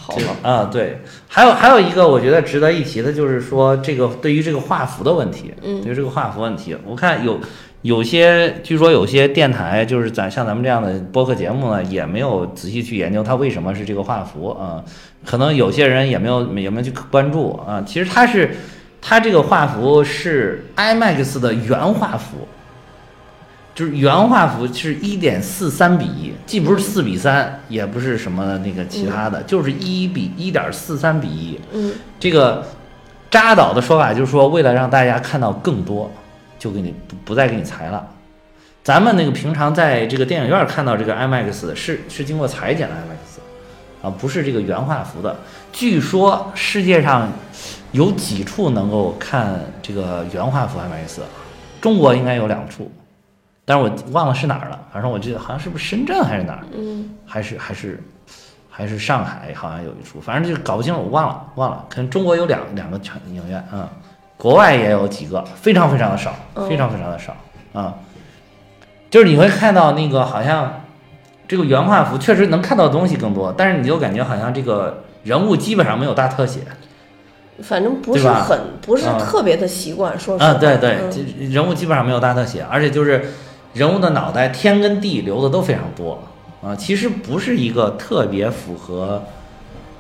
A: 好
B: 这
A: 吧，
B: 个啊，对，还有还有一个我觉得值得一提的就是说，这个对于这个画幅的问题，
A: 嗯
B: 对于这个画幅问题，我看有有些据说有些电台就是咱像咱们这样的播客节目呢，也没有仔细去研究它为什么是这个画幅啊、可能有些人也没有也没有去关注啊、其实它是它这个画幅是 IMAX 的原画幅。就是原画幅是一点四三比一，既不是四比三，也不是什么那个其他的，就是一比一点四三比一。
A: 嗯，
B: 这个扎导的说法就是说，为了让大家看到更多，就给你不不再给你裁了。咱们那个平常在这个电影院看到这个 IMAX 的是是经过裁剪的 IMAX，啊，不是这个原画幅的。据说世界上有几处能够看这个原画幅 IMAX，中啊国应该有两处，但是我忘了是哪儿了。反正我记得好像是不是深圳还是哪儿，
A: 嗯，
B: 还是还是还是上海好像有一处，反正就搞不清楚，我忘了忘了。可能中国有两两个全影院，嗯，国外也有几个，非常非常的少，
A: 嗯
B: 非常非常的少啊、就是你会看到那个好像这个原画幅确实能看到的东西更多，但是你就感觉好像这个人物基本上没有大特写，
A: 反正不是
B: 对吧
A: 很不是
B: 嗯
A: 特别的习惯，说实话，
B: 啊，对对，
A: 嗯
B: 这人物基本上没有大特写，而且就是人物的脑袋天跟地留的都非常多啊，其实不是一个特别符合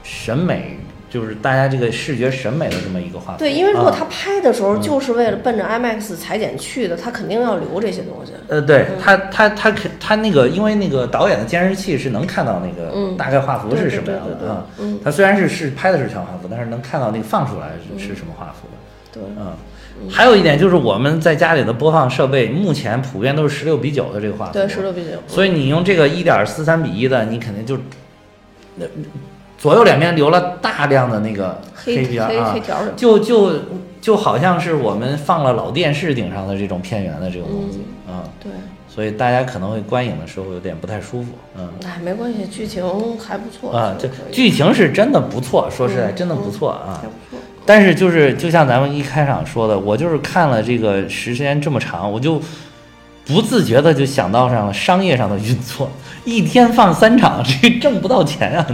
B: 审美，就是大家这个视觉审美的这么一个画风。
A: 对，因为如果
B: 啊
A: 他拍的时候就是为了奔着 IMAX 裁剪去的，他肯定要留这些东西。
B: 呃，对他，他他肯他那个，因为那个导演的监视器是能看到那个
A: 嗯
B: 大概画幅
A: 对
B: 是
A: 对
B: 什么
A: 对
B: 样
A: 对
B: 的
A: 对
B: 啊
A: 嗯。
B: 他虽然是是拍的是全画幅，但是能看到那个放出来是
A: 嗯
B: 是什么画幅的。
A: 对，
B: 嗯，还有一点就是我们在家里的播放设备目前普遍都是十六比九的这个画幅，
A: 对，十六比九。
B: 所以你用这个一点四三比一的，你肯定就那呃左右两边留了大量的那个
A: 黑
B: 边儿啊
A: 黑，条什么？
B: 就就就好像是我们放了老电视顶上的这种片源的这种东西啊、
A: 对，
B: 所以大家可能会观影的时候有点不太舒服，嗯。
A: 哎，没关系，剧情还不错
B: 啊，
A: 所
B: 这
A: 以可以
B: 剧情是真的不错，说实在
A: 嗯
B: 真的不错啊
A: 还。不错。
B: 但是就是就像咱们一开场说的，我就是看了这个时间这么长，我就不自觉的就想到上了商业上的运作，一天放三场，这挣不到钱啊。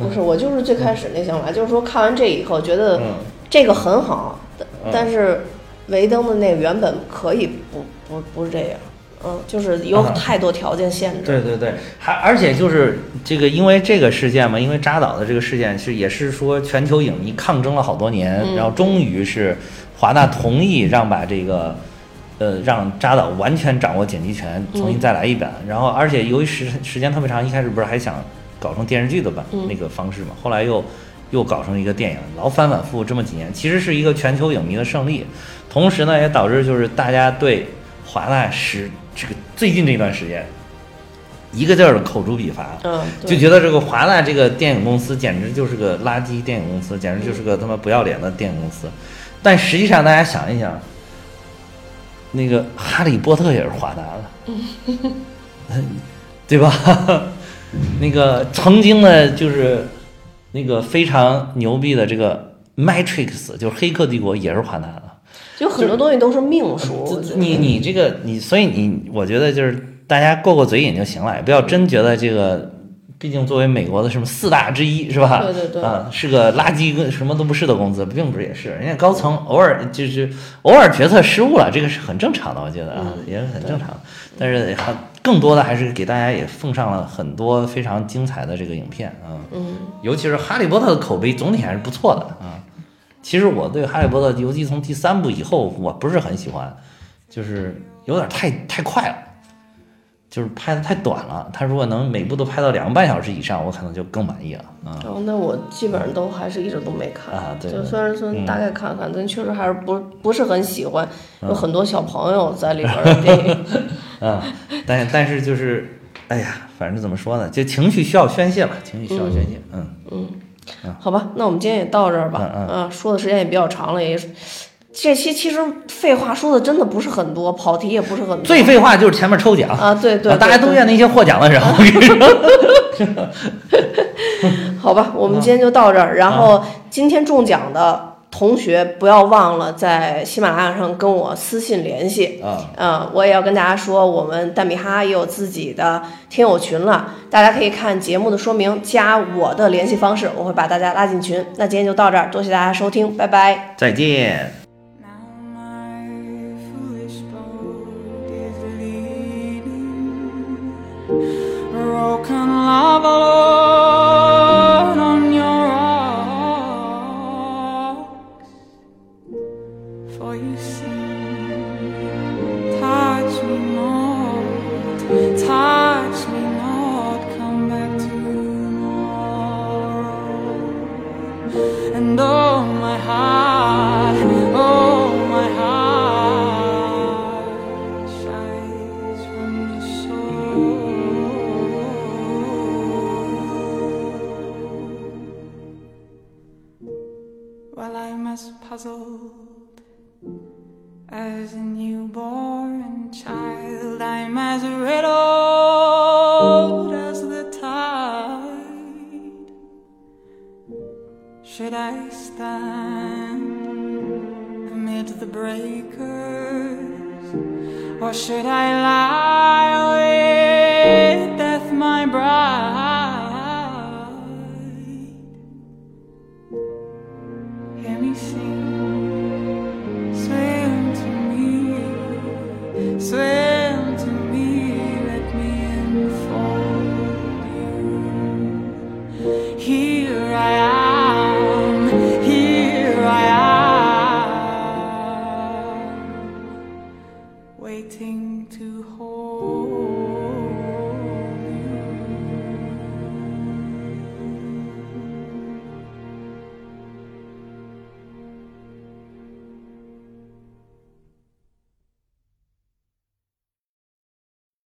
A: 不是，我就是最开始那想法，就是说看完这以后觉得
B: 嗯
A: 这个很好，但
B: 嗯
A: 但是维登的那原本可以不不不是这样，嗯，就是有
B: 啊
A: 太多条件限制。
B: 对对对，还而且就是这个，因为这个事件嘛，因为扎导的这个事件是也是说全球影迷抗争了好多年，
A: 嗯
B: 然后终于是华纳同意让把这个。呃，让扎导完全掌握剪辑权，
A: 嗯
B: 重新再来一版。然后，而且由于时时间特别长，一开始不是还想搞成电视剧的版、
A: 嗯
B: 那个方式嘛，后来又又搞成一个电影，老反反复复这么几年，其实是一个全球影迷的胜利。同时呢，也导致就是大家对华纳时这个最近这段时间一个劲儿的口诛笔伐，
A: 嗯，
B: 就
A: 对，
B: 觉得这个华纳这个电影公司简直就是个垃圾电影公司，简直就是个他妈不要脸的电影公司。但实际上，大家想一想，那个《哈利波特》也是华纳的，对吧？ 那个曾经呢，就是那个非常牛逼的这个《Matrix》，就是《黑客帝国》，也是华纳的。
A: 就很多东西都是命数。我觉得
B: 你你这个你，所以你我觉得就是大家过过嘴瘾就行了，也不
A: 嗯
B: 要真觉得这个，毕竟作为美国的什么四大之一是吧？
A: 对对对
B: 啊，是个垃圾跟什么都不是的公司，并不是也是，人家高层偶尔就是偶尔决策失误了，这个是很正常的，我觉得啊，
A: 嗯
B: 也是很正常的。但是还更多的还是给大家也奉上了很多非常精彩的这个影片啊，
A: 嗯，
B: 尤其是《哈利波特》的口碑总体还是不错的啊。其实我对《哈利波特》，尤其从第三部以后，我不是很喜欢，就是有点太太快了，就是拍的太短了。他如果能每部都拍到两个半小时以上，我可能就更满意了啊。
A: 然后那我基本上都还是一直都没看
B: 啊对
A: 就
B: 对
A: 虽然说大概看看，但确实还是不不是很喜欢，有很多小朋友在里边儿的电影。
B: 嗯，但但是就是，哎呀，反正怎么说呢，就情绪需要宣泄吧，情绪需要宣泄。嗯，
A: 好吧，那我们今天也到这儿吧。
B: 嗯
A: 啊，说的时间也比较长了，也是这期其实废话说的真的不是很多，跑题也不是很多。
B: 最废话就是前面抽奖，
A: 啊，对对，
B: 啊大家
A: 对
B: 都怨那些获奖的人。我跟你说，
A: 好吧，我们今天就到这儿。然
B: 啊
A: 后今天中奖的同学不要忘了在喜马拉雅上跟我私信联系。
B: 啊，
A: 嗯，我也要跟大家说，我们蛋米哈也有自己的听友群了，大家可以看节目的说明，加我的联系方式，我会把大家拉进群。那今天就到这儿，多谢大家收听，拜拜。
B: 再见。
C: Now my foolish boat is leaning, broken love alone on your rocks. For you sing, touch me not, touch me not, come back tomorrow and oh my heart, oh my heart shies from your soul. Well, I'm as puzzled as a newborn child. I'm as riddled as the tide. Should I stand amid the breakers? Or should I lie with death, my bride? Hear me sing, swim to me, swim to me, let me enfold you. Here I